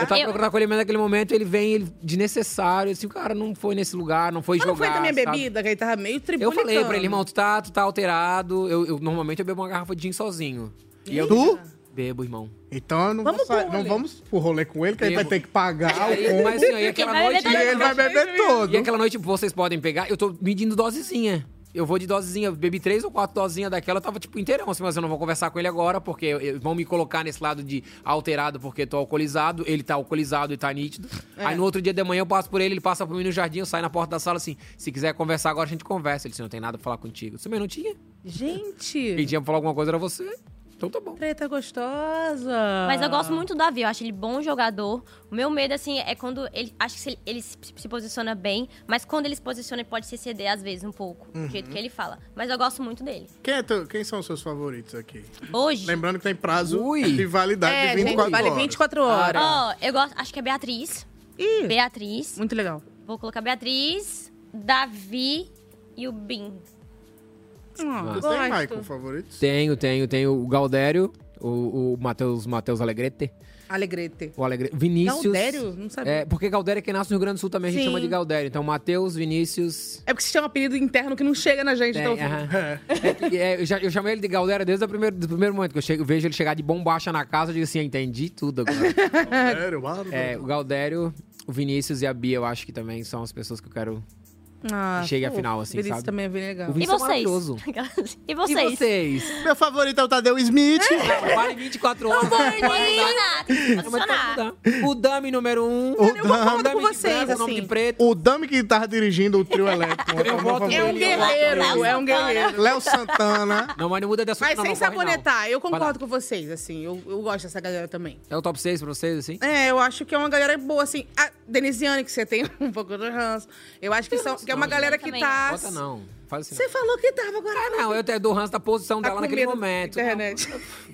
Speaker 4: eu tava procurando acolhimento naquele momento, ele vem, ele desnecessário, assim, o cara não foi nesse lugar, não foi
Speaker 2: Mas não
Speaker 4: jogar,
Speaker 2: foi da minha
Speaker 4: sabe?
Speaker 2: bebida, que ele tava meio
Speaker 4: Eu
Speaker 2: tribunicando.
Speaker 4: falei pra ele, irmão, tu tá, tu tá alterado, eu, eu- normalmente eu bebo uma garrafa de gin sozinho. E eu
Speaker 1: Tu?
Speaker 4: bebo, irmão.
Speaker 1: Então eu não vamos, vou sair- não vamos pro rolê com ele, que ele vai
Speaker 4: Bebo.
Speaker 1: ter que pagar o
Speaker 4: Aí,
Speaker 1: combo.
Speaker 4: Mas assim, aí aquela noite.
Speaker 1: E ele vai beber todo.
Speaker 4: E aquela noite vocês podem pegar, eu tô medindo dosezinha. Eu vou de dosezinha, eu bebi três ou quatro dosezinhas daquela, eu tava tipo inteirão, assim, mas eu não vou conversar com ele agora, porque eu- eu- vão me colocar nesse lado de alterado porque tô alcoolizado, ele tá alcoolizado e tá nítido.
Speaker 2: É.
Speaker 4: Aí no outro dia de manhã eu passo por ele, ele passa por mim no jardim, eu saio na porta da sala assim, se quiser conversar agora a gente conversa. Ele disse, não tem nada pra falar contigo. Eu disse, mas não tinha.
Speaker 2: Gente!
Speaker 4: Quem tinha pra falar alguma coisa era você. Então tá bom.
Speaker 2: Preta
Speaker 4: é-
Speaker 2: gostosa.
Speaker 3: Mas eu gosto muito do Davi, eu acho ele bom jogador. O meu medo, assim, é quando ele. Acho que se ele, ele se, se posiciona bem, mas quando ele se posiciona, ele pode se exceder às vezes um pouco,
Speaker 1: Uhum.
Speaker 3: do jeito que ele fala. Mas eu gosto muito dele.
Speaker 1: Quem, é teu- quem são os seus favoritos aqui?
Speaker 3: Hoje.
Speaker 1: Lembrando que tem prazo
Speaker 4: Ui.
Speaker 1: de validade
Speaker 3: É,
Speaker 1: de 24
Speaker 3: gente, vale
Speaker 1: horas.
Speaker 2: 24 horas.
Speaker 3: Ó, eu gosto. Acho que é Beatriz. Beatriz.
Speaker 2: Muito legal.
Speaker 3: Vou colocar Beatriz, Davi e o Bim.
Speaker 2: Ah.
Speaker 1: Você tem Michael favorito?
Speaker 4: Tenho, tenho, tenho o Galdério, O, o Matheus Mateus Alegrete.
Speaker 2: Alegrete.
Speaker 4: O Alegre... Vinícius.
Speaker 2: Galdério? Não sabia.
Speaker 4: É, porque Galdério é quem nasce no Rio Grande do Sul também, a gente
Speaker 2: Sim.
Speaker 4: chama de Galdério. Então, Matheus, Vinícius.
Speaker 2: É porque vocês têm um apelido interno que não chega na gente.
Speaker 4: Tem,
Speaker 2: então...
Speaker 4: aham. É que, é, eu, já, eu chamei ele de Galdério desde o primeiro, do primeiro momento que eu chego, vejo ele chegar de bombacha na casa. Eu digo assim: "Ah, entendi tudo agora.
Speaker 1: Sério, mano.
Speaker 4: é, o Galdério, o Vinícius e a Bia, eu acho que também são as pessoas que eu quero
Speaker 2: Ah,
Speaker 4: que chegue à
Speaker 2: pô,
Speaker 4: final, assim,
Speaker 2: Vinícius
Speaker 4: sabe?
Speaker 2: também é bem legal.
Speaker 4: O Vinícius é maravilhoso.
Speaker 3: E vocês?
Speaker 4: E vocês?
Speaker 1: Meu favorito é o Tadeu Smith.
Speaker 4: Vale 24 horas. tá O Dami número um.
Speaker 1: O Dami,
Speaker 4: com vocês, assim.
Speaker 1: O Dami que tava dirigindo o trio elétrico.
Speaker 2: É
Speaker 4: Eu
Speaker 2: um
Speaker 4: voto
Speaker 1: meu
Speaker 4: nele,
Speaker 1: favorito.
Speaker 4: eu voto nele.
Speaker 1: Léo Santana.
Speaker 4: Não, mas não muda dessa
Speaker 2: Mas
Speaker 4: não,
Speaker 2: sem
Speaker 4: não corre, não.
Speaker 2: sabonetar, eu
Speaker 4: Vai lá.
Speaker 2: concordo com vocês, assim. Eu, eu gosto dessa galera também.
Speaker 4: É o top 6 pra vocês, assim?
Speaker 2: É, eu acho que é uma galera boa, assim. A Denisiane, que você tem um pouco de ranço. Eu acho que, são, que é uma galera que tá.
Speaker 4: Bota não. Faz assim.
Speaker 2: Você falou que tava agora.
Speaker 4: Ah, não, eu te- dou ranço da posição
Speaker 2: Tá
Speaker 4: dela
Speaker 2: com
Speaker 4: naquele
Speaker 2: medo da
Speaker 4: momento.
Speaker 2: internet.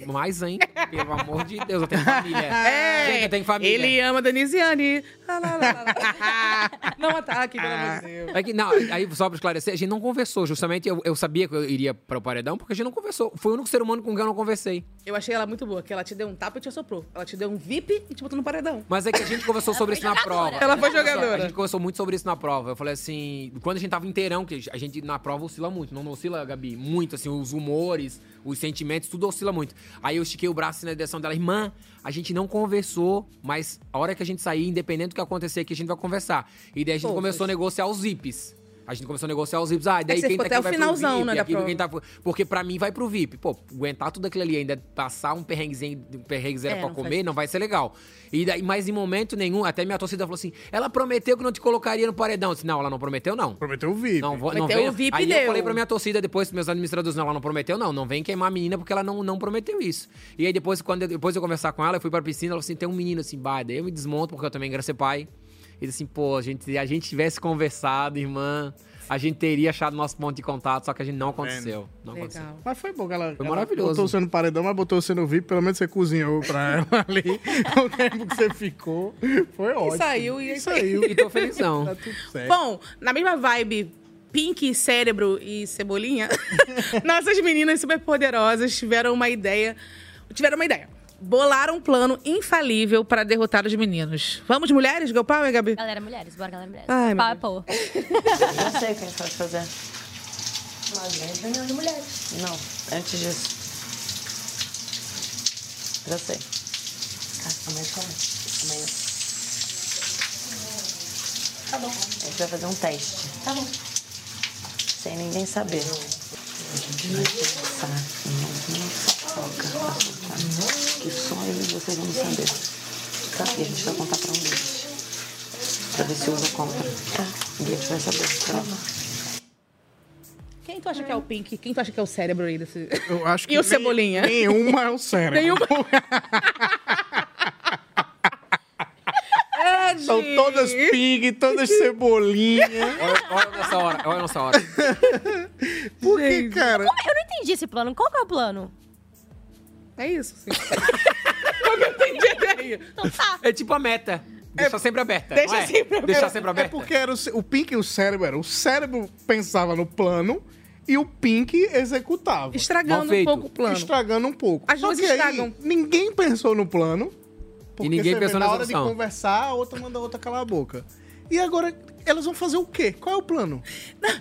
Speaker 4: Não, Mas, hein? Pelo amor de Deus, eu tenho família.
Speaker 2: É,
Speaker 4: Gente, eu tenho família.
Speaker 2: Ele ama a Denisiane. Ah, lá, lá, lá, lá. não ataque, pelo amor de Deus.
Speaker 4: É que, não, aí só pra esclarecer, a gente não conversou. Justamente eu, eu sabia que eu iria pro paredão porque a gente não conversou. Foi o único ser humano com quem eu não conversei.
Speaker 2: Eu achei ela muito boa, que ela te deu um tapa e te assoprou. Ela te deu um VIP e te botou no paredão.
Speaker 4: Mas é que a gente conversou sobre isso na prova.
Speaker 2: Ela foi
Speaker 4: Olha só,
Speaker 2: jogadora.
Speaker 4: A gente conversou muito sobre isso na prova. Eu falei assim, quando a gente tava inteirão, que a gente na prova oscila muito, não oscila, Gabi? Muito, assim, os humores, os sentimentos, tudo oscila muito. Aí eu estiquei o braço assim, na direção dela, irmã, a gente não conversou, mas a hora que a gente sair, independente do que acontecer aqui, a gente vai conversar. E daí a gente
Speaker 2: Pô,
Speaker 4: começou a negociar os zips. A gente começou a negociar os VIPs. Ah, e
Speaker 2: É
Speaker 4: daí
Speaker 2: que você
Speaker 4: quem
Speaker 2: ficou até
Speaker 4: tá aqui
Speaker 2: o
Speaker 4: vai pro
Speaker 2: finalzão,
Speaker 4: VIP,
Speaker 2: né, da
Speaker 4: aquilo,
Speaker 2: prova.
Speaker 4: quem tá pro- Porque pra mim vai pro VIP. Pô, aguentar tudo aquilo ali, ainda passar um perrenguezinho, um perrenguezinho
Speaker 2: É,
Speaker 4: pra
Speaker 2: não
Speaker 4: comer,
Speaker 2: faz
Speaker 4: não vai ser legal. E daí, mas em momento nenhum, até minha torcida falou assim: ela prometeu que não te colocaria no paredão. Eu disse, não, ela não prometeu, não.
Speaker 1: Prometeu o VIP.
Speaker 4: Não, vou, não
Speaker 2: Prometeu
Speaker 4: vem.
Speaker 2: o VIP
Speaker 4: Aí eu
Speaker 2: deu.
Speaker 4: falei pra minha torcida depois, meus administradores, não, ela não prometeu, não. Não vem queimar a menina porque ela não, não prometeu isso. E aí depois, quando eu, depois eu conversar com ela, eu fui pra piscina, ela falou assim: tem um menino assim, bah, daí eu me desmonto porque eu também quero ser pai. E disse assim, pô, a gente, se a gente tivesse conversado, irmã, a gente teria achado nosso ponto de contato, só que a gente não aconteceu. Não aconteceu.
Speaker 1: Mas foi bom, galera.
Speaker 4: Foi maravilhoso.
Speaker 1: Botou você no paredão, mas botou você no VIP. Pelo menos você cozinhou pra ela ali. O tempo que você ficou. Foi ótimo.
Speaker 2: saiu, e aí
Speaker 1: saiu.
Speaker 2: E tô felizão.
Speaker 1: Tá tudo certo.
Speaker 2: Bom, na mesma vibe, Pink, Cérebro e Cebolinha, nossas meninas superpoderosas tiveram uma ideia. Tiveram uma ideia. Bolaram um plano infalível para derrotar os meninos. Vamos, mulheres? Go Power, Gabi?
Speaker 3: Galera, mulheres, bora, galera, mulheres.
Speaker 2: Ai, meu
Speaker 3: Power, power.
Speaker 5: Eu sei o que a gente pode fazer. Uma grande reunião de mulheres. Não, antes disso. Já sei. Ah, Cara, amanhã come. Amanhã. Tá bom. A gente vai fazer um teste. Tá bom. Sem ninguém saber. Que só eu e vocês vão saber. Tá? E a gente vai contar pra um deles. Pra ver se usa ou compra. Tá. E a gente vai saber. Tá?
Speaker 2: Quem tu acha que é o Pink? Quem tu acha que é o Cérebro aí desse...
Speaker 1: Eu acho que
Speaker 2: E o
Speaker 1: nem-
Speaker 2: Cebolinha?
Speaker 1: Nenhuma é o cérebro.
Speaker 2: Nenhuma. É,
Speaker 1: São
Speaker 2: gente.
Speaker 1: todas pig, todas cebolinha.
Speaker 4: Olha, olha nessa hora, olha nessa hora.
Speaker 1: Por que, cara?
Speaker 3: Como- Eu não entendi esse plano. Qual que é o plano?
Speaker 2: É isso, sim. Como eu entendi a ideia?
Speaker 4: É tipo a meta. Deixa sempre aberta.
Speaker 1: Deixa
Speaker 4: não é?
Speaker 1: sempre aberta.
Speaker 4: Deixar sempre
Speaker 1: É
Speaker 4: aberta.
Speaker 1: porque era o, ce- o Pink e o cérebro era. O cérebro pensava no plano e o Pink executava.
Speaker 2: Estragando Mal um feito. pouco o plano.
Speaker 1: Estragando um pouco.
Speaker 2: As
Speaker 1: Só
Speaker 2: duas
Speaker 1: que aí,
Speaker 2: estragam.
Speaker 1: ninguém pensou no plano. porque
Speaker 4: ninguém
Speaker 1: você
Speaker 4: pensou
Speaker 1: vê, na
Speaker 4: nessa
Speaker 1: hora
Speaker 4: opção.
Speaker 1: de conversar, a outra manda a outra calar a boca. E agora, elas vão fazer o quê? Qual é o plano?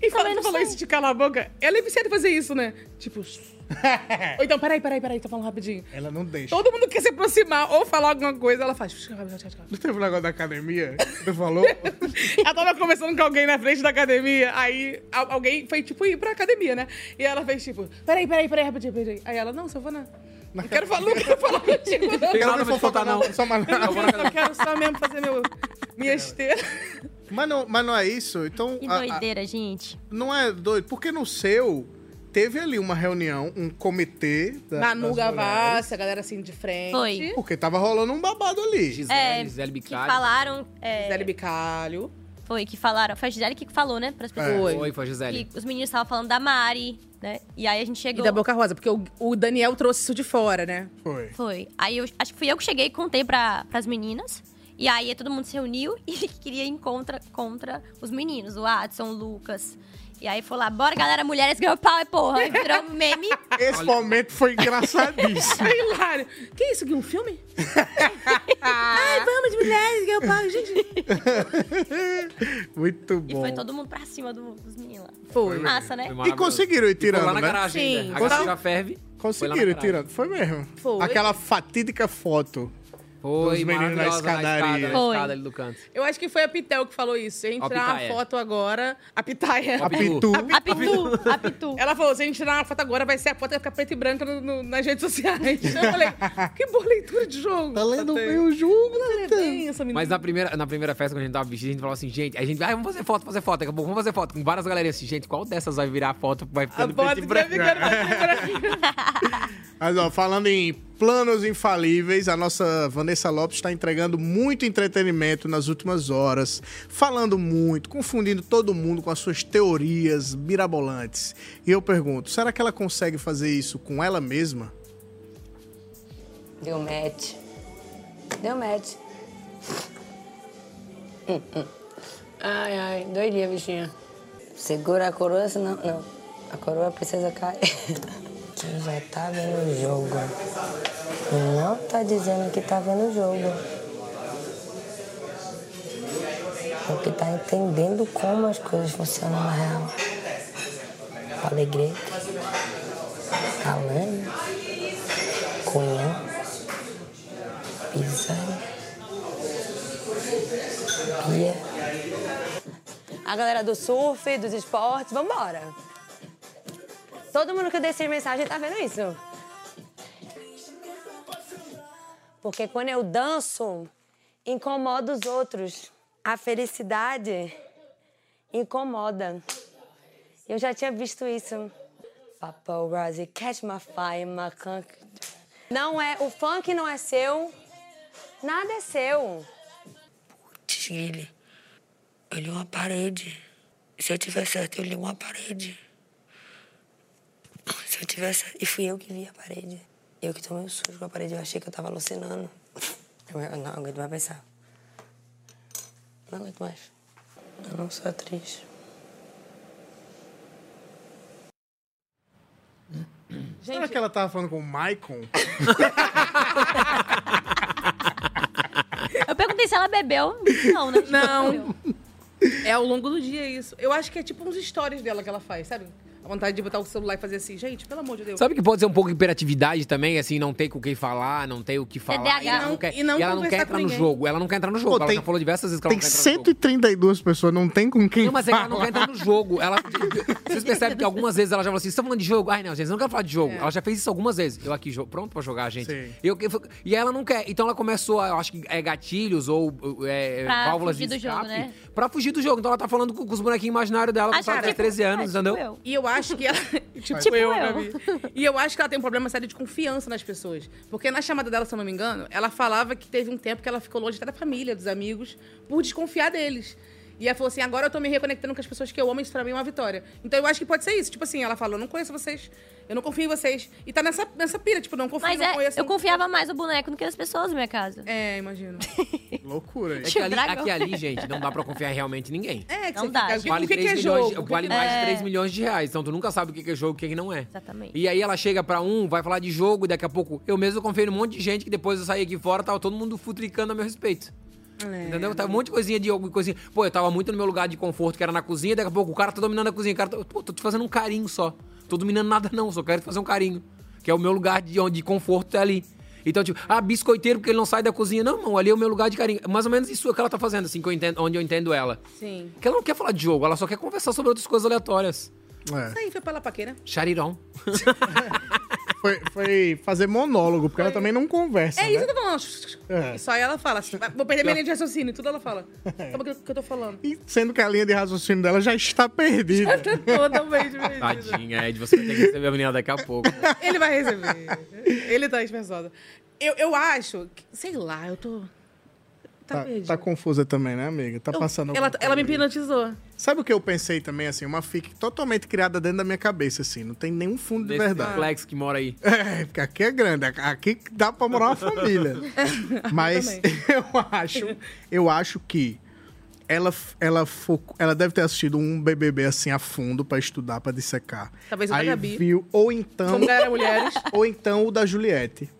Speaker 2: E falando, falou isso de calar a boca, ela é viciada em fazer isso, né? Tipo. ou então, peraí, peraí, peraí, tô falando rapidinho.
Speaker 1: Ela não deixa.
Speaker 2: Todo mundo quer se aproximar ou falar alguma coisa, ela faz.
Speaker 1: Não teve um negócio da academia? Você falou?
Speaker 2: ela tava conversando com alguém na frente da academia, aí al- alguém foi, tipo, ir pra academia, né? E ela fez, tipo, peraí, peraí, peraí, rapidinho, peraí. Aí ela, não, só vou na. Não quero falar, não quero falar contigo, não.
Speaker 1: Tem nada pra te contar, não. Só mais nada.
Speaker 2: Eu, não, eu quero só mesmo fazer meu, minha esteira.
Speaker 1: Mas não, mas não é isso? Então.
Speaker 3: Que
Speaker 1: a- a-
Speaker 3: doideira, gente.
Speaker 1: Não é doido, porque no seu teve ali uma reunião, um comitê da,
Speaker 2: Manu
Speaker 1: das mulheres,
Speaker 2: Gavassi, a galera assim de frente.
Speaker 3: Foi.
Speaker 1: Porque tava rolando um babado ali.
Speaker 4: Gisele, É, Gisele
Speaker 3: Que falaram. É...
Speaker 2: Gisele Bicalho.
Speaker 3: Foi, que falaram. Foi a Gisele que falou, né? Pras pessoas.
Speaker 4: Foi. É. Foi, foi a Gisele.
Speaker 3: Que os meninos estavam falando da Mari, né? E aí a gente
Speaker 2: E
Speaker 3: chegou.
Speaker 2: da Boca Rosa, porque o, o Daniel trouxe isso de fora, né?
Speaker 1: Foi.
Speaker 3: Foi. Aí eu acho que fui eu que cheguei e contei pra, pras meninas. E aí todo mundo se reuniu e queria ir contra, contra os meninos, o Adson, o Lucas. E aí foi lá, bora galera, mulheres ganham pau, é porra. E virou um meme.
Speaker 1: Esse momento foi engraçadíssimo.
Speaker 2: É hilário. Que isso, que um filme? Ai, vamos, mulheres, ganham pau, gente.
Speaker 1: Muito bom.
Speaker 3: E foi todo mundo pra cima do- dos meninos lá.
Speaker 1: Foi.
Speaker 3: Massa, né?
Speaker 1: E conseguiram ir tirando,
Speaker 4: lá
Speaker 1: né?
Speaker 4: na garagem ainda. Sim. A garagem já ferve. Foi lá
Speaker 1: Conseguiram
Speaker 4: na
Speaker 1: ir tirando. Foi mesmo.
Speaker 2: Foi.
Speaker 1: Aquela fatídica foto
Speaker 4: Foi,
Speaker 1: dos meninos na
Speaker 4: maravilhosa, na
Speaker 1: escadaria.
Speaker 4: escada, na Foi. escada ali do canto.
Speaker 2: Eu acho que foi a Pitel que falou isso. Se a gente
Speaker 1: A
Speaker 2: tirar uma
Speaker 1: Pitaia.
Speaker 2: foto agora. A Pitaia.
Speaker 1: A Pitu.
Speaker 2: A Pitu. A Pitu. Ela falou: se a gente tirar uma foto agora, vai ser a foto que vai ficar preta e branca no- no- nas redes sociais. Eu falei: que boa leitura de jogo. Tá
Speaker 1: lendo bem o jogo,
Speaker 2: Ela é bem essa menina.
Speaker 4: Mas na primeira, na primeira festa, quando a gente tava vestido, a gente falava assim, gente, a gente, ah, vamos fazer foto, fazer foto, daqui a pouco vamos fazer foto. Com várias galerinhas assim, gente, qual dessas vai virar a foto? Vai ficando preto e branco.
Speaker 1: Mas, ó, falando em planos infalíveis, a nossa Vanessa Lopes está entregando muito entretenimento nas últimas horas, falando muito, confundindo todo mundo com as suas teorias mirabolantes. E eu pergunto, será que ela consegue fazer isso com ela mesma?
Speaker 9: Deu match. Deu match. Hum, hum.
Speaker 16: Ai, ai, doidinha, bichinha.
Speaker 9: Segura a coroa, senão. Não. A coroa precisa cair. Quem já tá vendo o jogo não tá dizendo que tá vendo o jogo. É que tá entendendo como as coisas funcionam na real. O Alegre, Alane, Cunhã, Pisani, Pia. A galera do surf, dos esportes, vambora. Todo mundo que eu deixei mensagem tá vendo isso. Porque quando eu danço, incomoda os outros. A felicidade incomoda. Eu já tinha visto isso. Paparazzi, catch my fire, my conk. Não é, o funk não é seu, nada é seu.
Speaker 12: Putz, ele. Eu li uma parede. Se eu tiver certo, eu li uma parede.
Speaker 9: Se eu tivesse. E fui eu que vi a parede. Eu que tomei um susto com a parede. Eu achei que eu tava alucinando. Eu, eu não aguento mais pensar. Não aguento mais. Eu não sou atriz.
Speaker 1: Será que ela tava falando com o Maicon?
Speaker 3: Eu perguntei se ela bebeu. Não, né?
Speaker 2: Não. É ao longo do dia isso. Eu acho que é tipo uns stories dela que ela faz, sabe? A vontade de botar o celular e fazer assim, gente, pelo amor de Deus.
Speaker 4: Sabe que pode ser um pouco de hiperatividade também, assim, não tem com quem falar, não tem o que falar.
Speaker 2: TDAH.
Speaker 4: ela não quer,
Speaker 2: E não
Speaker 4: ela não
Speaker 2: conversar
Speaker 4: quer
Speaker 2: com
Speaker 4: entrar no
Speaker 2: ninguém.
Speaker 4: jogo. Ela não quer entrar no jogo.
Speaker 1: Pô,
Speaker 4: ela
Speaker 1: tem-
Speaker 4: já falou diversas vezes que ela
Speaker 1: Tem
Speaker 4: não quer entrar
Speaker 1: 132 pessoas, não tem com quem
Speaker 4: Não, mas é que
Speaker 1: falar.
Speaker 4: ela não quer entrar no jogo. Ela, vocês percebem que algumas vezes ela já falou assim: vocês estão falando de jogo? Ai, não, gente, eu não quero falar de jogo.
Speaker 1: É.
Speaker 4: Ela já fez isso algumas vezes. Eu aqui, jo- pronto pra jogar, gente.
Speaker 1: Sim.
Speaker 4: Eu, eu- e ela não quer. Então ela começou, a- eu acho que é gatilhos ou é,
Speaker 3: Pra
Speaker 4: válvulas
Speaker 3: fugir
Speaker 4: de
Speaker 3: do jogo,
Speaker 4: escape
Speaker 3: né?
Speaker 4: pra fugir do jogo. Então ela tá falando com, com os bonequinhos imaginários dela, tá com
Speaker 2: Acho
Speaker 4: só
Speaker 2: que
Speaker 3: é
Speaker 4: 10, 13
Speaker 3: tipo
Speaker 4: anos, entendeu?
Speaker 2: E eu acho que ela. tipo,
Speaker 4: Tipo
Speaker 2: eu,
Speaker 4: eu.
Speaker 2: Gabi. E eu acho que ela tem um problema sério de confiança nas pessoas. Porque na chamada dela, se eu não me engano, ela falava que teve um tempo que ela ficou longe até da família, dos amigos, por desconfiar deles. E ela falou assim: agora eu tô me reconectando com as pessoas que eu amo, isso pra mim é uma vitória. Então eu acho que pode ser isso. Tipo assim, ela falou: eu não conheço vocês, eu não confio em vocês. E tá nessa, nessa pira, tipo, não confio,
Speaker 3: Mas
Speaker 2: não
Speaker 3: é,
Speaker 2: conheço.
Speaker 3: eu
Speaker 2: não-
Speaker 3: confiava mais no boneco do que nas pessoas na minha casa.
Speaker 2: É, imagino.
Speaker 1: Loucura,
Speaker 4: É que ali, é que ali, gente, não dá pra confiar realmente em ninguém.
Speaker 2: É, que
Speaker 3: Não
Speaker 2: você
Speaker 3: dá,
Speaker 2: fica,
Speaker 3: gente.
Speaker 2: o que, o que, que é
Speaker 4: milhões,
Speaker 2: jogo? O que
Speaker 4: vale
Speaker 2: que-
Speaker 4: mais de
Speaker 2: É.
Speaker 4: 3 milhões de reais. Então tu nunca sabe o que que é jogo e o que que não é.
Speaker 3: Exatamente.
Speaker 4: E aí ela chega pra um, vai falar de jogo, e daqui a pouco eu mesmo confiei num monte de gente que depois eu saí aqui fora, tava todo mundo futricando a meu respeito.
Speaker 2: É.
Speaker 4: Entendeu? Tava um monte de coisinha de alguma coisinha. Pô, eu tava muito no meu lugar de conforto, que era na cozinha, daqui a pouco o cara tá dominando a cozinha. O cara tá, Pô, tô te fazendo um carinho só. Tô dominando nada, não, só quero te fazer um carinho. Que é o meu lugar de, onde conforto é ali. Então, tipo, ah, biscoiteiro porque ele não sai da cozinha. Não, irmão, ali é o meu lugar de carinho. Mais ou menos isso é que ela tá fazendo, assim, que eu entendo, onde eu entendo ela.
Speaker 2: Sim.
Speaker 4: Que ela não quer falar de jogo, ela só quer conversar sobre outras coisas aleatórias.
Speaker 2: Isso aí foi pela paqueira.
Speaker 4: Charirão.
Speaker 1: Foi, foi fazer monólogo, porque ela também não conversa.
Speaker 2: É isso
Speaker 1: né?
Speaker 2: que eu tô falando.
Speaker 1: É.
Speaker 2: E Só ela fala. Vou perder minha linha de raciocínio. Tudo ela fala. Sabe o que eu tô falando?
Speaker 1: Sendo que a linha de raciocínio dela já está perdida.
Speaker 2: Tá Totalmente perdido.
Speaker 4: Tadinha, Ed, você vai ter que receber a menina daqui a pouco.
Speaker 2: Ele vai receber. Ele tá esforçado. Eu, eu acho. que- sei lá, eu tô. Tá,
Speaker 1: Tá,
Speaker 2: perdido.
Speaker 1: tá confusa também, né, amiga? Tá passando.
Speaker 2: ela,
Speaker 1: alguma
Speaker 2: ela me
Speaker 1: coisa.
Speaker 2: hipnotizou.
Speaker 1: Sabe o que eu pensei também, assim? Uma fic totalmente criada dentro da minha cabeça, assim. Não tem nenhum fundo de
Speaker 4: Desse
Speaker 1: verdade.
Speaker 4: complexo que mora aí.
Speaker 1: É, porque aqui é grande. Aqui dá pra morar uma família. Mas eu acho, eu acho que ela, f- ela, focou- ela deve ter assistido um BBB assim a fundo pra estudar, pra dissecar.
Speaker 2: Talvez o da
Speaker 1: Aí
Speaker 2: Gabi.
Speaker 1: viu, ou então...
Speaker 2: Como ganhar mulheres.
Speaker 1: Ou então o da Juliette.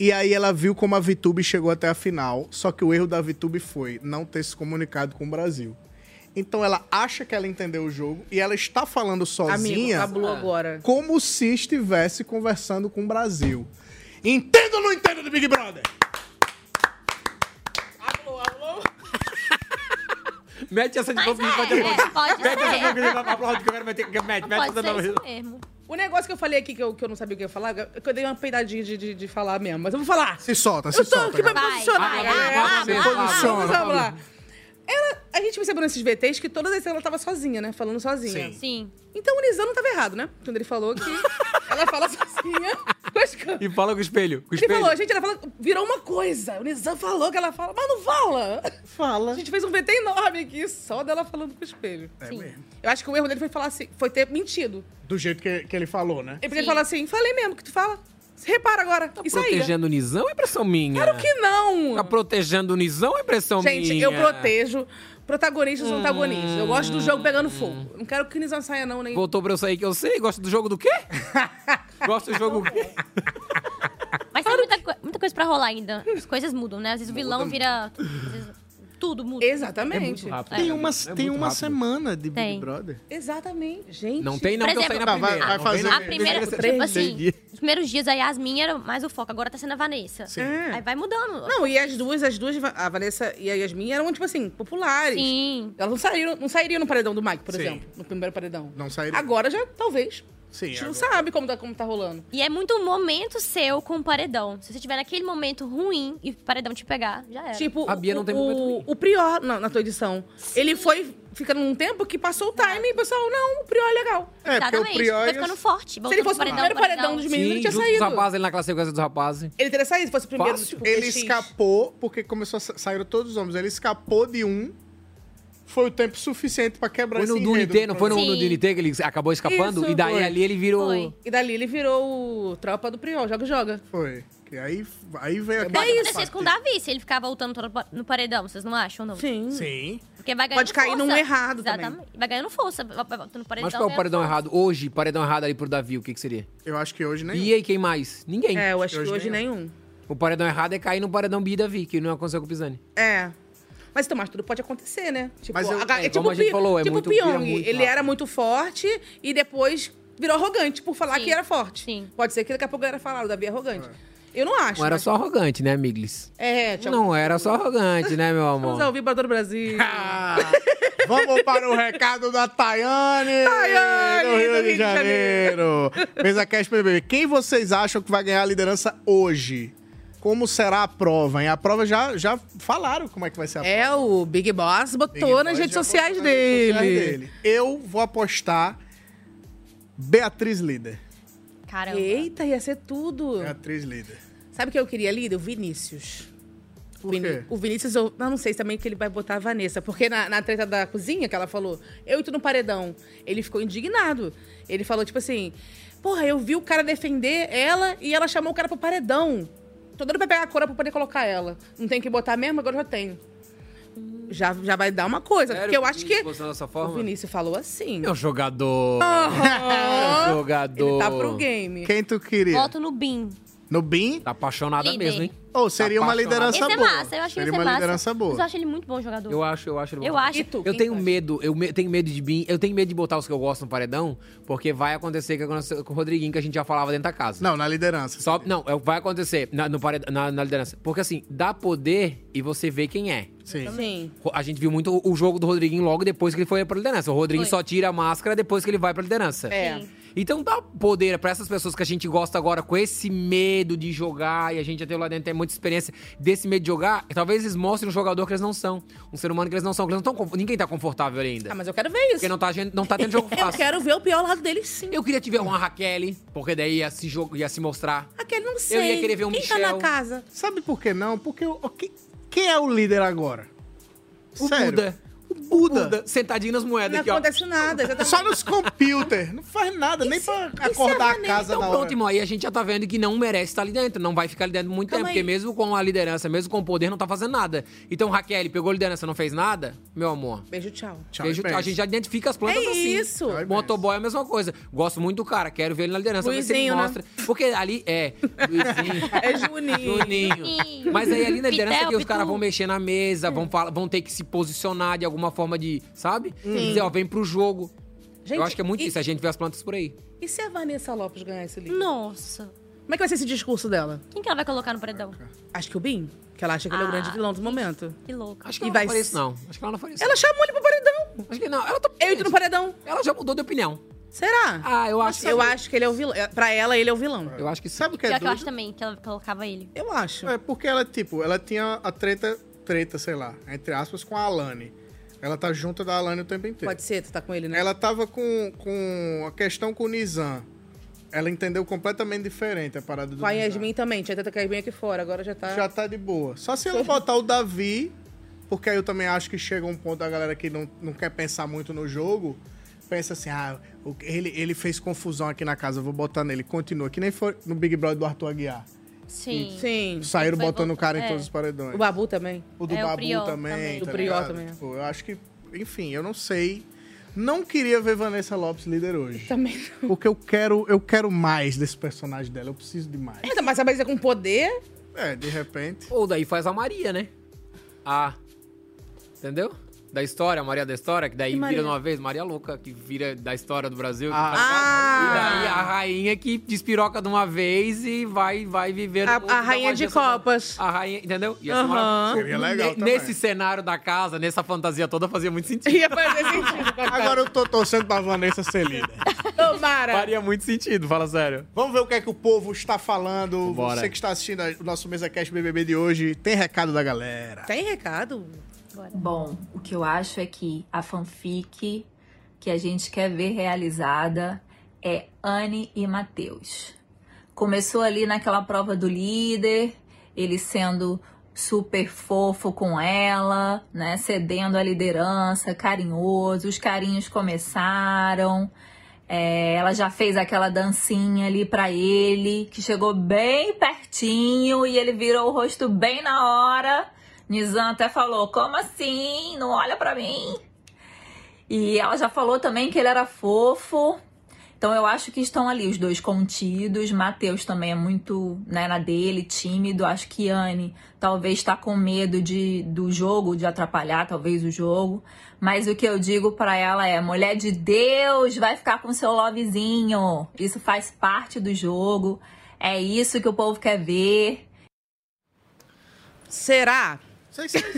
Speaker 1: E aí ela viu como a Vitube chegou até a final, só que o erro da Vitube foi não ter se comunicado com o Brasil. Então ela acha que ela entendeu o jogo e ela está falando
Speaker 2: Amigo,
Speaker 1: sozinha É.
Speaker 2: tabu agora.
Speaker 1: como se estivesse conversando com o Brasil. Entendo ou não entendo de Big Brother?
Speaker 4: Mete essa de
Speaker 2: Mas
Speaker 4: novo que
Speaker 2: é,
Speaker 4: pode aplaudir.
Speaker 2: é, pode
Speaker 4: Mete essa de
Speaker 2: ser.
Speaker 4: novo que pode aplaudir que agora vai ter que... Mete, mete essa de novo.
Speaker 2: mesmo. O negócio que eu falei aqui, que eu, que eu não sabia o que eu ia falar, que eu dei uma peidadinha de, de, de falar mesmo, mas eu vou falar.
Speaker 1: Se solta, se
Speaker 2: eu tô
Speaker 1: solta,
Speaker 2: aqui pra me
Speaker 1: Gabi.
Speaker 2: posicionar.
Speaker 1: Vai,
Speaker 2: é,
Speaker 1: vai, vai,
Speaker 2: é,
Speaker 1: vai,
Speaker 2: é,
Speaker 1: vai,
Speaker 2: vamos
Speaker 1: vai,
Speaker 2: lá.
Speaker 1: vai.
Speaker 2: Ela, a gente percebeu nesses VTs que todas as vezes ela tava sozinha, né? Falando sozinha.
Speaker 3: Sim. Sim.
Speaker 2: Então o Nizam não tava errado, né? Quando ele falou que ela fala sozinha com as câmeras.
Speaker 4: E fala com o espelho. Com o
Speaker 2: Ele
Speaker 4: espelho.
Speaker 2: falou, gente, ela fala, virou uma coisa. O Nizam falou que ela fala, mas não fala.
Speaker 1: Fala.
Speaker 2: A gente fez um VT enorme aqui, só dela falando com o espelho.
Speaker 1: É mesmo.
Speaker 2: Eu acho que o erro dele foi falar assim, foi ter mentido.
Speaker 1: Do jeito que, que ele falou, né?
Speaker 2: Ele podia falar assim, falei mesmo que tu fala. Se repara agora. Isso aí.
Speaker 4: Tá
Speaker 2: né?"
Speaker 4: Protegendo o Nizão é impressão minha?
Speaker 2: Claro que não.
Speaker 4: Tá protegendo o Nizão é impressão minha?
Speaker 2: Gente, eu protejo
Speaker 3: Hum.
Speaker 2: protagonistas e antagonistas. Eu gosto do jogo pegando fogo. Não quero que o Nizam saia, não, nem.
Speaker 4: Voltou pra eu sair que eu sei? Gosta do jogo do quê? Gosta do jogo do quê?
Speaker 3: Mas tem muita, coi- É, muita coisa pra rolar ainda. As coisas mudam, né? Às vezes o vilão
Speaker 1: Muda
Speaker 3: vira. às vezes tudo muda.
Speaker 2: Exatamente. É muito rápido.
Speaker 1: Tem uma,
Speaker 2: É
Speaker 1: tem
Speaker 2: muito
Speaker 1: uma
Speaker 2: rápido.
Speaker 1: semana de Big
Speaker 3: Tem.
Speaker 1: Brother.
Speaker 2: Exatamente. Gente.
Speaker 1: Não tem não, Por que eu exemplo, saí na primeira.
Speaker 3: a-
Speaker 1: Vai fazer-
Speaker 3: A primeira,
Speaker 1: Deixa eu
Speaker 3: tipo
Speaker 1: ver se eu
Speaker 3: assim,
Speaker 1: entendi.
Speaker 3: os primeiros dias a Yasmin era mais o foco, agora tá sendo a Vanessa.
Speaker 2: Sim.
Speaker 3: Aí vai mudando.
Speaker 2: É. Não, e as duas, as duas, a Vanessa e a Yasmin eram, tipo assim, populares. Sim. Elas não saíram, não sairiam no paredão do Mike, por
Speaker 1: Sim.
Speaker 2: exemplo. No primeiro paredão.
Speaker 1: Não saíram.
Speaker 2: Agora já, talvez.
Speaker 1: Sim,
Speaker 2: A gente não
Speaker 1: agora.
Speaker 2: sabe como tá, como tá rolando.
Speaker 3: E é muito um momento seu com o paredão. Se você tiver naquele momento ruim e o paredão te pegar, já era.
Speaker 2: Tipo, o, o, o Prior, na, na tua edição, ele foi ficando num tempo que passou o timing, pessoal, não, o Prior é
Speaker 3: É,
Speaker 2: legal.
Speaker 3: porque o Exatamente, Prior foi ia- ficando forte,
Speaker 2: Se
Speaker 3: voltando
Speaker 2: ele fosse
Speaker 3: pro
Speaker 2: o
Speaker 3: paredão,
Speaker 2: primeiro
Speaker 3: paredão.
Speaker 2: paredão dos meninos, ele
Speaker 4: Sim,
Speaker 2: tinha
Speaker 4: junto
Speaker 2: saído.
Speaker 4: dos rapazes ali na classificação dos rapazes.
Speaker 2: Ele teria saído se fosse o primeiro,
Speaker 4: Fácil.
Speaker 2: tipo,
Speaker 1: Ele
Speaker 2: PX.
Speaker 1: escapou, porque começou a sa- saíram todos os homens. Ele escapou de um. Foi o tempo suficiente pra quebrar
Speaker 4: Foi no
Speaker 1: esse
Speaker 4: do
Speaker 1: enredo
Speaker 4: UNT, não
Speaker 1: do
Speaker 4: foi no,
Speaker 1: programa.
Speaker 4: no do UNT que ele acabou escapando?
Speaker 2: Isso,
Speaker 4: e daí
Speaker 2: foi.
Speaker 4: ali ele virou...
Speaker 2: Foi. E dali ele virou o tropa do Priol, joga, joga. É
Speaker 1: Foi. Que aí, aí veio
Speaker 3: Pode acontecer isso com o Davi, se ele ficar voltando todo pa- no paredão, vocês não acham, não?
Speaker 2: Sim.
Speaker 1: Sim.
Speaker 3: Porque vai ganhando
Speaker 2: Pode cair
Speaker 3: força.
Speaker 2: num errado também.
Speaker 3: Exatamente. Vai ganhando força, vai vai voltando no paredão.
Speaker 4: Mas qual é o
Speaker 3: ganha
Speaker 4: paredão
Speaker 3: força.
Speaker 4: errado? Hoje, paredão errado ali pro Davi, o que que seria?
Speaker 1: Eu acho que hoje
Speaker 4: nenhum. E aí, quem mais? Ninguém.
Speaker 2: É, eu acho que Hoje hoje nenhum.
Speaker 4: O paredão errado é cair no paredão Bi e Davi, que não aconteceu com o Pisani.
Speaker 2: É. Mas, então, mas tudo pode acontecer, né? Tipo,
Speaker 4: Mas eu-
Speaker 2: a-
Speaker 4: é,
Speaker 2: tipo
Speaker 4: como a gente
Speaker 2: Pi-
Speaker 4: falou, é
Speaker 2: tipo o
Speaker 4: muito-
Speaker 2: Pyong.
Speaker 4: vira muito
Speaker 2: ele
Speaker 4: rápido.
Speaker 2: era muito forte e depois virou arrogante por falar que era forte. Pode ser que daqui a pouco era falar, o Davi é arrogante. Eu não acho.
Speaker 4: Não era
Speaker 2: mas-
Speaker 4: só arrogante, né, Miglis?
Speaker 2: É, tchau.
Speaker 4: Não era só arrogante, né, meu
Speaker 2: Vamos ao
Speaker 4: amor? Ah,
Speaker 2: Vibrador Brasil.
Speaker 1: Vamos para o recado da Tayane!
Speaker 2: Tayane,
Speaker 1: do
Speaker 2: do
Speaker 1: Rio, de Janeiro! Mesa Cast BBB. Quem vocês acham que vai ganhar a liderança hoje? Como será a prova, hein? A prova já, já falaram como é que vai ser a prova.
Speaker 2: É, o Big Boss botou
Speaker 1: Big
Speaker 2: nas
Speaker 1: Boss
Speaker 2: redes
Speaker 1: já
Speaker 2: sociais
Speaker 1: botou nas
Speaker 2: dele.
Speaker 1: redes sociais dele. Eu vou apostar Beatriz Líder.
Speaker 3: Caramba.
Speaker 2: Eita, ia ser tudo.
Speaker 1: Beatriz Líder.
Speaker 2: Sabe o que eu queria, líder? O Vinícius.
Speaker 1: Por
Speaker 2: Vini-
Speaker 1: quê?
Speaker 2: O Vinícius, eu eu não sei também que ele vai botar a Vanessa. Porque na, na treta da cozinha que ela falou, eu e tu no paredão, ele ficou indignado. Ele falou, tipo assim, porra, eu vi o cara defender ela e ela chamou o cara pro paredão. Tô dando pra pegar a cora pra poder colocar ela. Não tem que botar mesmo, agora eu já tenho. Já, já vai dar uma coisa.
Speaker 4: Sério
Speaker 2: porque eu
Speaker 4: que o
Speaker 2: acho que.
Speaker 4: Bolsonaro dessa
Speaker 2: O
Speaker 4: forma?
Speaker 2: Vinícius falou assim.
Speaker 4: É um jogador.
Speaker 2: Aham.
Speaker 4: É um jogador.
Speaker 2: Ele tá pro game.
Speaker 1: Quem tu queria?
Speaker 3: Voto no BIM.
Speaker 1: No BIM?
Speaker 4: Tá apaixonada
Speaker 3: Líder.
Speaker 4: mesmo, hein? Tá
Speaker 1: Ou seria uma liderança
Speaker 3: Esse é massa, eu acho que ele
Speaker 4: Seria
Speaker 3: é
Speaker 4: uma
Speaker 3: massa.
Speaker 4: liderança boa.
Speaker 3: Mas eu acho ele muito bom jogador.
Speaker 4: Eu acho, eu acho. ele
Speaker 3: Eu
Speaker 4: bom.
Speaker 3: acho. E tu,
Speaker 4: Eu
Speaker 3: quem
Speaker 4: tenho medo, eu me- tenho medo de mim, eu tenho medo de botar os que eu gosto no paredão, porque vai acontecer o que aconteceu com o Rodriguinho que a gente já falava dentro da casa.
Speaker 1: Não, na liderança.
Speaker 4: Só, não, é o que vai acontecer na, no paredão, na, na liderança. Porque assim, dá poder e você vê quem é.
Speaker 1: Sim.
Speaker 2: Sim.
Speaker 4: A gente viu muito o jogo do Rodriguinho logo depois que ele foi pra liderança. O Rodriguinho só tira a máscara depois que ele vai pra liderança.
Speaker 2: É. Sim.
Speaker 4: Então dá poder pra essas pessoas que a gente gosta agora com esse medo de jogar, e a gente já teve lá dentro, tem muita experiência desse medo de jogar, talvez eles mostrem um jogador que eles não são, um ser humano que eles não são, que eles não tão, conf- ninguém tá confortável ainda.
Speaker 2: Ah, mas eu quero ver isso.
Speaker 4: Porque não tá, gen- não tá tendo jogo
Speaker 2: Eu
Speaker 4: fácil.
Speaker 2: quero ver o pior lado dele sim.
Speaker 4: Eu queria te ver uma Raquel, porque daí ia se, jogo, ia se mostrar.
Speaker 2: Aquele não sei.
Speaker 4: Eu ia querer ver um
Speaker 2: Quem
Speaker 4: Michel.
Speaker 2: tá na casa?
Speaker 1: Sabe por que não? Porque o, o que- quem é o líder agora?
Speaker 4: O
Speaker 1: Sério.
Speaker 4: Buda.
Speaker 1: O Buda.
Speaker 4: Sentadinho nas moedas
Speaker 2: Não
Speaker 4: aqui, ó.
Speaker 2: acontece nada, tá exatamente.
Speaker 1: Só nos computers. Não faz nada, nem pra acordar a casa
Speaker 4: é então,
Speaker 1: na
Speaker 4: pronto,
Speaker 1: hora.
Speaker 4: irmão, aí a gente já tá vendo que não merece estar ali dentro, não vai ficar ali dentro muito
Speaker 2: Calma
Speaker 4: tempo,
Speaker 2: aí.
Speaker 4: porque mesmo com a liderança, mesmo com o poder, não tá fazendo nada. Então, Raquel, pegou a liderança, não fez nada? Meu amor.
Speaker 2: Beijo, tchau.
Speaker 4: Beijo, a gente já identifica as plantas
Speaker 2: É
Speaker 4: assim.
Speaker 2: isso.
Speaker 4: Motoboy é a mesma coisa. Gosto muito do cara, quero ver ele na liderança, ver se ele
Speaker 2: Luizinho, né?
Speaker 4: mostra. Porque ali é. Luizinho.
Speaker 2: É Juninho.
Speaker 4: Juninho. Mas aí ali na liderança
Speaker 2: Pitel,
Speaker 4: que os
Speaker 2: Pitu.
Speaker 4: caras vão mexer na mesa, vão, falar, vão ter que se posicionar de alguma forma de, sabe?
Speaker 2: Sim.
Speaker 4: Dizer, ó, vem pro jogo.
Speaker 2: Gente,
Speaker 4: Eu acho que é muito
Speaker 2: e-
Speaker 4: isso, a gente vê as plantas por aí.
Speaker 2: E se a Vanessa Lopes ganhar esse livro?
Speaker 3: Nossa.
Speaker 2: Como é que vai ser esse discurso dela?
Speaker 3: Quem que ela vai colocar no paredão?
Speaker 2: Acho que o Bim, que ela acha que ele é o
Speaker 3: Ah,
Speaker 2: grande vilão do momento.
Speaker 3: Que louco.
Speaker 4: Acho
Speaker 2: E
Speaker 4: que ela
Speaker 2: vai
Speaker 4: não faria
Speaker 2: se-
Speaker 4: isso, não. Acho que ela não faria isso.
Speaker 2: Ela chamou ele pro paredão.
Speaker 4: Acho que não. Ela tá...
Speaker 2: Eu entro no paredão.
Speaker 4: Ela já mudou de opinião.
Speaker 2: Será?
Speaker 4: Ah, eu acho que-
Speaker 2: Eu acho que ele é o vilão. É, Pra ela, ele é o vilão.
Speaker 4: Eu acho que
Speaker 1: Sabe o que
Speaker 3: Pior
Speaker 1: é
Speaker 3: que eu
Speaker 1: doido?
Speaker 3: acho também que ela colocava ele.
Speaker 2: Eu acho.
Speaker 1: É porque ela, tipo, ela tinha a treta, treta, sei lá, entre aspas, com a Alane. Ela tá junto da Alane o tempo inteiro.
Speaker 2: Pode ser, tu tá com ele, né?
Speaker 1: Ela tava com, com a questão com o Nizam. Ela entendeu completamente diferente a
Speaker 4: é
Speaker 1: parada do
Speaker 2: Com a
Speaker 1: Nizam.
Speaker 2: Yasmin também. Tinha tenta cair bem aqui fora, agora já tá...
Speaker 1: Já tá de boa. Só se ela botar o Davi, porque aí eu também acho que chega um ponto da galera que não, não quer pensar muito no jogo, pensa assim, ah, o- ele, ele fez confusão aqui na casa, eu vou botar nele. Continua, que nem foi no Big Brother do Arthur Aguiar.
Speaker 3: Sim.
Speaker 2: Sim.
Speaker 1: Saíram
Speaker 2: Foi
Speaker 1: botando o cara em
Speaker 2: é.
Speaker 1: todos os paredões.
Speaker 2: O Babu também.
Speaker 1: O do
Speaker 2: É, o
Speaker 1: Babu
Speaker 2: Priol
Speaker 1: também.
Speaker 2: também.
Speaker 1: tá
Speaker 2: Do Priol
Speaker 1: ligado?
Speaker 2: também, é.
Speaker 1: Tipo, eu acho que, enfim, eu não sei. Não queria ver Vanessa Lopes líder hoje.
Speaker 2: Também
Speaker 1: Porque eu quero, eu quero mais desse personagem dela. Eu preciso de mais.
Speaker 2: É, mas a Marisa com poder...
Speaker 1: É, de repente.
Speaker 4: Ou daí faz a Maria, né? A. Entendeu? Da história, a Maria da história, que daí
Speaker 2: Que Maria?
Speaker 4: vira de uma vez, Maria Louca, que vira da história do Brasil.
Speaker 1: Ah.
Speaker 4: E daí
Speaker 2: Ah.
Speaker 4: a rainha que despiroca de uma vez e vai, vai viver...
Speaker 2: A-
Speaker 4: outro-
Speaker 2: a rainha de
Speaker 4: magia só-
Speaker 2: copas.
Speaker 4: A rainha, entendeu? Ia
Speaker 2: Aham.
Speaker 4: maravilhoso.
Speaker 1: Seria legal
Speaker 4: Ne-
Speaker 1: também.
Speaker 4: Nesse cenário da casa, nessa fantasia toda, fazia muito sentido.
Speaker 2: Ia fazer sentido. com a cara.
Speaker 1: Agora eu tô torcendo pra Vanessa ser líder.
Speaker 2: Tomara.
Speaker 4: Faria muito sentido, fala sério.
Speaker 1: Vamos ver o que é que o povo está falando.
Speaker 4: Bora.
Speaker 1: Você que está assistindo o nosso Mesa Cast BBB de hoje, tem recado da galera.
Speaker 2: Tem recado?
Speaker 11: Bom, o que eu acho é que a fanfic que a gente quer ver realizada é Anne e Matheus. Começou ali naquela prova do líder, ele sendo super fofo com ela, né, cedendo a liderança, carinhoso, os carinhos começaram. É, ela já fez aquela dancinha ali pra ele, que chegou bem pertinho e ele virou o rosto bem na hora. Nizam até falou: Como assim? Não olha pra mim. E ela já falou também que ele era fofo. Então eu acho que estão ali os dois contidos. Matheus também é muito né, na dele, tímido. Acho que Anne talvez está com medo de, do jogo, de atrapalhar talvez o jogo. Mas o que eu digo pra ela é: mulher de Deus, vai ficar com seu lovezinho. Isso faz parte do jogo. É isso que o povo quer ver.
Speaker 2: Será?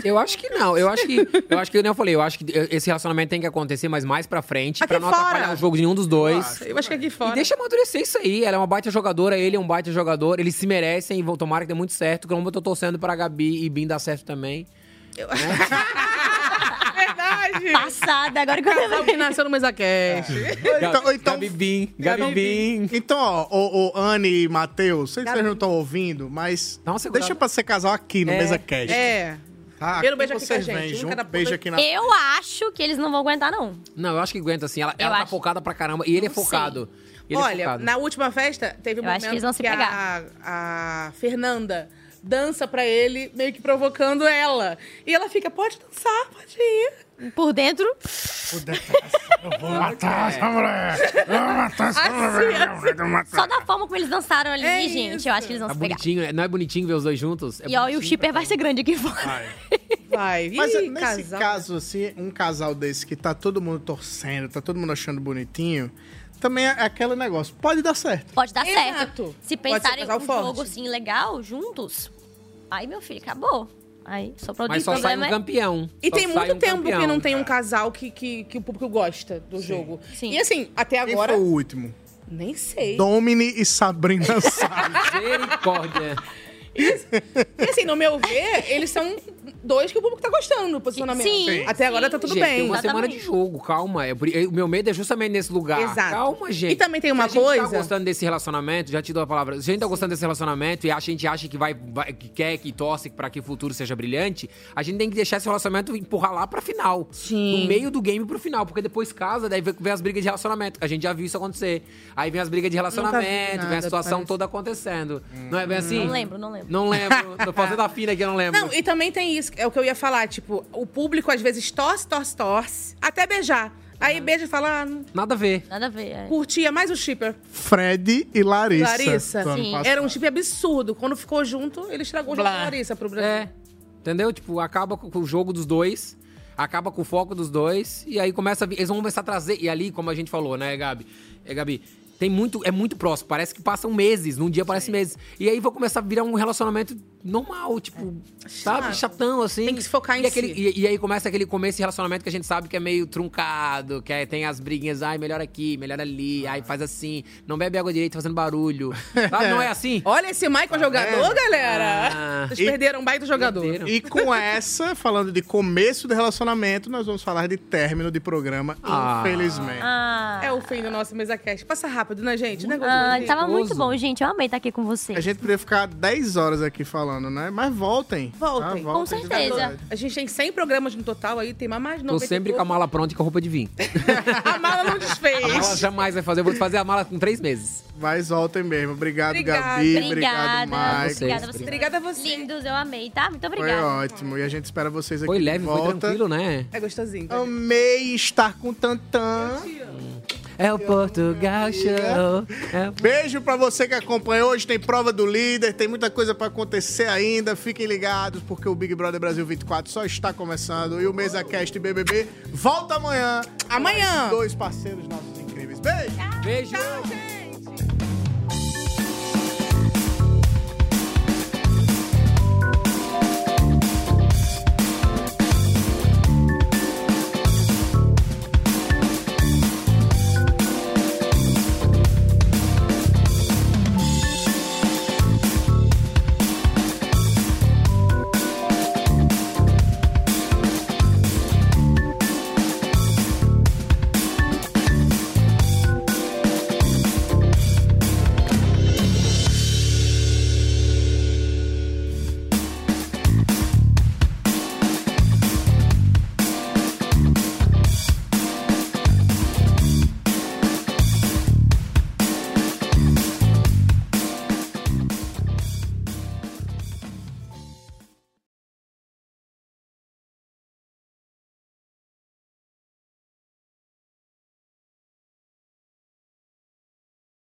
Speaker 4: Eu acho que não. Eu acho que, eu acho que eu nem falei. Eu acho que eh, esse relacionamento tem que acontecer, mas mais pra frente,
Speaker 2: Aqui
Speaker 4: pra não
Speaker 2: fora.
Speaker 4: atrapalhar o jogo de nenhum dos dois.
Speaker 2: Eu acho que é aqui fora...
Speaker 4: E deixa amadurecer isso aí. Ela é uma baita jogadora, ele é um baita jogador. Eles se merecem e vão tomara que dê muito certo. Como eu tô torcendo pra Gabi e Bim dar certo também.
Speaker 2: Verdade.
Speaker 3: Passada, agora que eu
Speaker 2: Casal que nasceu no Mesa Cast.
Speaker 1: Então,
Speaker 4: Gabi,
Speaker 1: então-
Speaker 4: Gabi Bim, Gabi Bim.
Speaker 1: Então, ó, o, o Anne e Matheus, sei que vocês não estão ouvindo, mas deixa pra ser casal aqui no
Speaker 4: É.
Speaker 1: Mesa Cast.
Speaker 2: É.
Speaker 1: Tá?
Speaker 2: Primeiro beijo aqui com a
Speaker 1: vocês
Speaker 2: gente,
Speaker 1: vêm
Speaker 2: um
Speaker 1: junto,
Speaker 2: cada ponta.
Speaker 1: beijo aqui na...
Speaker 3: Eu acho que eles não vão aguentar, não.
Speaker 4: Não, eu acho que aguenta, assim. Ela,
Speaker 3: Eu
Speaker 4: ela tá
Speaker 3: acho.
Speaker 4: focada pra caramba. E ele é
Speaker 3: Não sei.
Speaker 4: focado. Ele é
Speaker 2: Olha,
Speaker 4: focado.
Speaker 2: na última festa, teve um
Speaker 3: Eu acho que
Speaker 2: momento
Speaker 3: eles vão se
Speaker 2: a,
Speaker 3: pegar.
Speaker 2: a Fernanda dança pra ele, meio que provocando ela. E ela fica, pode dançar, pode ir.
Speaker 3: Por dentro.
Speaker 1: Eu vou matar essa mulher! Eu vou matar essa mulher! Eu vou matar.
Speaker 3: Só da forma como eles dançaram ali,
Speaker 2: É
Speaker 3: gente, eu acho que eles vão
Speaker 4: Tá
Speaker 3: se pegar.
Speaker 4: bonitinho, né? não é bonitinho ver os dois juntos? É
Speaker 3: e ó, e o
Speaker 4: bonitinho pra
Speaker 3: shipper vai ser grande aqui fora.
Speaker 2: Vai.
Speaker 1: Mas
Speaker 2: Ih,
Speaker 1: nesse
Speaker 2: casal.
Speaker 1: caso, assim, um casal desse que tá todo mundo torcendo, tá todo mundo achando bonitinho, também é aquele negócio. Pode dar certo.
Speaker 3: Pode dar
Speaker 2: Exato.
Speaker 3: certo. Se
Speaker 2: Pode ser um
Speaker 3: pensarem um
Speaker 2: casal forte.
Speaker 3: jogo assim legal juntos, aí meu filho, acabou. Aí, só pra
Speaker 4: Mas só sai um
Speaker 3: é-
Speaker 4: campeão.
Speaker 2: E
Speaker 4: Só
Speaker 2: tem
Speaker 4: sai
Speaker 2: muito
Speaker 4: um
Speaker 2: tempo
Speaker 4: campeão.
Speaker 2: que não tem um casal que, que, que o público gosta do jogo.
Speaker 3: Sim.
Speaker 2: E assim, até
Speaker 1: Quem
Speaker 2: agora,
Speaker 1: foi o último?
Speaker 2: nem sei.
Speaker 1: Domini e Sabrina Sá.
Speaker 4: Misericórdia.
Speaker 2: E assim, no meu ver, eles são dois que o público tá gostando do posicionamento.
Speaker 4: Sim, Sim.
Speaker 2: Até agora tá tudo
Speaker 4: Gente,
Speaker 2: bem.
Speaker 4: Tem uma semana de jogo, calma. É por- eu- O meu medo é justamente nesse lugar.
Speaker 2: Exato.
Speaker 4: Calma, gente.
Speaker 2: E também tem uma
Speaker 4: Se a gente
Speaker 2: coisa-
Speaker 4: tá gostando desse relacionamento, já te dou a palavra. Se a gente tá gostando desse relacionamento e a gente acha que vai, vai- que quer, que torce pra que o futuro seja brilhante, a gente tem que deixar esse relacionamento empurrar lá pra final.
Speaker 2: Sim.
Speaker 4: Do meio do game pro final, porque depois casa, daí vem vem as brigas de relacionamento. A gente já viu isso acontecer. Aí vem as brigas de
Speaker 3: vi
Speaker 4: relacionamento, vem
Speaker 3: nada,
Speaker 4: a situação
Speaker 3: parece.
Speaker 4: toda acontecendo. Não é bem assim?
Speaker 3: Não lembro, não lembro.
Speaker 4: Não lembro. Tô fazendo a fina aqui, eu não lembro.
Speaker 2: Hum. Não, e também tem isso, é o que eu ia falar, tipo, o público às vezes torce, torce, torce, até beijar. Aí beija e fala, ah, não
Speaker 4: Nada a ver.
Speaker 3: Nada a ver, é.
Speaker 2: curtia mais o shipper.
Speaker 1: Fred e Larissa.
Speaker 2: Larissa.
Speaker 1: do ano passado.
Speaker 2: Era um chip absurdo. Quando ficou junto, ele estragou o jogo
Speaker 4: Blá.
Speaker 2: da Larissa pro Brasil.
Speaker 4: É. Entendeu? Tipo, acaba com com o jogo dos dois, acaba com o foco dos dois, e aí começa a vir, Eles vão começar a trazer. E ali, como a gente falou, né, Gabi? É, Gabi, tem muito. É muito próximo. Parece que passam meses. Num dia parece meses. E aí vão começar a virar um relacionamento normal, tipo,
Speaker 2: É. Ah,
Speaker 4: sabe? Chatão, assim. Tem que se focar em e aquele, e, e aí começa aquele começo de relacionamento que a gente sabe que é meio truncado, que é- tem as briguinhas, ai, melhor aqui, melhor ali,
Speaker 2: Ah.
Speaker 4: ai, faz assim, não bebe água direito fazendo barulho. Sabe? Não é assim?
Speaker 2: Olha esse Michael jogador,
Speaker 1: vendo?
Speaker 2: galera!
Speaker 1: Ah.
Speaker 2: Vocês
Speaker 1: E-
Speaker 2: perderam um baita jogador.
Speaker 1: E com essa, falando de começo do relacionamento, nós vamos falar de término de programa,
Speaker 4: Ah.
Speaker 1: infelizmente.
Speaker 2: É o fim do nosso mesa cast. Passa rápido, né, gente? Né,
Speaker 3: Ah,
Speaker 2: Gogo?
Speaker 3: tava muito bom, gente. Eu amei estar aqui com vocês.
Speaker 1: A gente poderia ficar 10 horas aqui falando, né? Mas voltem.
Speaker 2: Voltem.
Speaker 1: tá? Voltem de verdade.
Speaker 2: A gente tem 100 programas no total aí, tem mais de
Speaker 4: Tô
Speaker 2: 90 e
Speaker 4: sempre com a
Speaker 2: pouco.
Speaker 4: mala pronta e com a roupa de vinho.
Speaker 2: A mala não desfez.
Speaker 4: A mala jamais vai fazer. Eu vou fazer a mala com três meses.
Speaker 1: Mas voltem mesmo. Obrigado,
Speaker 2: Obrigada.
Speaker 1: Gabi.
Speaker 3: Obrigada.
Speaker 1: Obrigado, Maicon.
Speaker 3: Obrigada a vocês.
Speaker 2: Obrigada a vocês.
Speaker 3: Lindos, eu amei, tá? Muito
Speaker 1: Foi
Speaker 3: obrigada.
Speaker 1: ótimo. E a gente espera vocês aqui.
Speaker 4: Foi
Speaker 1: de
Speaker 4: leve, foi
Speaker 1: volta.
Speaker 4: tranquilo, né?
Speaker 2: É gostosinho.
Speaker 1: Amei estar com o Tantan.
Speaker 4: É o Portugal Show. é
Speaker 1: Beijo pra você que acompanhou. Hoje tem prova do líder, tem muita coisa pra acontecer ainda. Fiquem ligados, porque o Big Brother Brasil 24 só está começando. E o MesaCast BBB volta amanhã.
Speaker 2: Amanhã.
Speaker 1: Mais Dois parceiros nossos incríveis. Beijo!
Speaker 4: Beijo!
Speaker 2: Tchau, gente!